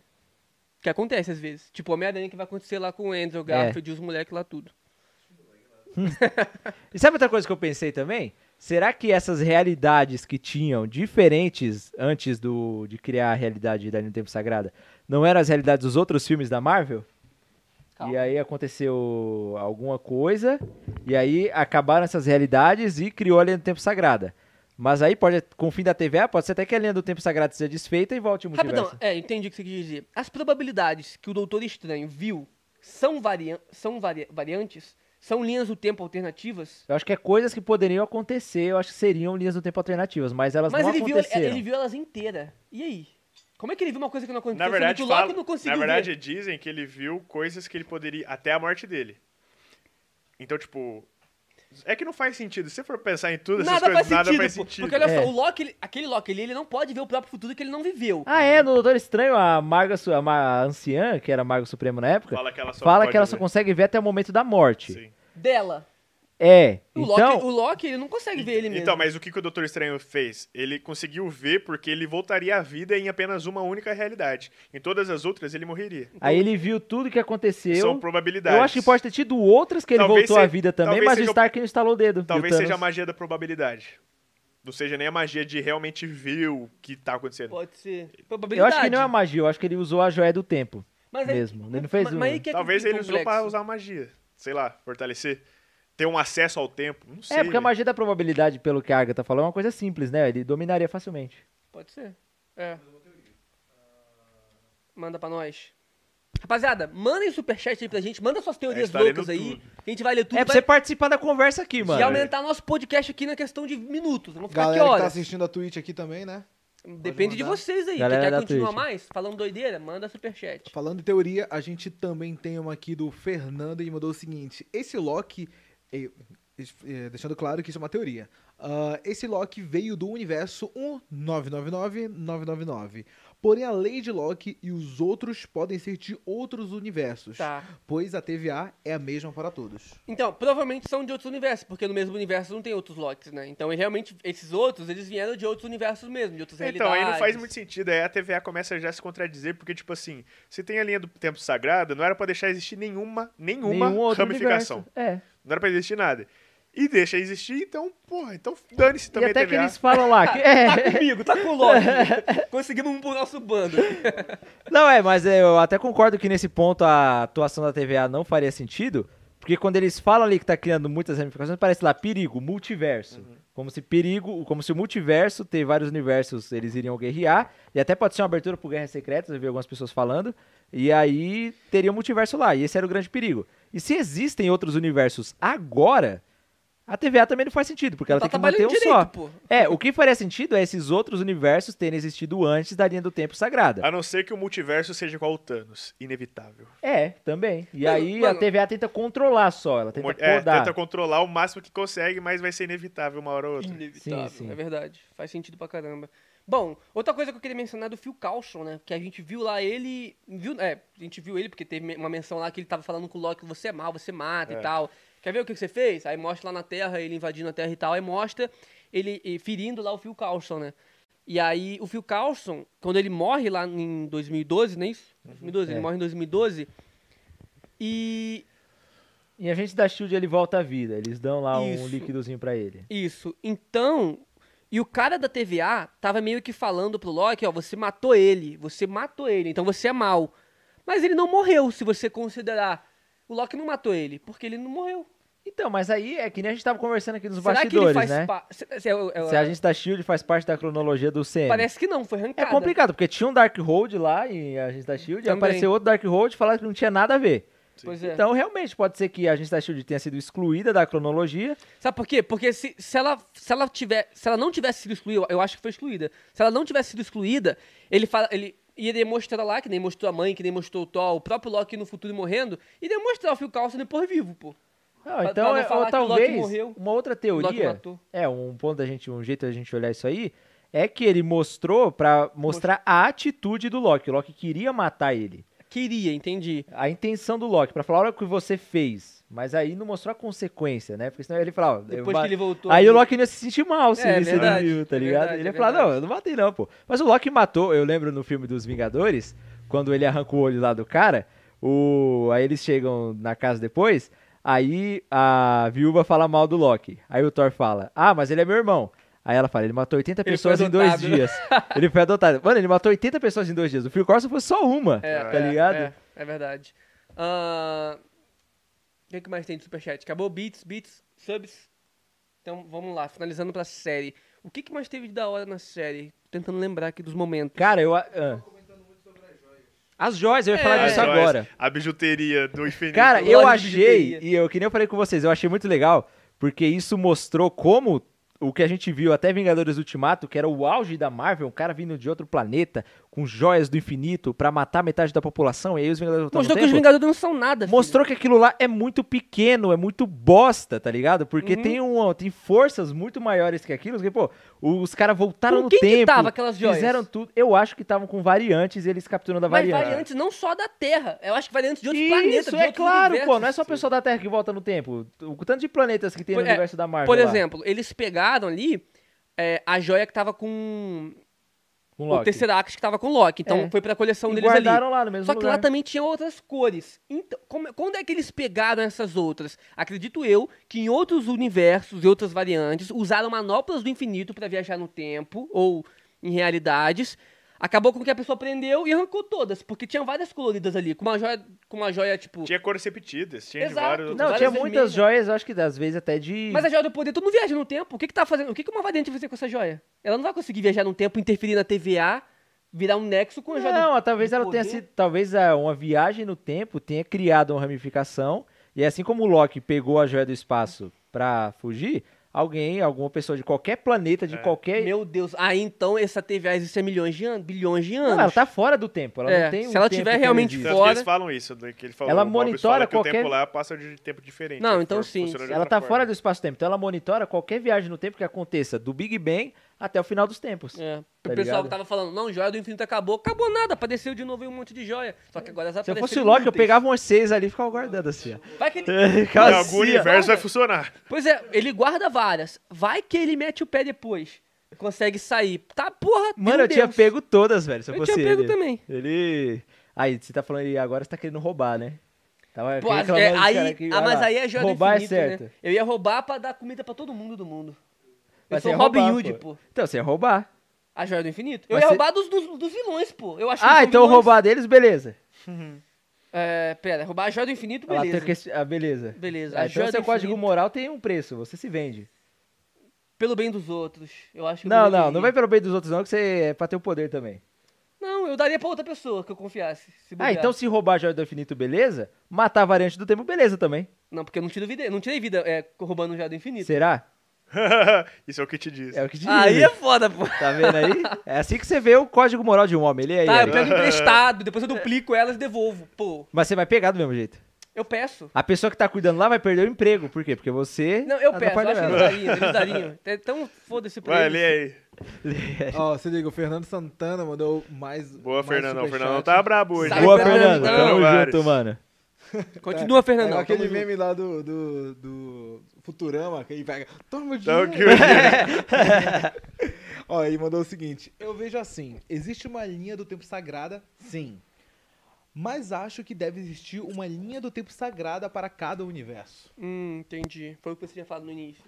C: Que acontece às vezes. Tipo, Homem-Aranha que vai acontecer lá com o
B: É.
C: Andrew Garfield e os moleques lá tudo.
B: E sabe outra coisa que eu pensei também? Será que essas realidades que tinham diferentes antes do, de criar a realidade da Linha do Tempo Sagrada não eram as realidades dos outros filmes da Marvel?
C: Calma.
B: E aí aconteceu alguma coisa, e aí acabaram essas realidades e criou a Linha do Tempo Sagrada. Mas aí, pode, com o fim da TVA, pode ser até que a Linha do Tempo Sagrada seja desfeita e volte o multiverso.
C: Rapidão, é, entendi o que você quis dizer. As probabilidades que o Doutor Estranho viu são, varian são varia- variantes? São linhas do tempo alternativas?
B: Eu acho que é coisas que poderiam acontecer, eu acho que seriam linhas do tempo alternativas, mas elas
C: Mas
B: não
C: ele viu,
B: aconteceram.
C: ele viu elas inteiras. E aí? Como é que ele viu uma coisa que não aconteceu?
A: Na
C: sendo
A: verdade,
C: que o Loki
A: fala-
C: não conseguiu
A: na verdade
C: ver?
A: dizem que ele viu coisas que ele poderia. até a morte dele. Então, tipo. É que não faz sentido. Se você for pensar em tudo, essas
C: Nada
A: coisas,
C: faz
A: nada
C: sentido,
A: faz
C: pô.
A: sentido.
C: Porque olha
B: É.
C: só, o Loki, ele- aquele Loki ali, ele não pode ver o próprio futuro que ele não viveu.
B: Ah, é, no Doutor Estranho, a Marga, Su- a Ma- a anciã, que era a Marga Suprema na época,
A: Fala que ela só
B: fala
A: pode
B: que ela
A: ver.
B: só consegue ver até o momento da morte.
A: Sim.
C: Dela.
B: É.
C: O,
B: então,
C: Loki, o Loki, ele não consegue ver ele mesmo.
A: Então, mas o que, que o Doutor Estranho fez? Ele conseguiu ver porque ele voltaria à vida em apenas uma única realidade. Em todas as outras, ele morreria.
B: aí ele viu tudo que aconteceu.
A: São probabilidades.
B: Eu acho que pode ter tido outras que ele
A: Talvez
B: voltou
A: seja-
B: à vida também,
A: talvez
B: mas o
A: seja o-
B: Stark não instalou o dedo.
A: Talvez
B: viu,
A: seja a
B: Thanos?
A: magia da probabilidade. Não seja nem a magia de realmente ver o que tá acontecendo.
C: Pode ser.
B: Eu acho que
C: Probabilidade.
B: não é magia, eu acho que ele usou a joia do tempo.
C: mas
B: mesmo, ele não fez
C: mas,
B: uma.
C: mas aí que é
A: Talvez
C: que
A: ele
C: fica
A: usou pra
C: complexo.
A: usar magia. Sei lá, fortalecer. Ter um acesso ao tempo. Não sei.
B: é, porque a
A: velho.
B: magia da probabilidade, pelo que a Agatha falou, é uma coisa simples, né? Ele dominaria facilmente.
C: Pode ser. É. Manda pra nós. Rapaziada, mandem superchat aí pra gente. Manda suas teorias
A: tá lendo
C: loucas aí.
A: tudo.
C: Que a gente vai ler
B: é
C: tudo. vai-
B: pra você participar da conversa aqui, mano.
C: E aumentar nosso podcast aqui na questão de minutos. Vamos ficar
E: Galera
C: aqui
E: que tá
C: horas.
E: assistindo a Twitch aqui também, né?
C: Depende de
E: mandar.
C: vocês aí.
B: Galera
C: Quem
B: da
C: quer continuar
B: Twitch.
C: mais? Falando doideira, manda superchat.
E: Falando em teoria, a gente também tem uma aqui do Fernando e mandou o seguinte: esse Loki. eh, es- eh, Deixando claro que isso é uma teoria. Ah, esse Loki veio do universo 1999-999. Porém, a lei de Loki e os outros podem ser de outros universos.
C: Tá.
E: Pois a TVA é a mesma para todos.
C: Então, provavelmente são de outros universos, porque no mesmo universo não tem outros Locks, né? Então, ele realmente, esses outros, eles vieram de outros universos mesmo, de outras
A: Então,
C: realidades.
A: aí não faz muito sentido. Aí a TVA começa já a se contradizer, porque, tipo assim, se tem a linha do tempo sagrado, não era pra deixar existir nenhuma, nenhuma
B: Nenhum outro
A: ramificação.
B: universo. É.
A: Não era pra existir nada. E deixa existir, então, porra, então dane-se também a
B: e até
A: TVA.
B: que eles falam lá que.
C: Tá
B: É.
C: comigo, tá com o Loki. Conseguimos um pro nosso bando. Tá
B: Não, é, mas é, eu até concordo que nesse ponto a atuação da TVA não faria sentido. Porque quando eles falam ali que tá criando muitas ramificações, parece lá perigo, multiverso.
C: Uhum.
B: Como se perigo, como se o multiverso ter vários universos, eles iriam guerrear. E até pode ser uma abertura pro Guerras Secretas, eu vi algumas pessoas falando. E aí teria um multiverso lá, e esse era o grande perigo. E se existem outros universos agora, a TVA também não faz sentido, porque ela
C: Tá
B: tem que manter um
C: trabalhando direito,
B: só.
C: pô.
B: É, o que faria sentido é esses outros universos terem existido antes da linha do tempo sagrada.
A: A não ser que o multiverso seja igual o Thanos. Inevitável.
B: É, também. E
C: Mano,
B: aí
C: mano.
B: a TVA tenta controlar só, ela tenta
A: Mo-
B: podar.
A: é, tenta controlar o máximo que consegue, mas vai ser inevitável uma hora ou outra.
C: Inevitável,
B: Sim, sim.
C: é verdade. Faz sentido pra caramba. Bom, outra coisa que eu queria mencionar é do Phil Coulson, né? Que a gente viu lá ele... Viu, é, a gente viu ele porque teve uma menção lá que ele tava falando com o Loki, você é mal, você mata e tal. Quer ver o que que você fez? Aí mostra lá na Terra, ele invadindo a Terra e tal. Aí mostra ele eh, ferindo lá o Phil Coulson, né? E aí, o Phil Coulson, quando ele morre lá em 2012, não é isso? 2012, ele
B: É.
C: morre em 2012. E
B: E a gente da Shield ele volta à vida. Eles dão lá
C: Isso.
B: um líquidozinho pra ele.
C: Isso. Então, e o cara da TVA tava meio que falando pro Loki, ó, você matou ele, você matou ele, então você é mal. Mas ele não morreu, se você considerar. O Loki não matou ele, porque ele não morreu.
B: Então, mas aí é que nem a gente tava conversando aqui nos
C: Será que
B: bastidores,
C: ele faz
B: né?
C: parte? Se, se é o- é o-
B: Se a gente da Shield faz parte da cronologia do CM.
C: Parece que não, foi
B: é
C: arrancado.
B: complicado, porque tinha um Darkhold lá em Agente da Shield, e
C: Também.
B: apareceu outro Darkhold e falaram que não tinha nada a ver.
C: Pois é.
B: Então, realmente, pode ser que a Agente da Shield tenha sido excluída da cronologia.
C: Sabe por quê? Porque se, se, ela, se, ela tiver, se ela não tivesse sido excluída, eu acho que foi excluída. Se ela não tivesse sido excluída, ele fala. Ele ia demonstrar lá, que nem mostrou a mãe, que nem mostrou o Thor, o próprio Loki no futuro morrendo, e demonstrar o Phil Coulson depois vivo, pô.
B: Não,
C: Pra- pra
B: então,
C: não
B: é- ou
C: falar que o Loki
B: talvez,
C: morreu,
B: uma outra
C: Loki
B: teoria,
C: matou.
B: é, um ponto da gente, um jeito da gente olhar isso aí, é que ele mostrou pra mostrar a atitude do Loki. O Loki queria matar ele.
C: Queria, entendi.
B: A intenção do Loki, pra falar, olha o que você fez. Mas aí não mostrou a consequência, né? Porque senão ele falava... eu
C: Depois
B: ma-
C: que ele voltou.
B: Aí o Loki não ia se sentir mal se
C: É,
B: ele se
C: verdade,
B: viu, tá
C: é
B: ligado?
C: verdade,
B: ele ia
C: é
B: falar, não,
C: verdade.
B: eu não matei não, pô. Mas o Loki matou, eu lembro no filme dos Vingadores, quando ele arranca o olho lá do cara, o... aí eles chegam na casa depois, aí a viúva fala mal do Loki. Aí o Thor fala, ah, mas ele é meu irmão. Aí ela fala, ele matou 80
C: Ele foi
B: pessoas em dois
C: adotado. né?
B: dias. ele foi adotado. Mano, ele matou 80 pessoas em dois dias. O Phil Corsa foi só uma,
C: É,
B: tá
C: é,
B: ligado?
C: É, é verdade. Ahn, O que que mais tem de superchat? Acabou beats, beats, subs. Então vamos lá, finalizando pra série. O que, que mais teve de da hora na série? Tô tentando lembrar aqui dos momentos.
B: Cara, eu... ah, As joias, eu ia falar
C: É.
B: disso
A: As joias,
B: agora.
A: A bijuteria do infinito.
B: Cara,
C: Loja
B: eu
C: de
B: achei,
C: bijuteria.
B: e eu que nem eu falei com vocês, eu achei muito legal, porque isso mostrou como o que a gente viu até Vingadores Ultimato, que era o auge da Marvel, um cara vindo de outro planeta com joias do infinito pra matar metade da população, e aí os Vingadores voltaram no
C: Mostrou que os
B: tempo.
C: Vingadores não são nada. filho.
B: Mostrou que aquilo lá é muito pequeno, é muito bosta, tá ligado? Porque
C: Uhum.
B: tem, um, tem forças muito maiores que aquilo. Porque, pô, os caras voltaram
C: Com
B: no
C: quem que
B: tempo.
C: tava aquelas joias?
B: Fizeram tudo. Eu acho que estavam com variantes e eles capturando a
C: Mas
B: variante.
C: variantes não só da Terra. Eu acho que variantes de outros
B: Isso,
C: planetas. de
B: é
C: outros
B: claro, pô.
C: universos.
B: Não é só o pessoal da Terra que volta no tempo. O tanto de planetas que tem no
C: Por- é,
B: universo da Marvel.
C: Por
B: lá,
C: exemplo, eles pegaram ali é, a joia que tava com.
B: com
C: O
B: Loki.
C: Tesseract que tava com o Loki. Então
B: É.
C: foi pra coleção
B: E
C: deles ali.
B: guardaram lá no mesmo
C: Só que
B: lugar.
C: lá também tinha outras cores. Então, como- quando é que eles pegaram essas outras? Acredito eu que em outros universos e outras variantes usaram manoplas do infinito pra viajar no tempo ou em realidades. Acabou com que a pessoa prendeu e arrancou todas, porque tinha várias coloridas ali, com uma joia, com uma joia tipo.
A: Tinha cores repetidas, tinha de
C: Exato.
A: vários outros-
B: Não, tinha
C: Várias
B: muitas
C: vermelhas.
B: joias, eu acho que às vezes até de.
C: Mas a joia do poder, todo mundo viaja no tempo. O que que tá fazendo? O que que uma variante vai fazer com essa joia? Ela não vai conseguir viajar no tempo, interferir na TVA, virar um nexo com a joia do
B: Não, talvez
C: do
B: ela tenha
C: poder.
B: sido. Talvez ah, uma viagem no tempo tenha criado uma ramificação. E assim como o Loki pegou a joia do espaço pra fugir, alguém, alguma pessoa de qualquer planeta,
C: É.
B: de qualquer.
C: Meu Deus. Ah, então essa TVA existe há milhões de anos, bilhões de anos.
B: Não, ela tá fora do tempo. Ela
C: É,
B: não tem
C: se
B: um
C: ela
B: tempo
C: tiver
B: que
C: realmente
B: existe.
A: Tanto que
C: fora-
A: eles falam isso, do que ele falou.
B: Ela
A: o Morbius
B: monitora
A: fala que
B: qualquer-
A: o tempo lá passa de tempo diferente.
C: Não,
A: aí
C: então
A: for-
C: sim.
A: funciona de
B: Ela
A: outra
B: tá
A: forma.
B: fora do espaço-tempo. Então ela monitora qualquer viagem no tempo que aconteça, do Big Bang até o final dos tempos.
C: É.
B: Tá
C: o pessoal
B: ligado?
C: que tava falando, não, joia do infinito acabou. Acabou nada, apareceu de novo aí um monte de joia. Só que agora elas
B: Se eu fosse o
C: apareceram
B: Loki, eu
C: inúteis.
B: pegava umas seis ali e ficava guardando assim, ó.
C: Vai que ele...
B: Ficava
A: Em algum
B: assim, ó.
A: universo vai funcionar.
C: Pois é, ele guarda várias. Vai que ele mete o pé depois. Consegue sair. Tá, porra,
B: Mano,
C: meu
B: eu tinha
C: Deus.
B: pego todas, velho. Se eu
C: Eu
B: fosse
C: tinha pego
B: ele.
C: também.
B: Ele. Aí, você tá falando aí agora, você tá querendo roubar, né? Tava
C: Pô,
B: reclamando
C: é,
B: dos
C: aí,
B: cara que,
C: ah,
B: olha
C: mas
B: lá,
C: aí é joia
B: roubar
C: do infinito,
B: é certo.
C: né? Eu ia roubar pra dar comida pra todo mundo do mundo. Eu
B: Mas
C: sou
B: você ia
C: Robin
B: roubar,
C: Hood,
B: pô.
C: pô.
B: Então, você ia roubar.
C: A joia do infinito? Eu
B: Mas
C: ia
B: você-
C: roubar dos, dos, dos vilões, pô. Eu acho que
B: Ah,
C: eles são
B: então
C: vilões.
B: roubar deles, beleza.
C: É, pera, roubar a joia do infinito,
B: Ah, lá,
C: beleza.
B: tem que- Ah, beleza.
C: Beleza,
B: Ah,
C: a
B: então
C: joia
B: seu
C: do
B: código
C: infinito.
B: moral tem um preço, você se vende.
C: Pelo bem dos outros. Eu acho que eu
B: Não,
C: venderia.
B: não, não vai pelo bem dos outros, não, que você é pra ter o poder também.
C: Não, eu daria pra outra pessoa que eu confiasse. se
B: Ah,
C: bobear.
B: então se roubar a joia do infinito, beleza. Matar a variante do tempo, beleza também.
C: Não, porque eu não tiro vida, não tirei vida é, roubando o joia do infinito.
B: Será?
A: isso é o que te diz.
B: É o que diz.
C: Aí é foda, pô.
B: Tá vendo aí? É assim que você vê o código moral de um homem. Ele é
C: Tá, eu
B: ele.
C: pego emprestado, depois eu duplico elas e devolvo. Pô,
B: Mas você vai pegar do mesmo jeito.
C: eu peço.
B: A pessoa que tá cuidando lá vai perder o emprego. Por quê? Porque você.
C: Não, eu peço, eu
B: atrapalhou
C: acho que eles
B: ela.
C: dariam, eles dariam. É tão foda-se pra
A: Vai,
C: eles.
A: lê aí.
D: Ó, se liga, o Fernando Santana mandou mais.
A: Boa,
D: mais
A: Fernandão. O
D: superchat.
A: Fernandão tá brabo hoje.
C: Sai,
B: Boa,
C: Fernando,
B: Fernando.
C: não.
B: Tamo
A: Vários.
B: junto, mano.
C: Continua,
D: É
C: Fernandão.
D: aquele
C: tamo junto.
D: meme lá do, do, do Futurama, que ele pega. Toma de
A: Então, que hoje-
D: Ó, ele mandou o seguinte: Eu vejo assim, existe uma linha do tempo sagrada, sim. Mas acho que deve existir uma linha do tempo sagrada para cada universo.
C: Hum, entendi. Foi o que você tinha falado no início.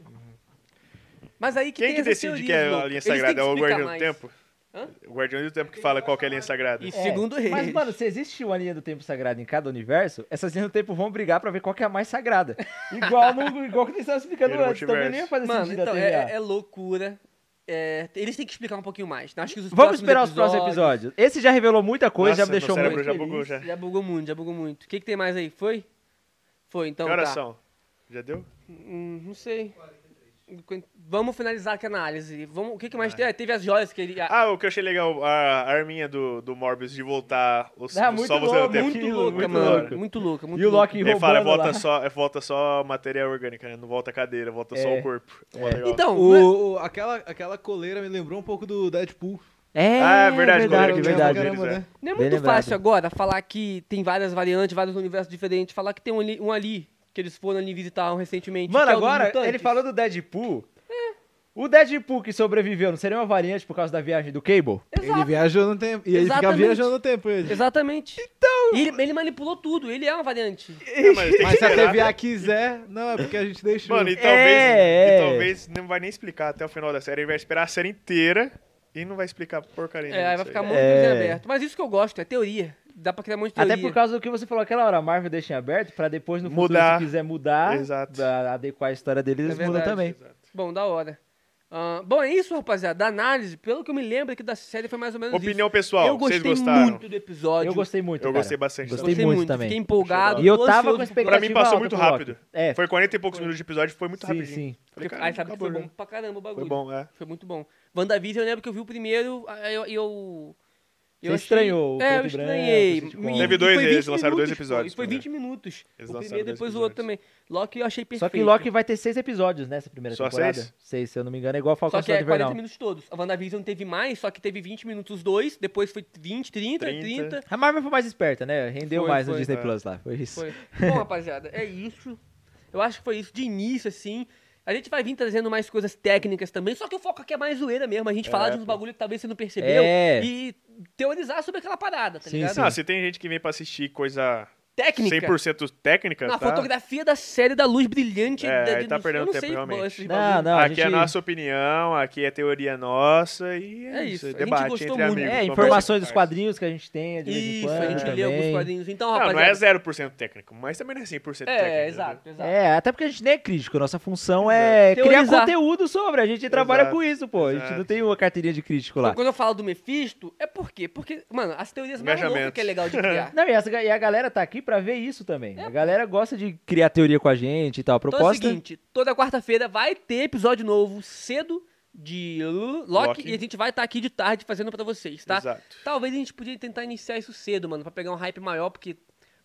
C: Mas aí que
A: Quem
C: tem
A: que
C: essas
A: decide que
C: teorias,
A: é a
C: louco.
A: linha
C: Eles têm
A: sagrada?
C: que
A: É o
C: explicar
A: Guardião do
C: mais.
A: Tempo?
C: Hã?
A: O Guardião do Tempo que fala qual que é a linha sagrada.
C: E
B: Então
C: segundo ele.
B: Mas, mano, se existe uma linha do tempo sagrada em cada universo, essas linhas do tempo vão brigar pra ver qual que é a mais sagrada. Igual, no, igual que eles estavam explicando
A: Pelo
B: antes. Também
A: multiverso.
B: nem ia fazer
C: Mano,
B: sentido
C: então,
B: a
C: é,
B: TVA.
C: é loucura. É, eles têm que explicar um pouquinho mais. Acho que os
B: Vamos
C: próximos
B: esperar os próximos episódios. Esse já revelou muita coisa, já
A: Nossa,
B: me deixou
A: meu cérebro
B: muito
A: já
B: feliz.
A: bugou já.
C: Já bugou muito, já bugou muito. O que, que tem mais aí? Foi? Foi, então
A: Que horas
C: tá.
A: são? Já deu?
C: Hum, não sei. Quen- Vamos finalizar aqui a análise. Vamos, o que, que mais tem? Ah, teve as joias que ele... a-
A: Ah, o que eu achei legal, a arminha do, do Morbius de voltar os,
B: Ah,
A: os
B: muito
A: só você
B: bom,
A: no tempo.
C: muito
B: aquilo,
C: louca,
B: muito
C: mano.
B: louco.
C: Muito louca, muito
B: E o
C: louca.
B: Loki
A: Ele fala, "É,
B: roubando
A: volta
B: lá.
A: só, volta só matéria orgânica, né? Não volta a cadeira, volta só
B: É.
A: o corpo. É.
C: Então, não é-
D: O, o- aquela, aquela coleira me lembrou um pouco do Deadpool.
B: É,
A: Ah, é verdade,
B: verdade,
A: goleiro que
B: verdade.
A: joga
D: Caramba, né?
C: não é
B: Bem
C: muito
B: lembrado.
C: fácil agora falar que tem várias variantes, vários universos diferentes, falar que tem um ali, um ali que eles foram ali visitar recentemente.
B: Mano,
C: que é o dos
B: agora
C: mutantes.
B: ele falou do Deadpool. O Deadpool que sobreviveu não seria uma variante por causa da viagem do Cable?
D: Ele viajou no tempo. E ele fica
C: Exatamente.
D: viajando no tempo. Ele.
C: Exatamente. Então... ele, ele manipulou tudo, ele é uma variante.
A: É, mas tem que
D: Mas se a
A: esperar.
D: TVA quiser, não, é porque a gente deixou.
A: Mano, e
B: É,
A: talvez,
B: é.
A: e talvez não vai nem explicar até o final da série. Ele vai esperar a série inteira e não vai explicar porcaria
C: É,
A: nenhuma
C: aí vai
A: disso
C: ficar
A: aí.
C: muito
B: É.
C: é. aberto. Mas isso que eu gosto, é teoria. Dá pra criar um monte de teoria.
B: Até por causa do que você falou aquela hora, a Marvel deixa em aberto pra depois no futuro,
A: Mudar.
B: se quiser mudar,
A: Exato.
B: da- adequar a história deles,
C: É
B: eles mudam
C: verdade.
B: também.
A: Exato.
C: Bom, da hora. Ah, bom, é isso, rapaziada. A análise, pelo que eu me lembro aqui da série, foi mais ou menos
A: Opinião
C: isso.
A: pessoal,
C: eu gostei
A: vocês gostaram?
C: muito do episódio.
B: Eu gostei muito,
A: Eu
B: cara.
A: gostei bastante
B: Gostei
C: Gostei
B: muito, também.
C: Fiquei empolgado.
B: E eu
C: tô
B: tava
C: ansioso
B: com a
C: pro
A: Pra
B: expectativa
C: próximo.
A: mim passou
B: alta
A: muito
B: pro Loki.
A: rápido.
B: É,
A: Foi 40 e poucos minutos de episódio, foi muito
B: sim,
A: rapidinho.
B: sim.
A: Falei,
C: Porque-
A: cara,
C: Aí sabe que
A: acabou,
C: foi bom
A: né?
C: pra caramba o bagulho.
A: Foi bom, é.
C: Foi muito bom. Wandavision, eu lembro que eu vi o primeiro, aí eu. eu, eu
B: Você estranhou o
C: É, eu
B: preto e branco,
C: estranhei.
B: o sitcom.
C: E-
A: Teve
C: e
A: dois
C: foi
A: deles,
C: 20
A: lançaram dois
C: minutos, pô,
A: episódios
C: E foi
A: primeiro.
C: 20 minutos.
A: Eles
C: o
A: lançaram
C: primeiro,
A: dois
C: depois o outro também. Loki eu achei perfeito.
B: Só que Loki vai ter seis episódios nessa primeira
A: Só
B: temporada.
A: seis?
B: se eu não me engano, é igual Falcão
C: Só que é
B: Soldado
C: 40
B: Invernal.
C: minutos todos. A WandaVision teve mais, só que teve 20 minutos os dois, depois foi 20, 30, 30.
A: 30.
B: A Marvel foi mais esperta, né? Rendeu
C: Foi,
B: mais no
C: foi.
B: Disney
A: É.
B: Plus lá. Foi isso.
C: Foi. Bom, rapaziada, é isso. Eu acho que foi isso de início, assim. A gente vai vir trazendo mais coisas técnicas também, só que o foco aqui é mais zoeira mesmo. A gente falar de uns bagulho que talvez você não percebeu
B: É.
C: e teorizar sobre aquela parada, tá
B: Sim,
C: ligado?
B: sim.
A: Ah, se tem gente que vem pra assistir coisa
C: Técnica.
A: 100% técnica,
C: Na
A: tá?
C: fotografia da série da luz brilhante.
A: É,
C: da,
A: aí tá
C: eu
A: perdendo
C: não
A: tempo,
C: sei
A: realmente.
C: esses
B: Não,
C: bagulho.
B: não. a
A: aqui é
B: gente-
A: nossa opinião, aqui é teoria nossa e é,
C: É
A: isso.
C: isso, a gente
A: Debate
C: gostou
A: entre
C: muito.
A: amigos.
B: É,
A: conversa
B: informações
A: com
B: dos
A: pais.
B: quadrinhos que a gente tem de vez em
C: Isso,
B: quando.
C: a gente lê alguns
B: também.
C: quadrinhos. Então,
A: Não,
C: rapaziada.
A: não é 0% técnico, mas também não é 100% técnico.
C: É,
A: entendeu?
C: exato, exato.
B: É, até porque a gente nem é crítico, nossa função é criar
C: Teorizar.
B: conteúdo sobre, a gente trabalha
A: Exato,
B: com isso, pô. A gente
A: exato.
B: não tem uma carteirinha de crítico
C: Então,
B: lá.
C: Quando eu falo do Mephisto, é por quê? Porque, mano, as teorias mais loucas
A: Engajamentos.
C: que é legal de criar.
B: Não, e, essa- e a galera tá aqui pra ver isso também. A galera gosta de criar teoria com a gente e tal. A
C: Então é o
B: proposta.
C: seguinte, toda quarta-feira vai ter episódio novo cedo de Loki,
A: Loki.
C: e a gente vai estar aqui de tarde fazendo pra vocês, tá?
A: Exato.
C: Talvez a gente podia tentar iniciar isso cedo, mano, pra pegar um hype maior, porque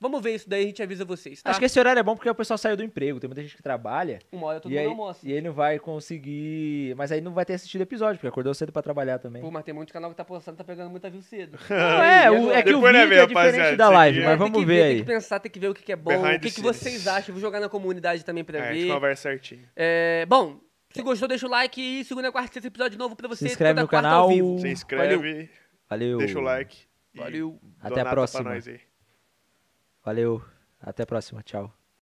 C: vamos ver isso daí a gente avisa vocês, tá?
B: Acho que esse horário é bom porque o pessoal saiu do emprego, tem muita gente que trabalha.
C: uma hora todo
B: E
C: mundo
B: aí,
C: almoça.
B: e aí não vai conseguir. Mas aí não vai ter assistido o episódio, porque acordou cedo pra trabalhar também.
C: Pô, mas tem muito canal que tá postando, tá pegando muita view cedo.
B: Não, é,
C: E
B: o- é que o
A: Depois, né,
B: vídeo é diferente
A: rapaziada,
B: da
A: isso
B: live,
A: aqui
B: mas
A: é-
C: tem
B: vamos
C: que
B: ver
C: Tem que
B: aí.
C: pensar, tem que ver o que que é bom,
A: Behind
C: o que,
A: the
C: que
A: scenes.
C: vocês acham. Vou jogar na comunidade também pra
A: É, a gente
C: ver.
A: conversa certinho.
C: É, bom, se gostou, deixa o like e segunda, quarta, sexta episódio novo pra você.
B: Se inscreve
C: toda
B: no
C: quarta ao
B: canal.
C: vivo.
A: Se inscreve,
B: Valeu.
A: deixa o like. e
C: Valeu.
B: Até a
A: donata pra
B: próxima.
A: nós aí.
B: Valeu. Até a próxima. Tchau.